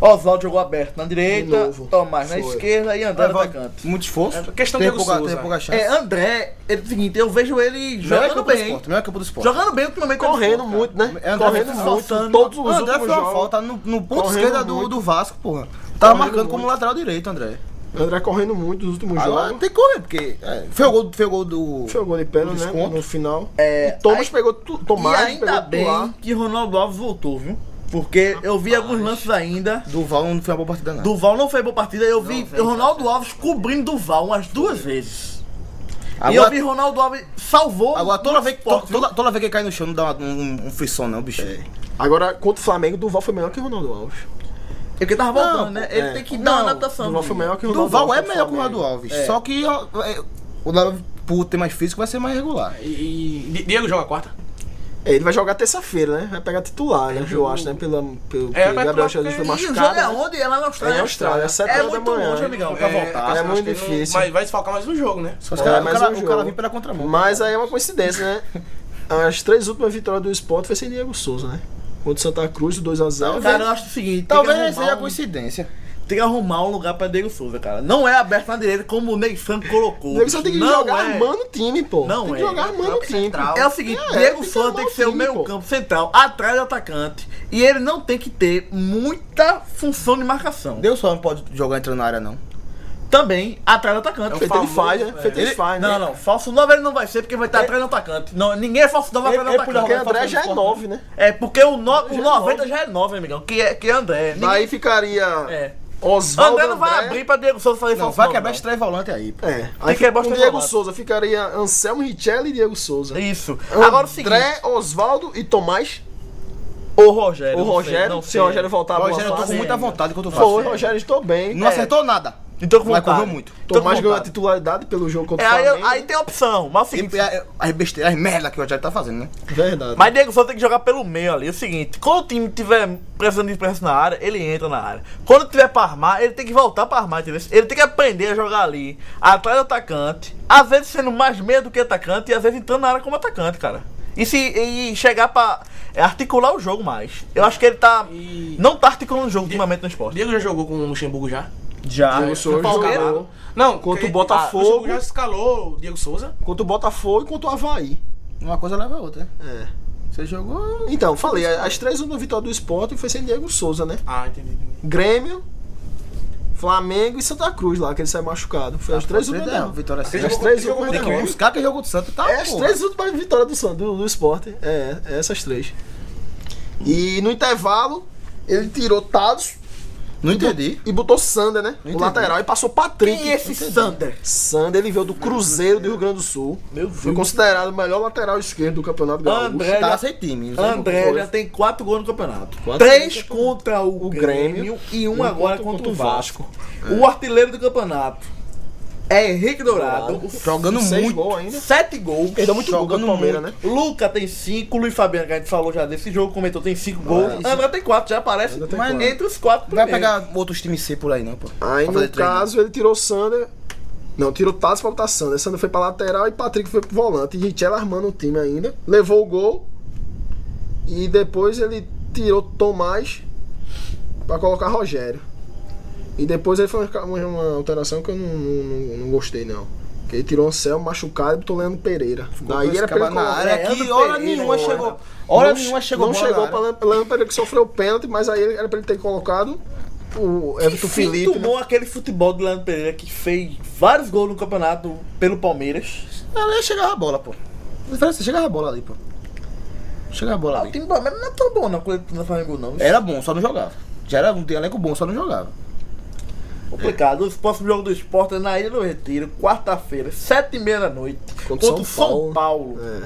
S2: Oswaldo jogou aberto na
S7: De
S2: direita,
S7: novo.
S2: Tomás na
S7: Foi.
S2: esquerda e André no atacante.
S3: Muito esforço.
S6: É questão
S3: tem
S6: Diego
S3: pouca,
S6: Souza.
S3: Tem pouca chance.
S2: É, André, ele é o seguinte, eu vejo ele
S3: Melhor campo
S2: jogando
S3: do
S2: bem.
S3: esporte. Melhor campo do esporte.
S2: Jogando bem ultimamente.
S7: correndo
S2: cara.
S7: muito, né?
S3: É, André
S7: correndo
S3: tá
S7: muito.
S2: faltando.
S7: Todos os
S3: André
S7: últimos
S3: fez uma
S7: jogos.
S3: falta no, no ponto
S7: Correndo
S3: esquerda do,
S7: muito.
S3: do Vasco, porra. Tava
S7: Correndo
S3: marcando como
S7: muito.
S3: lateral direito, André.
S7: André correndo muito nos últimos
S3: Agora
S7: jogos.
S3: tem que correr, porque. É, foi, o gol, foi o gol do.
S7: Foi o gol de pênalti, né?
S3: um Desconto.
S7: No final.
S2: É,
S7: e Thomas
S2: aí-
S7: pegou tu, Tomás
S2: e ainda
S7: pegou
S2: bem
S7: titular.
S2: que Ronaldo Alves voltou, viu? Porque eu vi alguns lances ainda.
S3: Duval não foi uma boa partida, não.
S2: Duval não fez boa partida. Eu vi Ronaldo Alves cobrindo Duval umas duas vezes. E eu
S3: Agora,
S2: vi Ronaldo Alves salvou.
S3: agora toda, vez, to-
S2: esporte, viu?
S3: toda, toda vez que ele cai no chão não dá uma- um, um frisson, não, bicho.
S7: Agora, contra o Flamengo, Duval foi melhor que o Ronaldo Alves.
S2: É porque tava voltando, né? Ele
S7: é.
S2: tem que dar
S3: Não,
S2: uma adaptação.
S7: Duval foi melhor que o Ronaldo
S3: Duval é
S7: Alves.
S3: melhor que o Ronaldo Alves.
S2: É.
S3: Só que ó, é, o Ronaldo, por ter mais físico, vai ser mais regular.
S6: E, e Di- Diego joga quarta?
S7: É, ele vai jogar terça-feira, né? Vai pegar titular, né? Eu acho, né? Pela, pelo
S6: É,
S7: que
S6: vai
S7: Gabriel
S6: pular,
S7: Jesus foi
S2: E o jogo é
S7: machucado. né?
S2: onde? É lá na Austrália.
S7: É na Austrália, às sete
S2: É
S7: horas da
S2: muito
S7: manhã.
S2: longe, amigão.
S6: Pra voltar.
S7: é
S6: acho
S7: muito
S6: que não-
S7: difícil.
S6: Mas vai desfalcar mais um jogo, né?
S3: Os
S7: É,
S3: cara, o,
S7: mais
S3: cara,
S7: um
S3: o cara
S7: jogo.
S3: vem pela contramão.
S7: Mas aí é uma coincidência, né?
S3: *laughs*
S7: As três últimas vitórias do esporte foi sem Diego Souza, né? Contra o Santa Cruz, o 2x0.
S2: Cara, eu acho o seguinte, tem
S3: Talvez
S2: que, arrumar
S3: seja
S2: um,
S3: coincidência.
S2: tem que arrumar um lugar pra Diego Souza, cara. Não é aberto na direita como o Ney Franco colocou.
S7: O Diego Souza tem que
S2: Não
S7: jogar
S2: é.
S7: armando o time, pô.
S2: Não
S7: tem que
S2: é.
S7: jogar armando o
S4: Campo
S7: time.
S4: central.
S2: É o seguinte,
S7: É,
S2: Diego
S7: tem que
S2: Souza
S7: armar
S2: tem
S7: o
S2: que ser o
S7: time,
S2: meio
S7: pô.
S2: campo central, atrás do atacante. E ele não tem que ter muita função de marcação.
S3: Deus só não pode jogar entrando na área, não.
S2: Também atrás do atacante.
S7: Feito ele faz, né? Feito ele
S2: é Ele-
S7: faz, né?
S2: não, não, falso 9 ele não vai ser porque vai estar atrás do atacante. Não, ninguém é falso 9 atrás do
S7: É porque
S2: atacante.
S7: André já é 9, né?
S2: É porque o, no, o 90 já é 9, amigão. Que é, que é André. Ninguém-
S7: Aí ficaria
S2: é.
S7: Oswaldo
S2: André não vai abrir pra Diego Souza fazer
S3: Não,
S2: falso
S3: vai
S2: nove,
S3: quebrar
S2: não.
S3: esse três volante aí. pô.
S7: É, aí
S2: que
S7: fica
S2: bosta
S7: com Diego
S2: formato.
S7: Souza, ficaria Anselmo Richelli e Diego Souza.
S2: Isso.
S7: André,
S2: Agora é o seguinte.
S7: Oswaldo e Tomás.
S2: O Rogério.
S7: O
S2: não sei,
S7: Rogério,
S2: não
S7: se
S2: sei.
S7: o Rogério voltar a boa
S3: Rogério, eu tô
S7: fase.
S3: com muita vontade quanto eu faço.
S7: Foi, Rogério, É. estou bem.
S3: Não acertou nada.
S2: Então com
S3: Mas
S2: vontade.
S3: correu muito.
S2: Então, com
S7: Tomás ganhou a
S2: vontade.
S7: titularidade pelo jogo contra
S2: É,
S7: o
S2: aí,
S7: Flamengo.
S2: aí tem opção. Mas é o
S3: E,
S2: seguinte.
S3: a- Tipo, as besteiras, as merda que o Rogério tá fazendo, né?
S7: Verdade.
S2: Mas Diego Souza tem que jogar pelo meio ali. É o seguinte, quando o time tiver precisando de pressa na área, ele entra na área. Quando tiver pra armar, ele tem que voltar pra armar, entendeu? Ele tem que aprender a jogar ali, atrás do atacante, às vezes sendo mais meia do que atacante e às vezes entrando na área como atacante, cara. E se e chegar pra é, articular o jogo mais. Eu acho que ele tá.
S6: E-
S2: Não tá articulando o jogo ultimamente no esporte.
S6: Diego já jogou com o Luxemburgo já?
S2: Já.
S7: Diego Souza
S6: Palmeiras?
S7: jogou
S6: Não,
S7: Contra o
S6: ele-
S7: Botafogo.
S6: ah, O Luxemburgo já escalou o Diego Souza.
S7: contra o Botafogo e contra o Havaí.
S3: Uma coisa leva a outra, né?
S7: É.
S3: Você jogou.
S7: Então, falei, as três últimas vitórias do esporte foi sem Diego Souza, né?
S6: Ah, entendi. entendi.
S7: Grêmio, Flamengo e Santa Cruz lá, que ele saiu machucado. Foi as três últimas
S3: Tá, não,
S7: derrotas.
S3: Vitória
S7: As
S3: Silva.
S7: três três últimas
S3: Tem que
S7: derrotas.
S3: buscar que jogo do Santos tá.
S7: É as
S3: pô.
S7: três últimas vitórias do, Santos, do, do esporte. É, é essas três. E no intervalo, ele tirou Tados
S3: Não entendi.
S7: e botou Sander, né? o
S3: entendi.
S7: lateral e passou Patrick.
S2: Quem é esse Sander?
S7: Sander, ele veio do Cruzeiro do Rio Grande do Sul.
S2: Meu
S7: Foi considerado o melhor lateral esquerdo do Campeonato Gaúcho.
S2: André
S3: Tá
S2: já
S3: sem time.
S2: é André é já tem quatro gols no campeonato. Três contra o, Grêmio, e um, agora contra, o Vasco. O artilheiro do campeonato é Henrique Dourado.
S3: Jogando
S7: Seis
S3: muito.
S7: gols ainda.
S2: Sete gols.
S7: Ele deu muito gol contra o Palmeiras, né?
S2: Luca tem cinco, Luiz Fabiano, que a gente falou já desse jogo, comentou, tem cinco gols. André tem quatro, já aparece.
S7: André tem
S2: Mas
S7: quatro.
S2: entre os quatro
S3: Não vai
S2: primeiros.
S3: pegar outros times C por aí, não, pô.
S7: Aí
S3: Pra
S7: no
S3: fazer treino. né?
S7: caso ele tirou Sander. Não, tirou Tatos pra botar Sander. Sander foi pra lateral e Patrick foi pro volante. E Richella armando o time ainda. Levou o gol. E depois ele tirou Tomás pra colocar Rogério. E depois ele foi uma, uma alteração que eu não, não- não- não gostei, não. Que ele tirou o Céu machucado e botou Leandro Pereira. Daí
S3: dois
S7: era pra ele
S3: cabas na
S7: colocar-
S3: área
S2: Leandro
S3: que hora
S2: Pereira,
S3: nenhuma
S2: né?
S3: chegou. Hora
S7: não,
S3: nenhuma chegou
S7: Não
S3: bola na
S7: chegou
S3: área.
S7: pra Leandro- Leandro Pereira que sofreu o pênalti, mas aí era pra ele ter colocado o Everton
S2: Enfim,
S7: Felipe. né?
S2: tomou aquele futebol do Leandro Pereira que fez vários gols no campeonato pelo Palmeiras.
S3: Ela ia chegar É, a bola, pô. A diferença é chegar a bola ali, pô. Chegar a bola
S2: Ah, o
S3: ali.
S2: time do Palmeiras não é tão bom não, quando ele não faz gol não.
S3: Era bom, só não jogava. Já era um elenco bom, só não jogava.
S2: Complicado. O próximo jogo do esporte é na Ilha do Retiro, quarta-feira, sete e meia da noite. Contra, o São Paulo.
S7: É.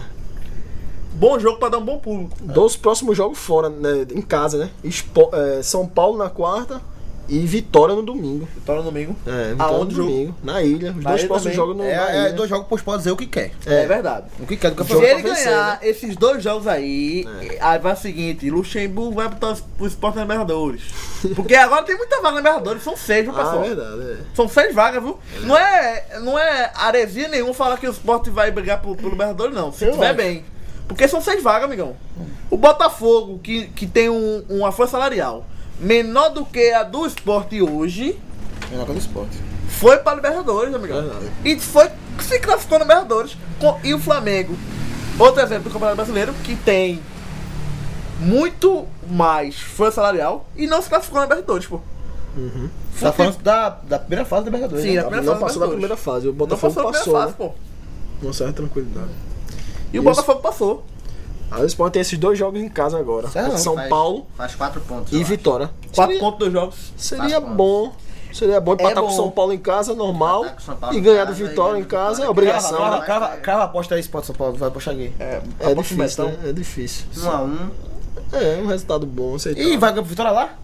S2: Bom jogo pra dar um bom público.
S7: Dos próximos jogos fora, né, em casa, né? Espo- é, São Paulo na quarta e Vitória no domingo.
S2: Vitória no domingo.
S7: É, Vitória
S2: Aonde
S7: no
S2: jogo?
S7: domingo. Na ilha. Os
S2: Na
S7: dois
S2: ilha
S7: próximos
S2: também.
S7: jogos no
S3: É,
S7: na
S3: é,
S7: ilha.
S3: dois jogos pros pode dizer o que quer.
S2: É, verdade. Então,
S3: O tá que quer do
S2: Se
S3: campeonato.
S2: ele
S7: pra vencer,
S2: ganhar esses dois jogos aí, aí vai o seguinte, Luxemburgo vai botar os- o esporte na Libertadores. Porque agora tem muita vaga na Libertadores, são seis, viu,
S7: Ah,
S2: pessoal?
S7: é verdade,
S2: São seis vagas, viu? Não é, não é aresia nenhum falar que o Sport vai brigar pro, pro Libertadores, não. Se tiver bem. Porque são seis vagas, amigão. O Botafogo, que, que tem um- uma força salarial menor do que a do Sport hoje,
S3: Melhor que do esporte.
S2: foi pra Libertadores, amigão.
S7: Verdade.
S2: E foi se classificou no Libertadores. Com- E o Flamengo, outro exemplo do Campeonato Brasileiro, que tem muito mais força salarial e não se classificou no Libertadores, pô.
S3: Tá falando da, da primeira fase da Libertadores.
S2: Sim,
S3: né?
S2: a
S7: é.
S2: primeira
S7: Não
S2: fase
S7: passou na
S2: Libertadores.
S7: primeira fase. O
S2: Não
S7: Botafogo
S2: passou na
S7: passou,
S2: primeira fase,
S7: né?
S2: pô.
S7: Com certa tranquilidade.
S2: E o
S7: Isso.
S2: Botafogo passou.
S7: Aí o Sport tem esses dois jogos em casa agora.
S3: Sei lá,
S7: São
S3: faz-
S7: Paulo
S4: Faz quatro pontos.
S7: e
S4: eu acho.
S7: Vitória.
S2: Quatro
S7: Seria-
S2: pontos dos jogos.
S7: Seria
S4: Faz
S7: bom. Seria bom empatar com
S2: bom.
S7: o São Paulo em casa, normal.
S4: Empatar com o São Paulo
S7: E
S4: em
S7: ganhar do
S4: casa,
S7: Vitória
S4: e
S7: em casa é
S4: ganhar do
S7: obrigação.
S4: Vitória.
S7: né?
S3: Crava, crava, crava aposta aí, Sport Então é São Paulo, vai apostar aqui.
S7: É,
S2: Aposta no
S7: difícil,
S2: Betão. Um
S7: né? É difícil.
S4: 1 a 1
S7: É, um resultado bom, aceitável.
S3: Ih, vai ganhar Vitória lá?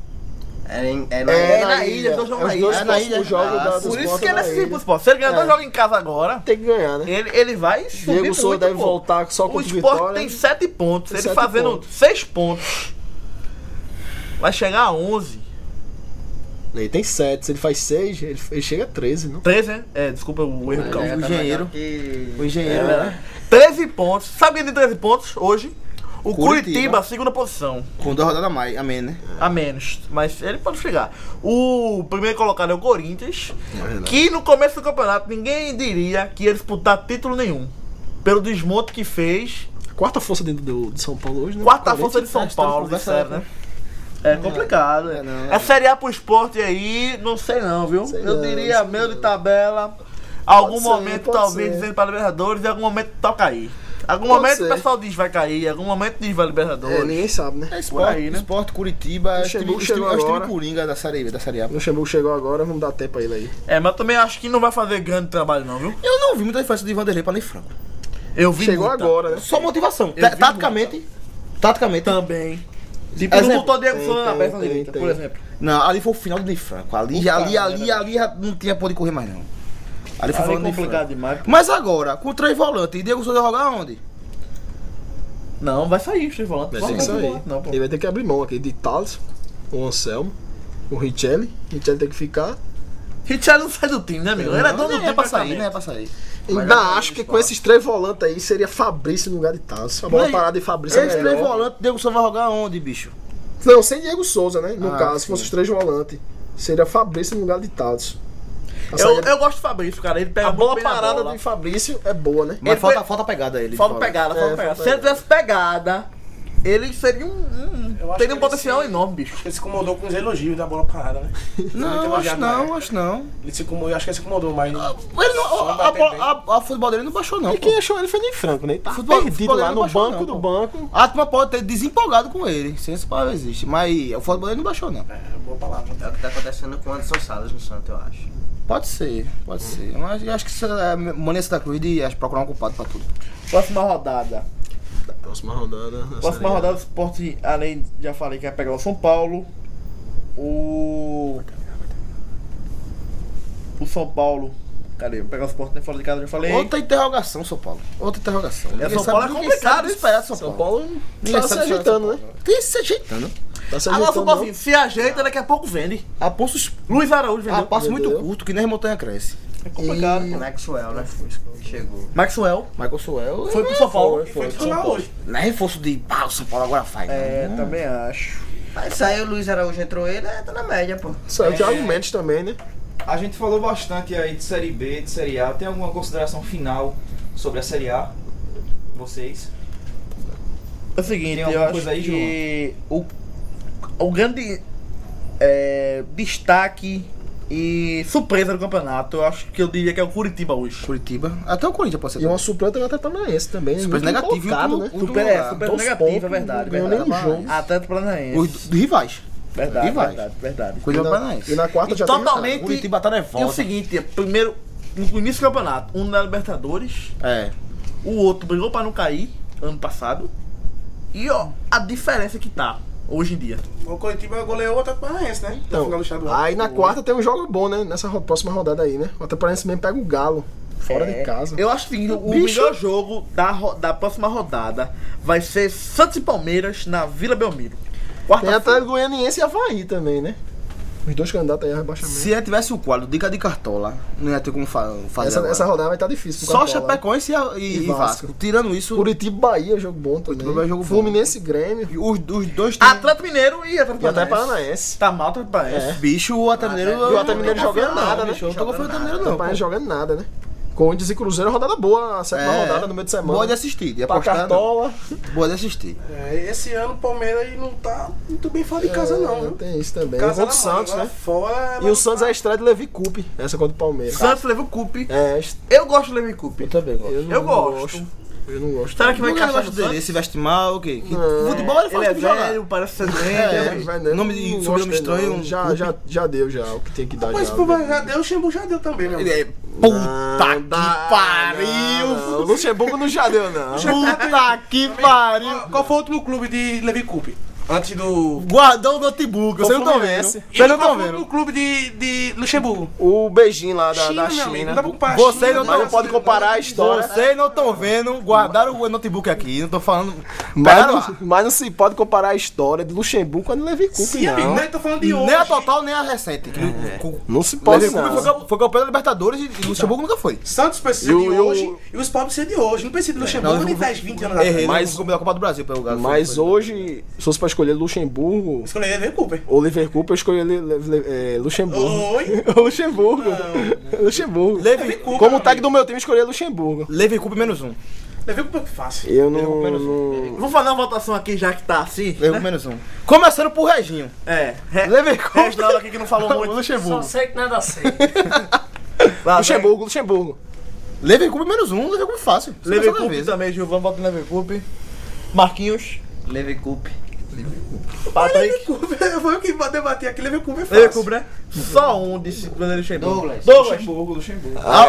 S4: É, em- é, na-
S2: É,
S4: é
S2: na ilha, os dois jogam
S7: É
S2: na
S7: os
S2: ilha.
S7: dois
S3: é na
S7: próximos
S3: ilha.
S7: jogos
S3: Ah,
S7: da, dos
S2: Por isso
S7: Sport
S2: que
S7: é
S2: ele é
S7: na ilha.
S2: simples, pô. Se ele ganhar dois
S7: É.
S2: jogos em casa agora,
S7: Tem que ganhar, né?
S2: ele, ele vai subir
S7: Diego Souza
S2: muito,
S7: deve
S2: pô.
S7: voltar só com
S2: O
S7: o
S2: Sport
S7: Vitória.
S2: tem 7 pontos.
S7: Tem
S2: Ele
S7: sete
S2: fazendo
S7: pontos.
S2: 6 pontos. Vai chegar a 11.
S7: Ele tem 7, se ele faz 6, ele, ele chega a 13, não?
S2: 13, né? É, desculpa o erro de
S4: tá
S7: né,
S2: cálculo.
S4: melhor
S3: engenheiro.
S4: que-
S3: O engenheiro,
S7: É.
S3: né?
S2: 13 pontos. Sabe de 13 pontos hoje? O Curitiba,
S3: Curitiba.
S2: segunda posição.
S3: Com duas rodadas a mais, amém, né?
S2: A menos. Mas ele pode chegar. O primeiro colocado é o Corinthians.
S7: É
S2: que no começo do campeonato ninguém diria que ia disputar título nenhum. Pelo desmonte que fez.
S7: Quarta força dentro do, de São Paulo hoje, né?
S2: Quarta
S7: Quarenta.
S2: força de São
S3: acho que tá
S2: Paulo,
S3: conversa,
S2: disseram, né? É complicado.
S3: É, não,
S2: É Série A pro esporte aí, não sei não, viu?
S7: Sei
S2: Eu
S7: não,
S2: diria
S7: sei
S2: meio de tabela. Algum
S7: ser,
S2: momento
S7: pode
S2: talvez
S7: ser.
S2: dizendo pra Libertadores e algum momento tá cair. Algum
S7: Pode
S2: momento o
S7: ser.
S2: pessoal diz vai cair, algum momento diz vai
S7: É,
S2: Libertadores.
S7: ninguém sabe, né?
S3: É Sport,
S2: aí, né?
S3: Sport Curitiba, é os
S7: Luxemburgo
S3: time- os time-
S7: chegou
S3: é os time
S7: agora.
S3: Coringa da Série B, da Série A.
S7: O Luxemburgo chegou agora, vamos dar tempo a ele aí.
S2: É, mas eu também acho que não vai fazer grande trabalho não, viu?
S3: Eu não vi muita diferença de Vanderlei pra nem Franco.
S2: Eu vi
S7: Chegou
S2: muita.
S7: agora, né?
S3: Só motivação.
S2: Eu vi Tá.
S3: Taticamente, taticamente.
S2: Também. Tipo, não
S3: Exemplo.
S2: botou Diego Souza na
S7: tem,
S2: perna
S7: tem,
S2: direita,
S7: tem.
S2: por exemplo.
S3: Não, ali foi o final do Ney Franco. Ali, já- ali, ali, ali já não tinha por onde correr mais, não. Ali foi o final
S2: Foi
S3: do Ney
S2: complicado
S3: Franco.
S2: demais.
S3: Mas agora, com três volantes, e Diego Souza jogar onde?
S2: Não, vai sair os três volantes.
S7: Vai ter que
S2: Não, não,
S7: sair.
S2: Não, pô.
S7: Ele vai ter que abrir mão aqui de Thales, o Anselmo, o Richelli. Richelli tem que ficar.
S2: Richard não sai do time, né, amigo? Ele é dono do
S3: não é
S2: time
S3: pra sair,
S2: praticamente.
S3: não é pra sair.
S7: Ainda acho que com esses três volantes aí seria Fabrício no lugar de Thales. A bola
S3: Mas
S7: parada de Fabrício é
S3: Esses três
S7: melhor.
S3: volantes, Diego Souza vai jogar onde, bicho?
S7: Não, sem Diego Souza, né? No
S3: Ah,
S7: caso, se
S3: sim.
S7: fosse os três volantes. Seria Fabrício no lugar de Thales. A
S2: Eu,
S7: saída-
S2: eu gosto do Fabrício, cara. Ele pega
S7: a bola
S2: muito bem na
S7: parada
S2: bola.
S7: de Fabrício é boa, né?
S3: Mas
S2: Ele
S3: falta,
S2: foi-
S3: falta pegada a ele.
S2: Falta
S3: fora.
S2: pegada, falta
S7: É,
S2: pegada.
S7: falta
S2: Se ele
S7: pegada.
S2: tivesse pegada, ele seria um. um-
S6: Eu acho
S2: teria um
S6: que ele
S2: potencial
S6: se-
S2: enorme, bicho.
S6: Ele se incomodou com os elogios da bola parada, né? Ele tem
S3: Não, acho
S6: elogiado,
S3: não,
S6: né?
S3: acho não.
S6: Ele se incomodou, eu acho que ele se incomodou mais. né?
S3: Ele não
S6: Só
S3: a, a,
S6: bater bem.
S3: a, a, a futebol dele não baixou, não.
S7: E
S3: pô.
S7: quem achou ele foi nem Franco, né? Ele Tá
S3: Futebol-
S7: perdido
S3: futebol
S7: lá
S3: não
S7: no
S3: baixou,
S7: banco
S3: não,
S7: do
S3: pô.
S7: banco.
S3: A turma pode ter desempolgado com ele. Sem essa palavra existe. Mas o futebol dele não baixou, não.
S6: É, boa palavra.
S4: É o que tá acontecendo com o Anderson Salles no Santos, eu acho.
S3: Pode ser, pode ser. Mas eu acho que isso é mania da Cruz de acho, procurar um culpado pra tudo.
S2: Próxima rodada.
S7: Próxima rodada.
S2: Próxima rodada do esporte, além, já falei que ia pegar o São Paulo. O. O São Paulo. Cadê? Pegar o esporte né? fora de casa, já falei.
S3: Outra interrogação, São Paulo. Outra interrogação.
S2: É,
S3: Ninguém
S2: São
S3: sabe-
S2: Paulo é
S3: ninguém
S2: complicado,
S3: sabe
S2: hein?
S3: esperar São
S7: São
S3: Paulo.
S7: Paulo
S3: Ninguém
S7: tá se
S3: sabe se
S7: ajeitando,
S3: São
S7: né?
S3: Paulo. Tem se ajeitando.
S7: Tá se
S2: Agora o São Paulo
S7: ajeitando. não.
S2: assim, se ajeita, daqui a pouco vende.
S3: A passo, es-
S2: Luiz Araújo
S3: a
S2: vendeu.
S3: passo Ah, muito
S7: Entendeu?
S3: curto, que nem montanha cresce.
S2: É complicado.
S4: E Maxwell, né? Chegou.
S2: Maxwell
S3: Michael Suel. né?
S2: foi pro São Paulo.
S6: Foi titular hoje.
S3: Não é reforço de. Ah, o São Paulo agora faz. né?
S2: É,
S3: não.
S2: também acho.
S4: Mas saiu o Luiz Araújo, entrou ele, é, tá na média, pô.
S7: Saiu o Thiago Mendes também, né?
S1: A gente falou bastante aí de Série B, de Série A. Tem alguma consideração final sobre a Série A? Vocês?
S2: É o seguinte,
S1: Tem
S2: eu
S1: alguma
S2: acho
S1: coisa aí,
S2: que o, o grande é, destaque e surpresa do campeonato, eu acho que eu diria que é o Curitiba hoje.
S3: Curitiba. Até o Corinthians pode ser.
S7: E uma surpresa do Atlético Paranaense também. né?
S3: Surpresa
S7: Muito
S3: negativa, hein,
S7: colocado,
S3: tudo-
S7: né?
S3: tudo-
S2: Super, é,
S3: lugar.
S2: super
S7: Dois
S2: negativo,
S7: pontos,
S2: é verdade.
S7: não ganhou
S2: verdade.
S7: nenhum jogo.
S2: Atlético Paranaense.
S3: Os dos rivais.
S2: verdade,
S3: rivais.
S2: verdade, verdade. Então,
S3: Coisa
S7: E na-
S3: paranaense.
S7: E na quarta
S2: E
S7: já
S2: totalmente-
S7: tem...
S3: Curitiba tá
S2: E o
S3: nervosa.
S2: seguinte, primeiro, no início do campeonato, um na Libertadores,
S3: É.
S2: o outro brigou pra não cair ano passado. E ó, a diferença que tá hoje em dia.
S6: O Coritiba goleou o Atlético Paranaense,
S3: Tá
S6: né?
S7: Então,
S6: no final do estadual.
S7: aí na quarta tem um jogo bom, né? Nessa ro- próxima rodada aí, né? O Atlético Paranaense mesmo pega o Galo, fora
S2: É,
S7: de casa.
S2: Eu acho que o
S7: Bicho.
S2: melhor jogo da, ro- da próxima rodada vai ser Santos e Palmeiras na Vila Belmiro.
S7: Tem
S2: Quarta-feira.
S7: Atlético Goianiense e Havaí também, né? Os dois candidatos aí a rebaixamento.
S3: Se ele tivesse o quadro, dica de cartola, não ia ter como fa- fazer.
S7: Essa,
S3: agora.
S7: essa rodada vai estar difícil. pro
S3: Só
S7: Cartola, né?
S3: Chapecoense e, e,
S7: E
S3: e Vasco.
S7: Vasco.
S3: Tirando isso,
S7: Curitiba e Bahia, jogo bom também.
S3: Curitiba é jogo bom.
S7: Fluminense e Grêmio.
S3: os, os dois times.
S2: Atlético Mineiro e Atlético
S7: E até
S2: Paranaense.
S7: Paranaense.
S2: Tá mal, Atlético Paranaense.
S7: É.
S3: Bicho, o Atlético Mineiro.
S7: E o
S3: eu
S7: Atlético
S3: não
S7: Mineiro
S3: tô
S7: jogando
S3: confiando,
S7: nada, né?
S3: bicho, Eu não tô
S4: Jogando
S3: confiando no
S4: nada.
S7: Não,
S3: Atlético
S7: não
S3: Mineiro, não.
S7: jogando nada, né? Corinthians e Cruzeiro, rodada boa, a sétima
S3: É.
S7: rodada no meio de semana.
S3: Boa de assistir, de
S7: Pra
S3: apostar. não.
S7: Cartola.
S3: Boa de assistir.
S6: É, esse ano o Palmeiras aí não tá muito bem fora de casa, não, viu?
S7: É, Tem isso também.
S6: Casa
S7: Contra
S6: na
S7: o
S6: mãe,
S7: Santos,
S6: agora
S7: né?
S6: Fora,
S7: E o Santos é a estreia de Levi Coupe, essa contra o Palmeiras.
S2: Santos levou o Cup.
S7: É, est-
S2: Eu gosto do Levi Cup.
S3: também
S7: eu, não
S2: Eu gosto.
S7: Eu não gosto.
S2: Será que vai
S3: Por que eu
S2: encaixar
S3: gosto
S2: no
S3: dele?
S2: Santos?
S3: Ele se veste mal, o quê? Que-
S7: Não.
S3: Futebol ele faz
S2: Ele é
S3: tudo jogar.
S2: velho, parece ser
S3: É,
S2: doente.
S7: vai, né?
S3: nome de
S7: Não gosto
S3: sobrenome
S7: dele,
S3: estranho,
S7: não.
S3: um
S7: Já,
S3: clube.
S7: já, já deu, já. O que tem que dar
S6: Mas
S7: já. né?
S6: pô, mas já deu, o Xambu já deu também, né? meu
S3: Ele
S6: amigo.
S3: é puta que pariu!
S7: Não, o Luxemburgo não já deu, não.
S3: Puta que pariu!
S6: Qual foi o último clube de Levi Coupe? Antes do.
S3: Guardou o notebook, vocês não estão vendo. Vocês não
S6: E qual
S3: estão
S6: foi o
S3: vendo.
S6: último clube de, de Luxemburgo?
S7: O beijinho lá da, da
S6: meu amigo,
S7: China.
S6: não dá pra comparar a
S3: Vocês
S6: China,
S3: não,
S6: dá
S3: tão-
S6: pra-
S7: pode comparar a história.
S3: Vocês não estão vendo, guardaram o notebook aqui, não tô falando.
S7: Mas
S3: Pegaram
S7: não, mas não se pode comparar a história de Luxemburgo com a de Levi Coupe,
S6: Sim, amigo,
S7: não.
S6: mas eu tô falando de hoje.
S3: Nem a total, nem a recente. Que
S7: É.
S3: o-
S7: Não se
S3: o- o
S7: pode,
S3: Leverkusen
S7: não.
S3: foi campe- foi campeão da Libertadores e e Luxemburgo nunca foi.
S6: Santos precisa
S7: E
S6: de
S7: o- e o-
S6: hoje e os pobres precisam de hoje. Não precisa de Luxemburgo
S3: Não,
S6: de
S3: eu vou-
S6: 10, 20 anos atrás.
S3: Errei,
S7: Mas-
S3: Tá. mas campeão da Copa do Brasil pelo Galo.
S7: Mas hoje, se fosse pra escolher Luxemburgo
S6: Escolheria Levi Coupe.
S7: ou Liverpool, eu escolhi Le- Le- Le- eh, Luxemburgo.
S6: Oi?
S7: É O Luxemburgo. É Luxemburgo.
S3: Leve,
S7: Como o tag do meu time, eu escolhi Luxemburgo.
S3: Leve Cup menos um.
S6: Levi Coupe
S7: *laughs*
S6: é fácil. *laughs*
S7: Eu não. não...
S2: Vou fazer uma votação aqui, já que tá assim.
S3: Leve Cup menos um. Começando por Reginho.
S2: É. Re...
S7: *laughs*
S3: Leve
S7: Tá
S3: Cup.
S2: Reginaldo aqui que não falou muito.
S3: Luxemburgo.
S8: sei que nada sei.
S2: Lá,
S7: Luxemburgo, Luxemburgo.
S3: Leve Cup menos um, Leve Cup fácil. Você
S2: Leve
S3: passou da
S2: Cup
S3: vez.
S2: também, Gilvan, bota Leve Cup. Marquinhos.
S4: Leve Cup.
S2: Patrick.
S6: Foi o que debater aqui, Levi Coupe é fácil.
S2: Leve Cup, né? Só um discípulo dele chegou.
S4: Douglas.
S2: Douglas.
S3: Ah,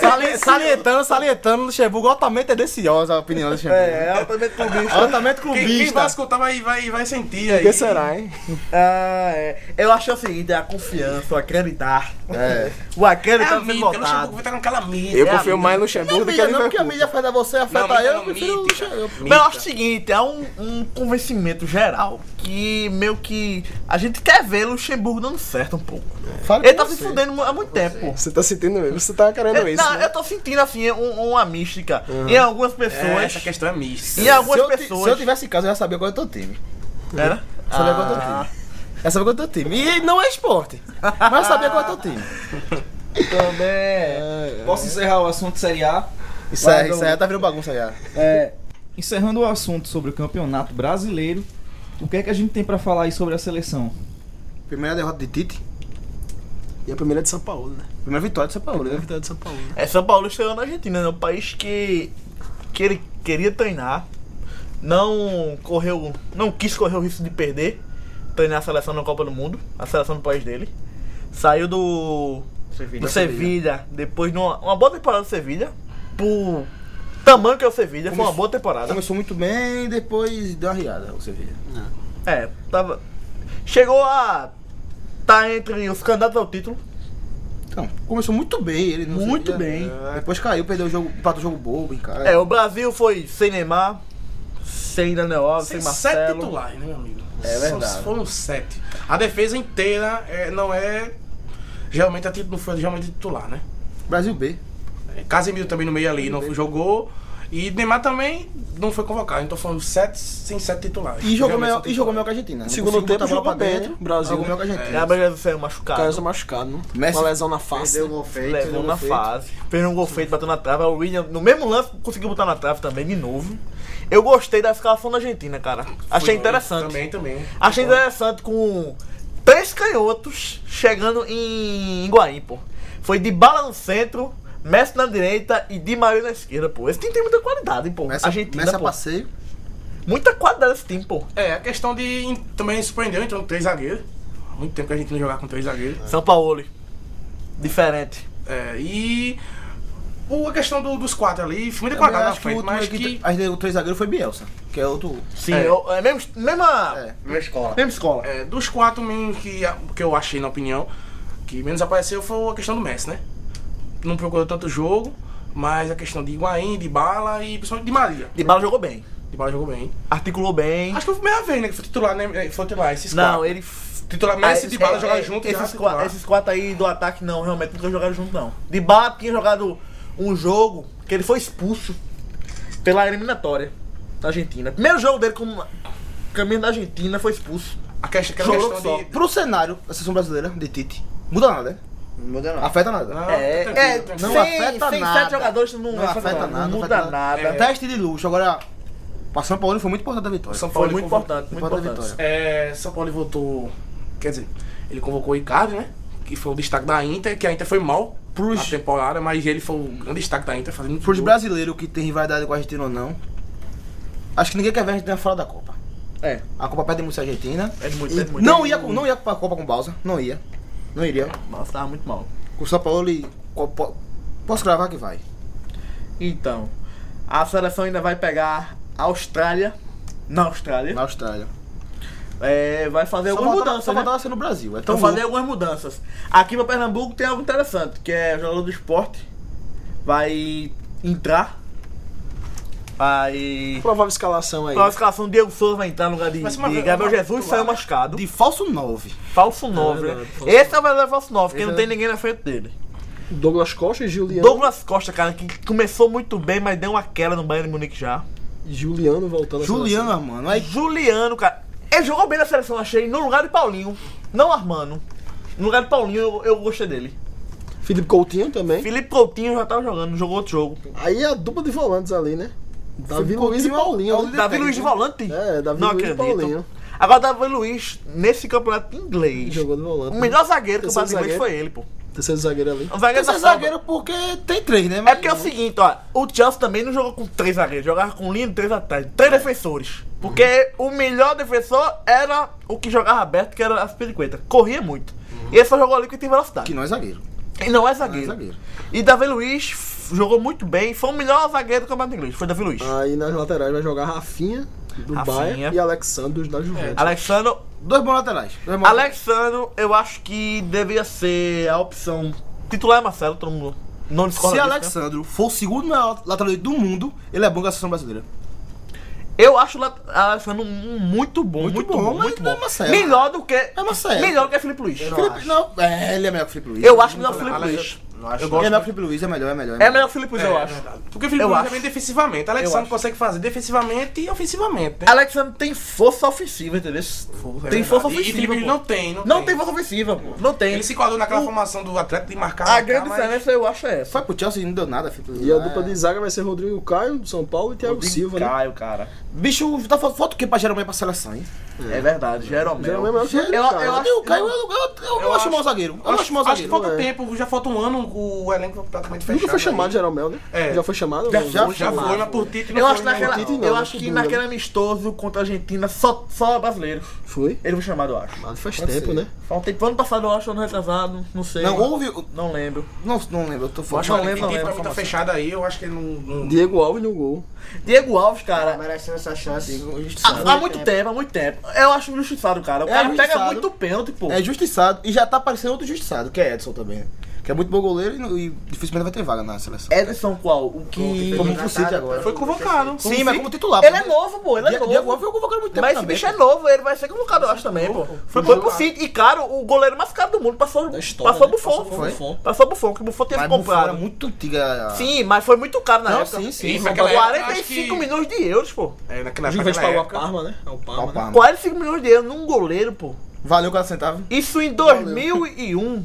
S3: Sali- Salientando, salientando, Luxemburgo altamente tendenciosa a opinião do Luxemburgo.
S2: É, altamente clubista.
S3: Altamente
S6: Quem, quem vai
S3: clubista.
S6: escutar vai, vai, vai sentir aí.
S7: Quem será, hein?
S2: Ah, é. Eu acho o seguinte, é a confiança, o acreditar.
S3: É. né?
S2: O
S6: É a
S2: acreditar foi
S6: mídia, Luxemburgo
S2: votado.
S6: vai estar com aquela mídia.
S7: Eu confio mais
S3: Não, é
S7: em Luxemburgo do que
S3: mídia, não, porque a
S7: Liverpool.
S3: mídia afeta você, afeta
S6: Não, É, mídia
S3: eu,
S6: não,
S3: eu prefiro o
S6: mídia.
S3: Luxemburgo.
S2: Mas eu acho o seguinte, é um, um convencimento geral que meio que a gente quer ver Luxemburgo dando certo um pouco.
S3: Fala
S2: Ele
S3: com
S2: tá se
S3: você.
S2: fudendo mu- há muito tempo.
S7: Você tá sentindo mesmo? Você tá querendo
S2: Eu,
S7: isso?
S2: não,
S7: né?
S2: eu tô sentindo assim um- uma mística em algumas
S6: É,
S2: pessoas.
S6: essa questão é mística.
S2: em algumas
S3: se eu, ti- Se eu
S2: pessoas.
S3: tivesse em casa, eu já sabia qual é o teu time.
S2: Era?
S3: Eu sabia qual é o
S6: Ah.
S3: teu time. Eu sabia qual é o teu time. E não é esporte. Mas eu sabia qual é o teu time.
S1: Também. Posso encerrar o assunto Série A?
S3: Isso
S1: Vai,
S3: aí,
S1: Dom.
S3: isso aí tá virando bagunça já.
S1: É, encerrando o assunto sobre o campeonato brasileiro, o que é que a gente tem pra falar aí sobre a seleção?
S3: Primeira derrota de Tite.
S7: E a primeira é de São Paulo, né?
S3: Primeira vitória de São Paulo, né?
S7: Primeira vitória de São Paulo.
S2: É São Paulo estreou na Argentina, né? Um país que, que ele queria treinar, não correu, não quis correr o risco de perder, treinar a seleção na Copa do Mundo, a seleção do país dele. Saiu do do Sevilha, depois de uma, uma boa temporada do Sevilha, por tamanho que é o Sevilha, foi uma boa temporada.
S3: Começou muito bem, depois deu uma riada, você vê.
S2: É, tava chegou a tá entre os candidatos ao título.
S3: Então, começou muito bem ele, não É.
S2: Muito bem.
S3: Depois caiu, perdeu o jogo, empatou o jogo bobo em casa.
S2: É, o Brasil foi sem Neymar, sem Daniel Alves, sem,
S6: Tem sete
S2: Marcelo.
S6: titulares, né, meu amigo?
S3: É verdade.
S6: Só Foram sete. A defesa inteira é, não é. Geralmente a título não foi geralmente titular, né?
S3: Brasil B.
S6: É, Casemiro também no meio ali não jogou. E Neymar também não foi convocado. Então foram sete sem sete titulares.
S3: E jogou,
S6: Geralmente
S3: melhor,
S6: são
S3: e jogou melhor
S6: titulares.
S3: que a Argentina. né? Não
S7: Segundo
S3: conseguiu botar
S7: tempo,
S3: a bola
S7: jogou
S3: pra
S7: bem,
S3: dentro,
S7: Brasil,
S3: Jogou
S7: né?
S3: melhor que a Argentina.
S2: Gabriel Jesus saiu
S7: O cara
S2: machucado.
S7: tá machucado, não?
S3: Messi-
S7: Uma lesão na face. né?
S3: gol feito.
S2: Levou na fase. Fez um gol feito, bateu na trave. O William, no mesmo lance, conseguiu botar na trave também, de novo. Eu gostei da escalação da Argentina, cara. Achei
S6: Foi,
S2: interessante.
S6: Também, também.
S2: Achei interessante com três canhotos chegando em Higuaín, pô. Foi de bala no centro, Messi na direita e Di Maria na esquerda, pô. Esse time tem muita qualidade, pô.
S3: Messi, é-
S2: Argentina, é
S3: Messi a
S2: pô.
S3: passeio.
S2: Muita qualidade esse time, pô.
S6: É, a questão de. Também surpreendeu, então, três zagueiros. Há muito tempo que a gente não jogava com três zagueiros.
S2: São Paulo. Diferente.
S6: É, e. o- a questão do- dos quatro ali, foi muita qualidade na
S3: acho que o
S6: frente,
S3: último
S6: mas que.
S2: tá-
S3: que... Acho que o três zagueiro foi Bielsa, que é outro...
S2: Sim,
S6: É.
S2: eu- é, mesmo, mesma,
S3: É.
S4: Na escola.
S2: mesma escola.
S6: É, dos quatro menos que, que eu achei na opinião, que menos apareceu foi a questão do Messi, né? Não procurou tanto jogo, mas a questão de Higuaín, de Bala e principalmente de Maria.
S2: De bala jogou bem.
S6: De Bala jogou bem.
S2: Articulou bem.
S6: Acho que foi a primeira vez, né? Que foi titular, né? Foi titular, esses
S2: Não,
S6: quatro.
S2: ele. f-
S6: Titular Messi e de Bala
S2: é,
S6: jogaram
S2: é,
S6: junto. já
S2: Esses, qua-
S6: titular.
S2: esses quatro aí do ataque, não, realmente nunca jogaram junto, não. De Bala tinha jogado um jogo que ele foi expulso pela eliminatória da Argentina. Primeiro jogo dele como caminho da Argentina foi expulso.
S6: A questão, aquela
S2: jogou
S6: É questão de...
S3: Pro cenário, a seleção brasileira de Tite, muda nada, né?
S4: Não muda não.
S3: Afeta
S2: É,
S3: nada.
S6: Não, tá tranquilo, tá tranquilo.
S3: não
S2: sem,
S3: afeta
S2: sem
S3: nada.
S2: sete jogadores não,
S3: Não afeta nada,
S2: Não
S3: não
S2: muda
S3: afeta
S2: nada.
S6: É.
S3: Teste de luxo, agora... Pra São Paulo foi muito importante a vitória.
S6: São
S2: Foi
S6: Paulo
S2: muito
S6: convocou-
S2: importante, muito
S3: Importante a
S2: importante.
S3: vitória.
S6: É, São Paulo voltou. Quer dizer, ele convocou o Icardi, né? que foi o destaque da Inter, que a Inter foi mal
S3: Pros-
S6: na temporada, mas ele foi o grande destaque da Inter fazendo
S3: Pros
S6: gol.
S3: brasileiros que tem rivalidade com a Argentina ou não, acho que ninguém quer ver a Argentina fora da Copa.
S1: É.
S3: A Copa perde muito a Argentina.
S2: Perde muito,
S3: E
S2: perde muito.
S3: não, ia, com- não ia pra Copa com Balsa, não ia. Não iria.
S2: É. Nossa, tava muito mal.
S3: Com o São Paulo e. co- po- Posso gravar que vai.
S2: Então, a seleção ainda vai pegar a Austrália. Na Austrália.
S3: Na Austrália.
S2: É, vai fazer
S3: Só
S2: algumas
S3: faltava,
S2: mudanças.
S3: só
S2: né?
S3: faltava ser no Brasil. É tão
S2: Então fazer
S3: louco.
S2: algumas mudanças. Aqui para Pernambuco tem algo interessante, que é o jogador do esporte. Vai entrar. Vai.
S7: Provável escalação aí.
S2: Pra escalação, Diego Souza vai entrar no lugar de,
S6: Vai ser uma-
S2: de Gabriel
S6: uma-
S2: Jesus, saiu machucado.
S3: De falso 9.
S2: Falso 9, né? Esse é o verdadeiro falso 9, porque não tem ninguém na frente dele.
S7: Douglas Costa e Juliano.
S2: Douglas Costa, cara, que começou muito bem, mas deu uma queda no Bayern de Munique já.
S7: Juliano voltando à
S3: Juliano, mano. Aí
S2: Juliano, cara. Ele jogou bem na seleção, achei, no lugar de Paulinho. Não Armando. No lugar de Paulinho, eu, eu gostei dele.
S7: seleção. Felipe Coutinho também.
S2: Felipe Coutinho já tava jogando, jogou outro jogo.
S7: Aí a dupla de volantes ali, né? Davi
S3: Felipe
S7: Luiz e
S3: Coutinho é o- é o
S7: Paulinho. né?
S2: Davi Luiz de volante?
S7: É, Davi
S2: Não
S7: Luiz e
S2: acredito.
S7: Paulinho.
S2: Agora, Davi Luiz, nesse campeonato inglês,
S7: Jogou de volante.
S2: o melhor zagueiro que o
S7: Terceiro
S2: Brasil inglês
S7: zagueiro.
S2: foi ele, pô.
S7: Terceiro zagueiro ali.
S2: O zagueiro
S3: Esse
S2: da
S3: é zagueiro porque tem três, né?
S2: É porque é o seguinte, ó, o Chelsea também não jogou com três zagueiros, jogava com linha e três atrás, três
S7: É.
S2: defensores. Porque o melhor defensor era o que jogava aberto, que era a 50. Corria muito.
S7: Uhum.
S2: E ele só jogou ali que tem velocidade.
S3: Que não é zagueiro.
S2: E não é
S3: Não é
S2: zagueiro.
S3: zagueiro.
S2: E Davi Luiz f- jogou muito bem, foi o melhor zagueiro do Campeonato Inglês, foi Davi Luiz.
S7: Aí nas laterais vai jogar Rafinha, do
S2: Rafinha.
S7: Bayern, e Alexandre da Juventus.
S2: Alexandre,
S3: Dois bons laterais. Dois bons
S2: Alexandre, eu acho que deveria ser a opção titular é Marcelo, todo mundo não discorda
S3: Se
S2: disso, né?
S3: Alexandro for o segundo maior lateral direito do mundo, ele é bom com a seleção brasileira.
S2: Eu acho o Lat- Alexandre um- um muito bom, muito,
S3: Muito
S2: bom,
S3: bom, mas
S2: muito
S3: não é
S2: bom.
S3: Marcelo.
S2: melhor do que
S3: Marcelo.
S2: melhor do que Felipe Luiz.
S3: Felipe- não, é, ele é melhor que o Felipe Luiz.
S2: Eu acho melhor o Felipe Luiz.
S4: Não
S2: Eu
S4: acho
S3: Ele é
S2: gosto.
S3: melhor que o Felipe Luiz, é melhor, é melhor.
S2: É melhor que o Felipe Luiz, eu
S6: É,
S2: acho.
S6: verdade. Porque o Felipe
S2: Eu
S6: Luiz
S2: acho.
S6: também defensivamente. Alexandre consegue fazer defensivamente e ofensivamente, né?
S2: Alexandre tem força ofensiva, entendeu?
S6: É
S2: tem
S6: verdade.
S2: força
S6: E- E
S2: ofensiva.
S6: Felipe Luiz
S2: pô.
S6: não tem, não,
S2: Não tem força ofensiva, pô. Não tem.
S6: Ele se enquadrou naquela
S2: O-
S6: formação do atleta de marcar.
S2: A
S6: marcar,
S2: grande
S6: mas-
S2: diferença eu acho é essa.
S3: Foi pro Chelsea e não deu nada, Felipe Luiz.
S7: E a
S3: É.
S7: dupla de zaga vai ser Rodrigo Caio, do São Paulo, e Thiago Silva, né?
S2: Caio, cara.
S3: Bicho, tá falta falta o que pra Jeromel pra seleção, hein?
S2: É verdade, Jeromel.
S7: Jeromel é melhor que ele,
S2: Eu-
S7: cara.
S2: é eu acho-
S3: Rodrigo Caio, eu, eu, eu, eu,
S6: eu
S3: não acho
S6: acho-
S3: mau zagueiro. Eu não
S6: Acho,
S3: acho mau
S6: acho que
S3: zagueiro.
S2: é.
S6: falta tempo, já falta um ano, o elenco tá praticamente fechado.
S7: Nunca foi chamado
S6: aí.
S7: Jeromel, né?
S6: É.
S7: Já foi chamado?
S3: Já-
S7: não?
S3: já-
S6: Ou Já foi, mas por título
S2: Eu
S6: não
S2: acho,
S6: foi,
S2: naquela,
S6: não.
S7: Tite não,
S2: eu
S7: né?
S2: acho que
S7: Duro,
S2: naquele amistoso contra a Argentina só, só brasileiro.
S7: Foi?
S2: Ele foi chamado, eu acho.
S7: Mas faz
S3: Pode
S7: tempo,
S3: ser.
S7: né?
S2: Falta tempo ano passado, eu acho, ano retrasado, não sei.
S3: Não, houve.
S2: Não lembro.
S3: Não, não lembro, eu tô
S6: Eu
S3: falando.
S6: acho que
S2: Não lembro,
S6: o
S2: não
S6: Tite
S2: lembro
S6: tá
S2: a
S6: fechado aí, eu acho que ele não... não-
S7: Diego Alves no gol.
S2: Diego Alves,
S4: Tá
S2: cara,
S4: merecendo essa chance.
S2: há, há muito tempo, há muito tempo. Eu acho injustiçado, cara. O
S3: É
S2: cara pega
S3: injustiçado.
S2: muito pênalti, pô.
S3: É justiçado e já tá aparecendo outro justiçado, que é Edson também, né? Que é muito bom goleiro e, não- e dificilmente vai ter vaga na seleção.
S2: Edson qual? O que. um-
S3: Como pro
S4: tá
S3: City agora.
S6: Foi convocado.
S3: Sim, mas como titular.
S2: Ele é
S3: porque-
S2: novo, pô. Ele é
S3: Diego- Diego
S2: novo.
S3: Alves foi convocado há muito tempo
S2: Mas esse
S3: também,
S2: bicho
S3: pô. é
S2: é novo, ele vai ser convocado, eu acho também, pô. Foi foi pro City. E, cara, o goleiro mais caro do mundo passou
S7: Da história,
S2: passou o
S7: né?
S2: Buffon.
S7: Passou o
S2: Foi?
S7: Buffon.
S2: Passou o Buffon, que o Buffon tinha
S3: Mas
S2: se
S3: Buffon era
S2: comprado.
S3: muito antiga. a-
S2: Sim, mas foi muito caro na
S3: Não,
S2: época.
S3: sim, sim.
S6: Isso,
S3: Foi
S6: naquela época, acho
S2: 45
S6: que-
S2: milhões de euros, pô.
S6: É, naquela
S7: A Juventus pagou a
S6: naquela época.
S7: Parma, né? É o Parma,
S3: Ó,
S7: né?
S3: pá, mano.
S2: 45 milhões de euros num goleiro, pô.
S3: Valeu cada centavo.
S2: Isso em 2001.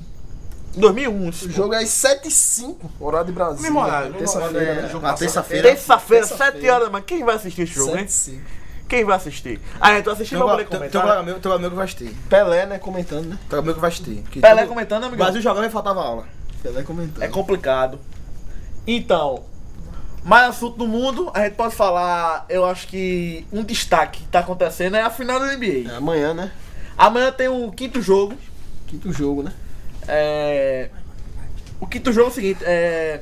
S2: 2001, isso.
S7: O
S2: pô.
S7: jogo é às 7 h 05 horário de Brasília.
S6: Mesmo horário, mesmo
S7: né? Terça-feira,
S6: horário,
S7: né?
S6: né? Jogo
S3: É, Na
S6: passado.
S3: terça-feira.
S2: Terça-feira,
S7: terça-feira.
S2: 7 horas da manhã. Quem vai assistir esse jogo, hein?
S7: 7
S2: Quem vai assistir? Ah, então assistir
S3: Tem
S2: pra
S3: um
S2: poder
S3: tem- tem um
S2: comentar.
S3: colega meu- tem um amigo que vai assistir.
S7: Pelé, né? Comentando, né?
S3: Tem um amigo que vai assistir. que
S2: Pelé é
S3: todo-
S2: comentando,
S3: O
S2: amigão.
S3: Brasil jogava e faltava aula.
S7: Pelé comentando.
S2: É complicado. Então, mais assunto do mundo, a gente pode falar, eu acho que um destaque que tá acontecendo é a final da
S7: É
S2: NBA.
S7: amanhã, né?
S2: Amanhã tem o quinto jogo.
S7: Quinto jogo, né?
S2: É, O quinto jogo é o seguinte, é...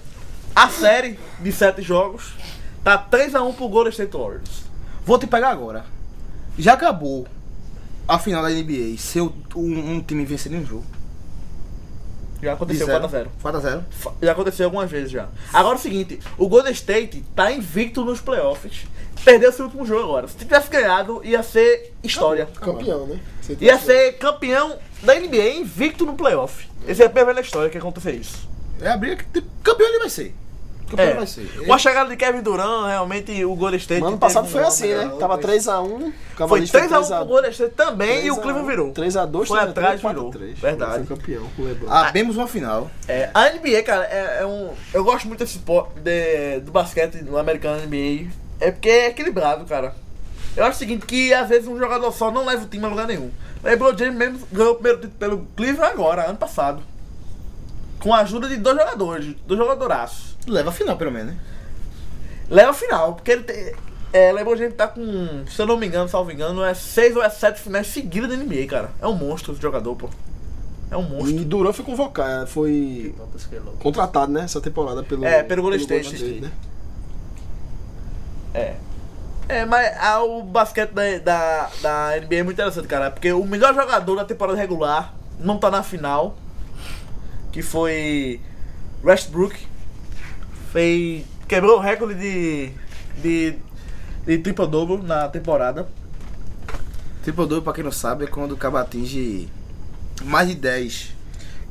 S2: a série de sete jogos tá 3x1 pro Golden State Warriors.
S3: Vou te pegar agora. Já acabou a final da NBA. Se eu- um, um time vencer nenhum jogo.
S2: Já
S3: De
S2: aconteceu
S3: zero.
S2: 4x0.
S3: 4x0.
S2: Fa- Já aconteceu algumas vezes já. Agora é o seguinte, o Golden State tá invicto nos playoffs. Perdeu seu último jogo agora. Se tivesse ganhado, ia ser história.
S7: Campeão, né? Você tem
S3: é
S2: Ia
S7: que-
S2: ser campeão da NBA invicto no playoff. Esse é a primeira história que aconteceu isso.
S3: É a briga que tem- campeão ele vai ser. Campeão
S2: É.
S3: vai ser.
S2: Com a chegada de Kevin Durant, realmente o Golden State.
S7: Mas Ano
S2: teve
S7: passado
S2: um-
S7: foi assim, né? Tava 3x1.
S2: Foi 3x1 pro Golden State também e o Cleveland virou.
S7: 3x2,
S2: Foi atrás,
S7: 3x3,
S2: virou.
S7: 4x3.
S2: Verdade.
S7: Foi campeão com o LeBron.
S2: Ah.
S3: Abemos uma final.
S2: É, a NBA, cara, é, é um. Eu gosto muito desse po- de- do basquete no americano NBA. É porque é equilibrado, cara. Eu acho o seguinte, que às vezes um jogador só não leva o time a lugar nenhum. LeBron James mesmo ganhou o primeiro título pelo Cleveland agora, ano passado. Com a ajuda de dois jogadores, dois jogadoraços.
S3: Leva a final, pelo menos, né?
S2: Leva o final, porque ele tem. É, LeBron James tá com, se eu não me engano, salvo engano, é seis ou é sete finais seguidas da NBA, cara. É um monstro esse jogador, pô. É um monstro.
S7: E Duran foi convocado, foi contratado, né? Essa temporada pelo.
S2: É, pelo Golden State.
S7: né?
S2: É. É, mas ah, o basquete da, da, da NBA é muito interessante, cara. Porque o melhor jogador da temporada regular não tá na final. Que foi Westbrook. Fez, quebrou o recorde de, de, de triple-double na temporada.
S3: Triple double, pra quem não sabe, é quando o cabo atinge mais de 10.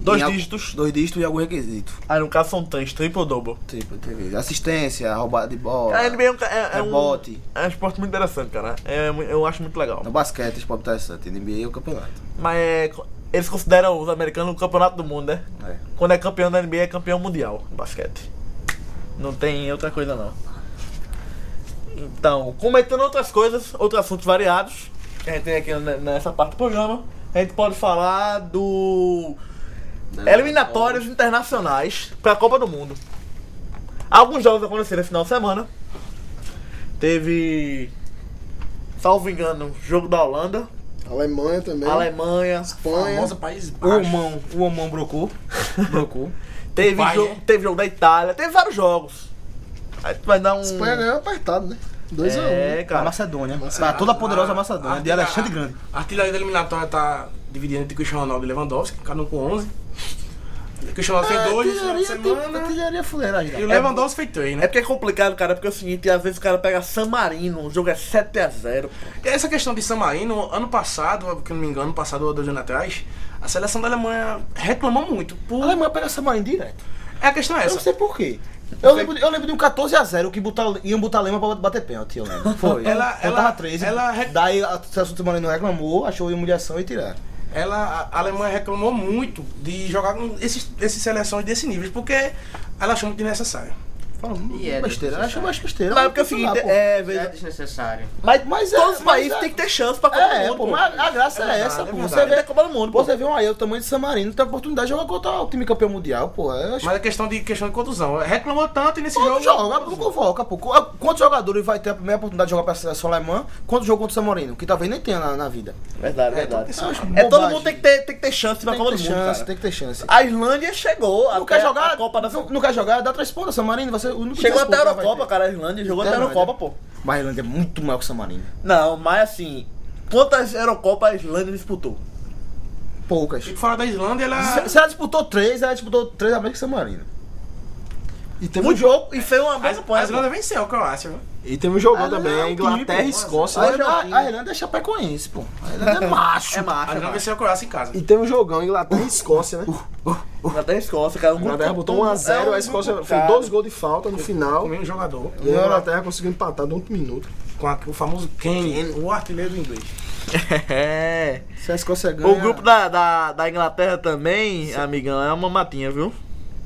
S2: Dois
S3: em al-
S2: dígitos.
S3: Dois dígitos em algum requisito.
S2: Aí no caso são três, triple-double.
S3: Tipo, teve assistência, roubada de bola.
S2: A NBA é um, ca- é, é um,
S3: Rebote. Então.
S2: é um esporte muito interessante, cara. É mu- eu acho muito legal.
S3: No basquete, esporte interessante. NBA é o campeonato.
S2: Mas é, co- eles consideram os americanos o campeonato do mundo, né?
S3: É.
S2: Quando é campeão da NBA, é campeão mundial em basquete. Não tem outra coisa, não. Então, comentando outras coisas, outros assuntos variados, que a gente tem aqui ne- nessa parte do programa, a gente pode falar do. Eliminatórias internacionais para a Copa do Mundo. Alguns jogos aconteceram esse final de semana. Teve. Salvo engano, jogo da Holanda,
S7: né? Alemanha também.
S2: Alemanha,
S7: Espanha.
S6: Famosa País
S1: O
S6: Baixo.
S1: Omão, o Omão brocou. brocou.
S2: Teve,
S6: Vai,
S2: jogo,
S6: né?
S2: teve jogo da Itália, teve vários jogos. Aí tu vai dar um.
S7: Espanha ganhou apertado, né? 2x1.
S2: É,
S3: A um.
S2: cara. Ah,
S3: Macedônia. Pra toda a poderosa Macedônia, de Alexandre Grande.
S6: A artilharia da eliminatória tá dividida entre Cristiano Ronaldo e Lewandowski, cada um com 11. Cristiano Ronaldo
S7: Ah,
S6: fez dois na semana.
S3: Artilharia fuleira
S6: E o Lewandowski fez três,
S2: É
S6: né?
S2: porque é complicado, cara, porque é o seguinte, às vezes o cara pega San Marino, o jogo é 7x0.
S7: É.
S6: Essa questão de San Marino, ano passado, que eu não me engano, ano passado ou dois anos atrás, a seleção da Alemanha reclamou muito.
S3: A
S6: Por...
S3: Alemanha pegou essa mãe direto.
S6: É a questão é
S3: Eu não
S6: essa.
S3: sei por quê. Eu lembro, de- eu lembro de um 14x0 que botar, iam botar Lema pra bater pênalti, eu lembro. Foi.
S6: Ela-
S3: Faltava
S6: ela-
S3: 13.
S6: ela re-
S3: Daí a Celso Tumarino reclamou, achou humilhação e tiraram.
S6: Ela, a Alemanha reclamou muito de jogar com esses, esses seleções desse nível, porque ela achou muito desnecessário.
S3: Falou, "Hum,
S4: E é
S3: besteira,
S4: desnecessário.
S3: achou mais besteira.
S2: Mas é porque é o
S3: Sei lá,
S2: seguinte,
S3: pô.
S2: é,
S4: É
S2: veja,
S4: desnecessário.
S3: Mas, mas é,
S2: todos os
S3: mas
S2: países
S3: é-
S2: têm que ter chance pra Copa
S3: É,
S2: do Mundo.
S3: pô, mas a graça é,
S6: verdade,
S3: essa,
S6: é
S3: pô.
S6: verdade.
S3: Você vê,
S2: É Copa do Mundo, pô.
S3: você vê um aí, o tamanho de San Marino, tem a oportunidade de jogar contra o time campeão mundial, pô. É, acho
S6: Mas é questão de, questão de contusão. Reclamou tanto e nesse
S3: Todo
S6: jogo.
S3: jogo, não convoca, pô. Qu- Quantos jogadores vai ter a primeira oportunidade de jogar pra seleção alemã? Quantos jogos contra o San Marino? Que talvez nem tenha na, na vida.
S2: É Verdade, verdade.
S3: Isso eu acho
S2: É, todo
S3: bobagem.
S2: mundo tem que ter, tem que ter chance pra
S3: Tem
S2: Copa
S3: que
S2: do
S3: ter
S2: Mundo,
S3: chance,
S2: cara.
S3: tem que ter chance.
S2: A Islândia chegou
S3: Não
S2: até
S3: quer jogar?
S2: a Copa da...
S3: não, não quer jogar? Dá três pontos, San Marino. Você, é o único
S2: Chegou
S3: três
S2: até a
S3: pontos que
S2: Eurocopa,
S3: vai ter. É
S2: cara, a Islândia. Jogou até a
S3: Islândia.
S2: Eurocopa, pô.
S3: Mas a Irlanda é muito maior que o San Marino.
S2: Não, mas assim, quantas Eurocopas a Islândia disputou?
S3: Poucas.
S6: Fico fora da Islândia, ela.
S3: Se, se ela disputou três, ela disputou três a mais que o San Marino.
S7: E teve,
S2: Um
S7: um,
S2: jogo e fez uma
S6: A
S2: boa
S6: Islândia- a
S2: campanha.
S6: Islândia venceu a Croácia, viu?
S7: e teve um jogão
S3: Ah,
S7: também,
S2: é
S3: não,
S7: a
S3: time,
S7: Inglaterra e
S3: pô.
S7: Escócia.
S3: A
S2: Hoje é o
S3: Irlanda,
S2: time.
S3: a Irlanda é chapecoense, pô. A Irlanda é
S2: *laughs*
S3: macho.
S2: É
S6: A
S2: macho, é
S6: Islândia
S2: macho.
S6: venceu a Croácia em casa.
S7: E teve um jogão, Inglaterra e
S2: *laughs*
S7: Escócia, né?
S2: Até a Escócia, cara. Um
S7: A Inglaterra
S2: grupo
S7: botou
S2: tão-
S7: 1x0,
S2: é um
S7: a Escócia
S2: grupo
S7: fez
S2: caro.
S7: dois gols de falta no final.
S6: Também um jogador.
S7: E a Inglaterra conseguiu empatar no outro minuto.
S6: Com a- o famoso Kane, o artilheiro inglês.
S2: *laughs* É.
S3: Se a Escócia ganha.
S2: O grupo da, da, da Inglaterra também, amigão, é uma matinha, viu?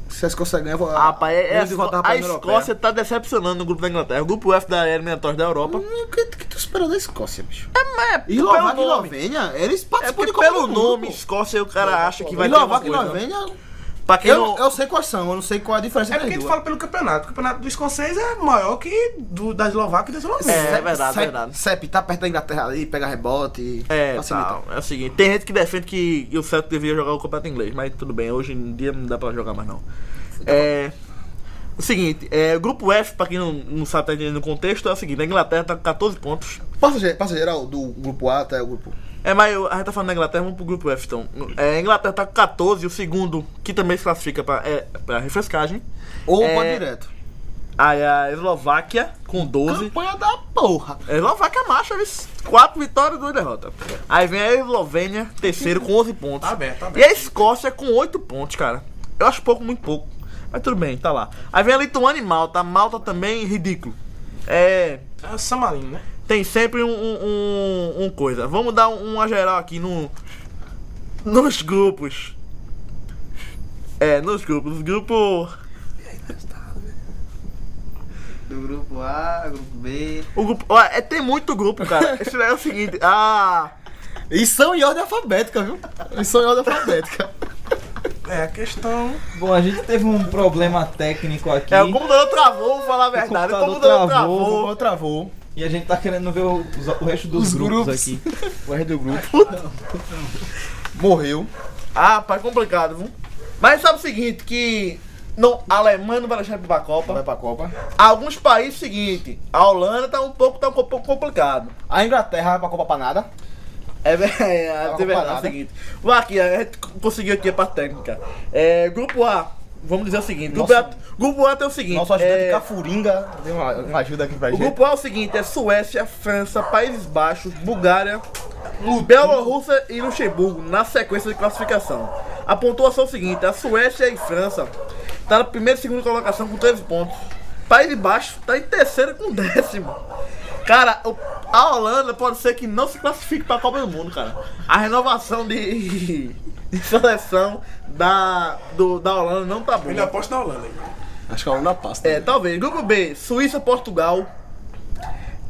S3: Se a Escócia ganha, eu vou-
S2: Ah, Rapaz, é, é a,
S3: eles
S2: Esco-
S3: voltaram pra
S2: a
S3: União Europeia.
S2: Escócia tá decepcionando no grupo da Inglaterra. O grupo F da eliminatória da Europa.
S3: O que, que tu espera da Escócia, bicho?
S2: Mas
S3: E Eslováquia e Eslovênia, eles
S2: É
S3: participam
S2: porque
S3: de Copa
S2: pelo
S3: do Mundo,
S2: nome
S3: pô.
S2: Escócia o cara acha que vai ter uma
S3: Eslováquia e
S2: coisa.
S3: Eslovênia,
S2: Pra quem
S3: eu,
S2: não...
S3: eu sei quais são, eu não sei qual é a diferença
S6: É
S3: entre
S6: porque a
S3: as
S6: gente
S3: duas.
S6: fala pelo campeonato. O campeonato do escocês é maior que do, da Eslováquia e da Eslovênia.
S2: É,
S3: Sep-
S2: verdade,
S3: Sep-
S2: verdade.
S3: Sep tá perto da Inglaterra ali, pega rebote,
S2: É,
S3: facilita.
S2: tá, é o seguinte, tem gente que defende que o Celtic deveria jogar o campeonato inglês, mas tudo bem, hoje em dia não dá pra jogar mais não. É, o seguinte, é, o grupo F, pra quem não, não sabe, tá entendendo o contexto, é o seguinte, a Inglaterra tá com 14 pontos.
S3: Passa, ge- passa geral é do grupo A até o grupo.
S2: É, mas eu- a gente tá falando da Inglaterra, vamos pro grupo F então. É, a Inglaterra tá com 14, o segundo, que também se classifica pra, é, pra refrescagem.
S3: Ou
S2: É,
S3: pode direto.
S2: Aí a Eslováquia com 12.
S3: Campanha da porra.
S2: A Eslováquia marcha, viu? 4 vitórias e 2 derrotas. Aí vem a Eslovênia, terceiro, com 11 pontos.
S6: Tá aberto, tá
S2: E
S6: aberto.
S2: a Escócia com 8 pontos, cara. Eu acho pouco, muito pouco. Mas tudo bem, tá lá. Aí vem a Lituânia e Malta. A Malta também ridículo. É.
S6: É o San Marino, né?
S2: Tem sempre um, um, um- um coisa. Vamos dar um- uma geral aqui no. Nos grupos. É, nos grupos. Grupo.
S4: Do grupo A, grupo B.
S2: O grupo. Olha, é, tem muito grupo,
S4: *laughs*
S2: cara. Esse daí é o seguinte. Ah.
S3: E são em ordem alfabética, viu? E são em ordem alfabética.
S6: É a questão.
S1: Bom, a gente teve um problema técnico aqui.
S2: É, o computador travou, vou falar a verdade. O
S1: computador travou,
S2: computador
S1: o
S2: travou.
S1: computador
S2: travou.
S1: E a gente tá querendo ver o, os- o resto dos
S3: Os
S1: grupos,
S3: grupos.
S1: aqui.
S3: O R do *laughs* grupo. Morreu.
S2: Ah, pai, complicado, viu? Mas sabe o seguinte, que. Não, a Alemanha não vai deixar ele ir pra Copa.
S3: Vai pra Copa.
S2: Alguns países, seguinte, a Holanda tá um pouco, tá um pouco complicado.
S3: A Inglaterra vai pra Copa pra nada.
S2: É, ver- *laughs* é, é verdade, é o
S3: uma Tá comparada. né?
S2: seguinte. Vamos aqui, a gente conseguiu aqui a parte técnica. É, grupo A, vamos dizer o seguinte. Grupo,
S3: Nossa.
S2: A, grupo A tem o seguinte.
S3: Nosso ajudante
S2: é,
S3: Cafuringa deu uma, uma ajuda aqui pra
S2: o
S3: gente.
S2: grupo A é o seguinte, é Suécia, França, Países Baixos, Bulgária, Bielorrússia e Luxemburgo na sequência de classificação. A pontuação é o seguinte, a Suécia e França tá na primeira e segunda colocação com 13 pontos. Países Baixos tá em terceiro com décimo. Cara, o- a Holanda pode ser que não se classifique pra Copa do Mundo, cara. A renovação de, *laughs* de seleção da, do- da Holanda não tá
S6: Eu
S2: boa.
S6: ainda aposto na Holanda. aí.
S7: Acho que a Luna passa.
S2: É, talvez. Grupo B, Suíça, Portugal.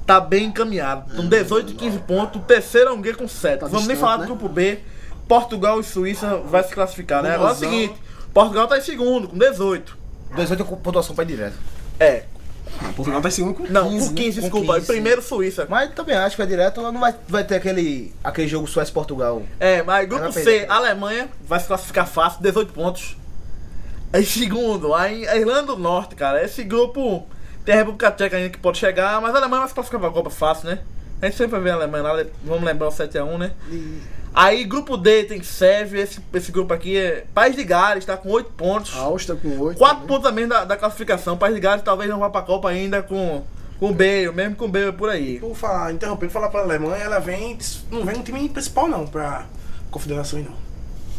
S2: Tá bem encaminhado. Com 18, 15 pontos. O terceiro é Hungria com 7.
S7: Tá
S2: Vamos nem
S3: distante,
S2: falar
S3: né?
S2: do grupo B. Portugal e Suíça vai se classificar, né? Agora é o seguinte: Portugal tá em segundo, com 18.
S3: 18 com pontuação pra ir direto.
S2: É.
S7: Portugal tá em segundo com
S2: Não,
S3: 15,
S2: com 15,
S3: né? Com
S2: desculpa.
S3: 15.
S2: Primeiro, Suíça.
S3: Mas também acho que é direto, não vai, vai ter aquele, aquele jogo Suécia-Portugal.
S2: É, mas grupo
S3: Ela
S2: C,
S3: perdeu.
S2: Alemanha vai se classificar fácil, 18 pontos. Aí segundo, aí a Irlanda do Norte, cara. Esse grupo tem a República Tcheca ainda que pode chegar, mas a Alemanha vai se classificar pra Copa fácil, né? A gente sempre vê a Alemanha lá, vamos lembrar o 7x1, né? Aí grupo D tem Sérvia, esse, esse grupo aqui é País de Gales, tá com 8 pontos.
S7: A Áustria com né? 8.
S2: 4 pontos a menos da, da classificação. País de Gales talvez não vá pra Copa ainda com, com B, mesmo com B por aí.
S6: Por falar, interrompendo, falar pra Alemanha, ela vem. Não vem um time principal, não, pra confederações, não.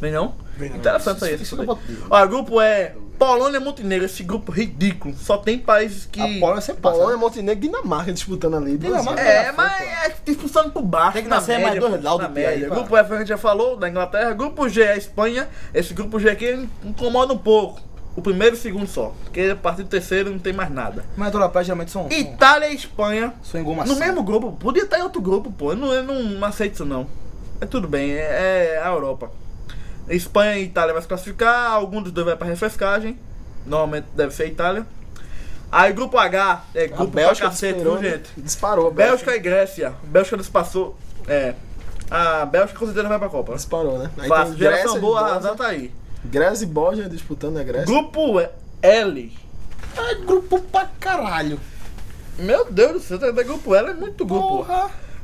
S2: Vem não?
S6: Vem não.
S2: Interessante aí. Isso,
S3: Isso que eu botei.
S2: Olha, o grupo é Polônia e Montenegro. Esse grupo ridículo. Só tem países que.
S3: A Polônia sempre passa.
S7: Polônia,
S3: né?
S7: Montenegro e Dinamarca disputando ali. duas
S3: Dinamarca.
S7: vagas.
S2: É, mas é expulsando por baixo.
S3: Tem que
S2: na
S3: nascer mais
S2: média,
S3: dois laudos
S2: na
S3: piá aí,
S2: média.
S3: cara.
S2: Grupo F a gente já falou, da Inglaterra. Grupo G é a Espanha. Esse grupo G aqui incomoda um pouco. O primeiro e o segundo só. Porque a partir do terceiro não tem mais nada.
S3: Mas a Europa geralmente são, são,
S2: Itália e Espanha.
S3: são engomação.
S2: No mesmo grupo. Podia estar em outro grupo, pô. Eu não, eu não, não aceito isso, não. É tudo bem. É, é a Europa. Espanha e Itália vai se classificar. Algum dos dois vai pra refrescagem. Normalmente deve ser a Itália. Aí grupo H. É
S7: A
S2: grupo pra
S7: Bélgica
S2: cacete,
S7: disparou,
S2: viu,
S7: né?
S2: gente?
S7: Disparou. a
S2: Bélgica e Grécia. Bélgica nos passou. É. A Bélgica com certeza vai pra Copa.
S7: Disparou, né? Aí
S2: Fácil.
S7: tem
S2: Geração boa,
S7: Bósnia.
S2: arrasar tá aí.
S7: Grécia e Bósnia disputando a Grécia.
S2: Grupo L.
S3: É grupo pra caralho.
S2: Meu Deus do céu, tá- tá grupo L é muito grupo.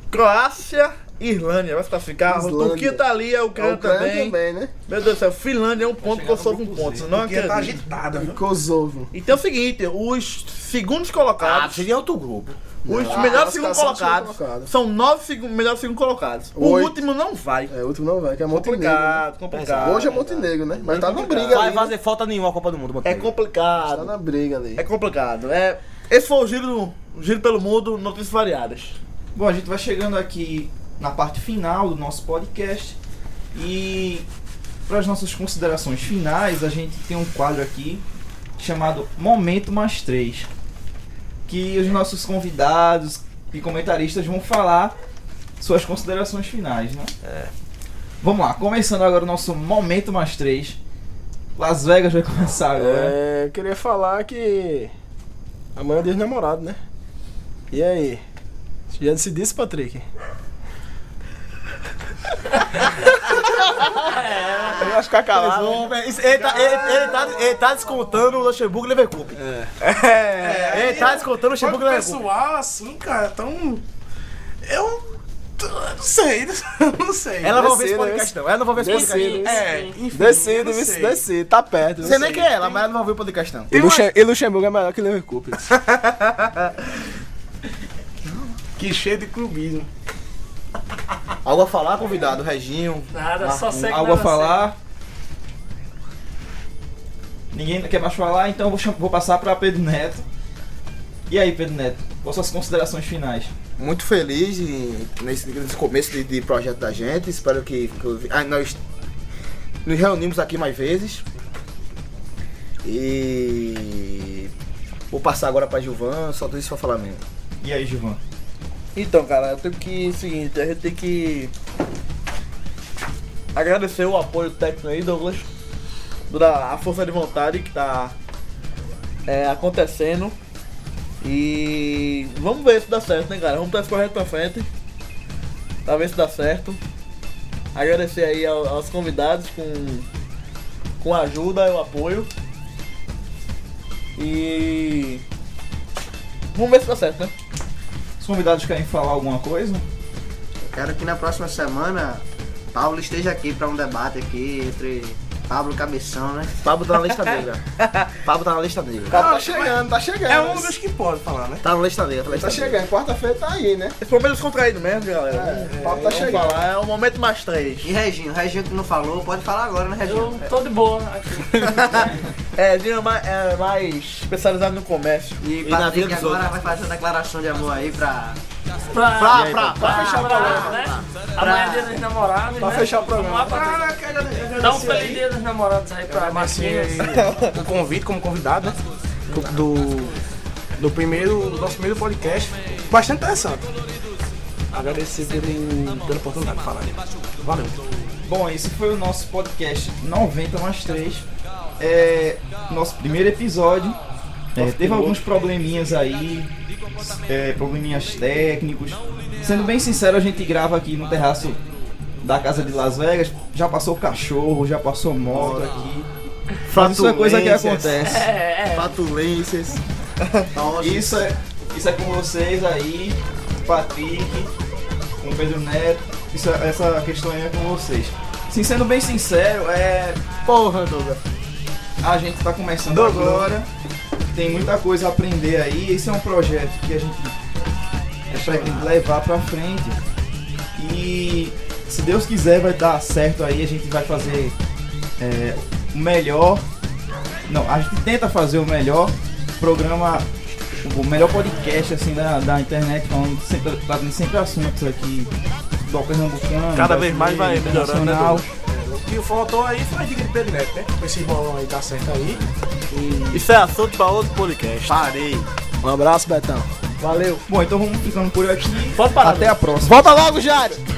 S2: Croácia, Islândia, vai se classificar.
S7: Islândia.
S2: Turquia tá ali, a
S7: A
S2: Ucrânia,
S7: Ucrânia
S2: também.
S7: É, também, né?
S2: Meu Deus do céu, Finlândia é um ponto, Kosovo um ponto. Não
S6: Porque tá
S2: acredito.
S6: agitada, viu?
S7: Kosovo.
S2: Então é o seguinte, os segundos
S3: Ah,
S2: colocados,
S3: seria outro grupo.
S2: os melhores
S7: Ah, classificação
S2: segundos
S7: segundo
S2: colocados,
S7: colocado.
S2: são nove segu- melhores segundos colocados. O
S7: Oito.
S2: último não vai.
S7: É, outro não vai, que é Montenegro. né?
S2: Complicado, complicado.
S7: Hoje é Montenegro, né? Mas tá na briga
S3: Vai
S7: ali. né?
S3: fazer falta nenhuma a Copa do Mundo,
S2: É
S3: Montenegro.
S7: Tá
S2: complicado.
S7: na briga ali.
S2: É complicado. É, esse foi o giro, o giro pelo mundo, notícias variadas.
S1: Bom, a gente vai chegando aqui na parte final do nosso podcast. E para as nossas considerações finais, a gente tem um quadro aqui chamado Momento Mais 3. Que os nossos convidados e comentaristas vão falar suas considerações finais, né? É. Vamos lá, começando agora o nosso Momento Mais 3. Las Vegas vai começar
S2: né?
S1: agora.
S7: É, eu queria falar que amanhã é dia dos namorados, né? E aí? Já decidiu isso, Patrick?
S3: Eu acho que acabou. Ele tá, ele, ele tá, ele tá descontando o Luxemburgo e Leverkusen. É. Ele tá descontando o
S6: Quanto
S3: Luxemburgo e Leverkusen.
S6: pessoal, assim, cara, tão. Eu. t- Não sei, *laughs* não sei.
S3: Ela não vai ver esse
S7: Descendo,
S3: podcast, não. Ela não vai ver esse
S7: Descendo,
S3: podcast.
S6: É, enfim.
S7: Decido,
S6: não
S7: isso,
S6: sei.
S7: decido. Tá perto.
S3: Você nem quer ela, mas ela não vai ver o podcast, não.
S7: E, Luxem- e Luxemburgo é melhor que Leverkusen.
S6: Que cheio de clubismo.
S3: Algo a falar, convidado, Reginho.
S8: Nada, só segue
S1: Ah, Algo a
S8: nada,
S1: falar? Ninguém quer mais falar, então eu vou, cham- vou passar para Pedro Neto. E aí, Pedro Neto, quais suas considerações finais?
S3: Muito feliz em- nesse, nesse começo de, de projeto da gente. Espero que, que eu- ah, nós nos reunimos aqui mais vezes. E Vou passar agora pra Gilvan, só tudo isso pra falar mesmo.
S1: E aí, Gilvan?
S2: Então, cara, eu tenho que. o
S7: é,
S2: seguinte, a gente tem que. Agradecer o apoio técnico aí, Douglas. Da a força de vontade que tá é, acontecendo. E vamos ver se dá certo, né, cara? Vamos dar esse projeto pra frente. Pra ver se dá certo. Agradecer aí ao- aos convidados com, com a ajuda e o apoio. E. Vamos ver se dá certo, né?
S1: Os convidados querem falar alguma coisa?
S4: Quero que na próxima semana Pablo esteja aqui pra um debate aqui entre Pablo e Cabeção, né?
S3: Pablo tá na
S4: *laughs*
S3: lista negra. Pablo tá na lista negra.
S7: Tá, chegando, tá chegando.
S6: É um dos que pode falar, né?
S3: Tá na lista negra, tá na lista
S7: Tá
S3: negra.
S7: chegando, quarta-feira tá aí, né?
S2: Esse momento descontraído mesmo, galera.
S7: É, o papo tá
S2: Vamos
S7: chegando.
S2: falar, é o momento mais três.
S4: E Reginho, Reginho que não falou, pode falar agora, né, Reginho?
S8: Eu tô de boa aqui.
S2: É, Dinho é mais, é mais especializado no comércio.
S4: E
S3: na vida
S4: Patrick
S3: dos
S4: agora
S3: outros.
S4: vai fazer a declaração de amor aí pra.
S8: Pra,
S2: Pra, pra, pra.
S8: Ah, pra fechar o programa, né? Amanhã é dia dos namorados. Pra
S7: fechar o programa.
S8: Dá
S2: Então,
S8: um feliz dia dos namorados aí pra Marquinhos.
S6: o convite como convidado, né? Do, do, do primeiro, do nosso primeiro podcast. Bastante interessante. Agradecer pelo, pela oportunidade de falar. Valeu.
S1: Bom, esse foi o nosso podcast 90 mais 3. É, nosso primeiro episódio. É, teve alguns probleminhas aí, é, probleminhas técnicos. Sendo bem sincero, a gente grava aqui no terraço da casa de Las Vegas. Já passou cachorro, já passou moto aqui. Mas Isso é coisa que acontece.
S8: É, é.
S3: Fatulências.
S1: Isso é, isso é com vocês aí, Patrick, com o Pedro Neto. Isso é- essa questão aí é com vocês. Sim, sendo bem sincero, é.
S3: Porra, Douglas.
S1: A gente tá começando agora. Tem muita coisa a aprender aí. Esse é um projeto que a gente consegue levar pra frente. E se Deus quiser vai dar certo aí, a gente vai fazer é, o melhor. Não, a gente tenta fazer o melhor programa, o melhor podcast assim da, da internet, falando sempre, trazendo sempre assuntos aqui do Pernambucano.
S2: Cada vez mais vai
S1: brasileiro,
S2: melhorando, né,
S1: internacional.
S6: E o faltou aí foi a dica de Pedro Neto, né? Com esse bolão aí tá certo aí.
S2: Isso é assunto pra outro podcast. Parei.
S7: Um abraço, Betão. Valeu.
S1: Bom, então vamos ficando por aqui.
S8: Pode parar.
S1: Até a próxima.
S7: Volta logo, Jário.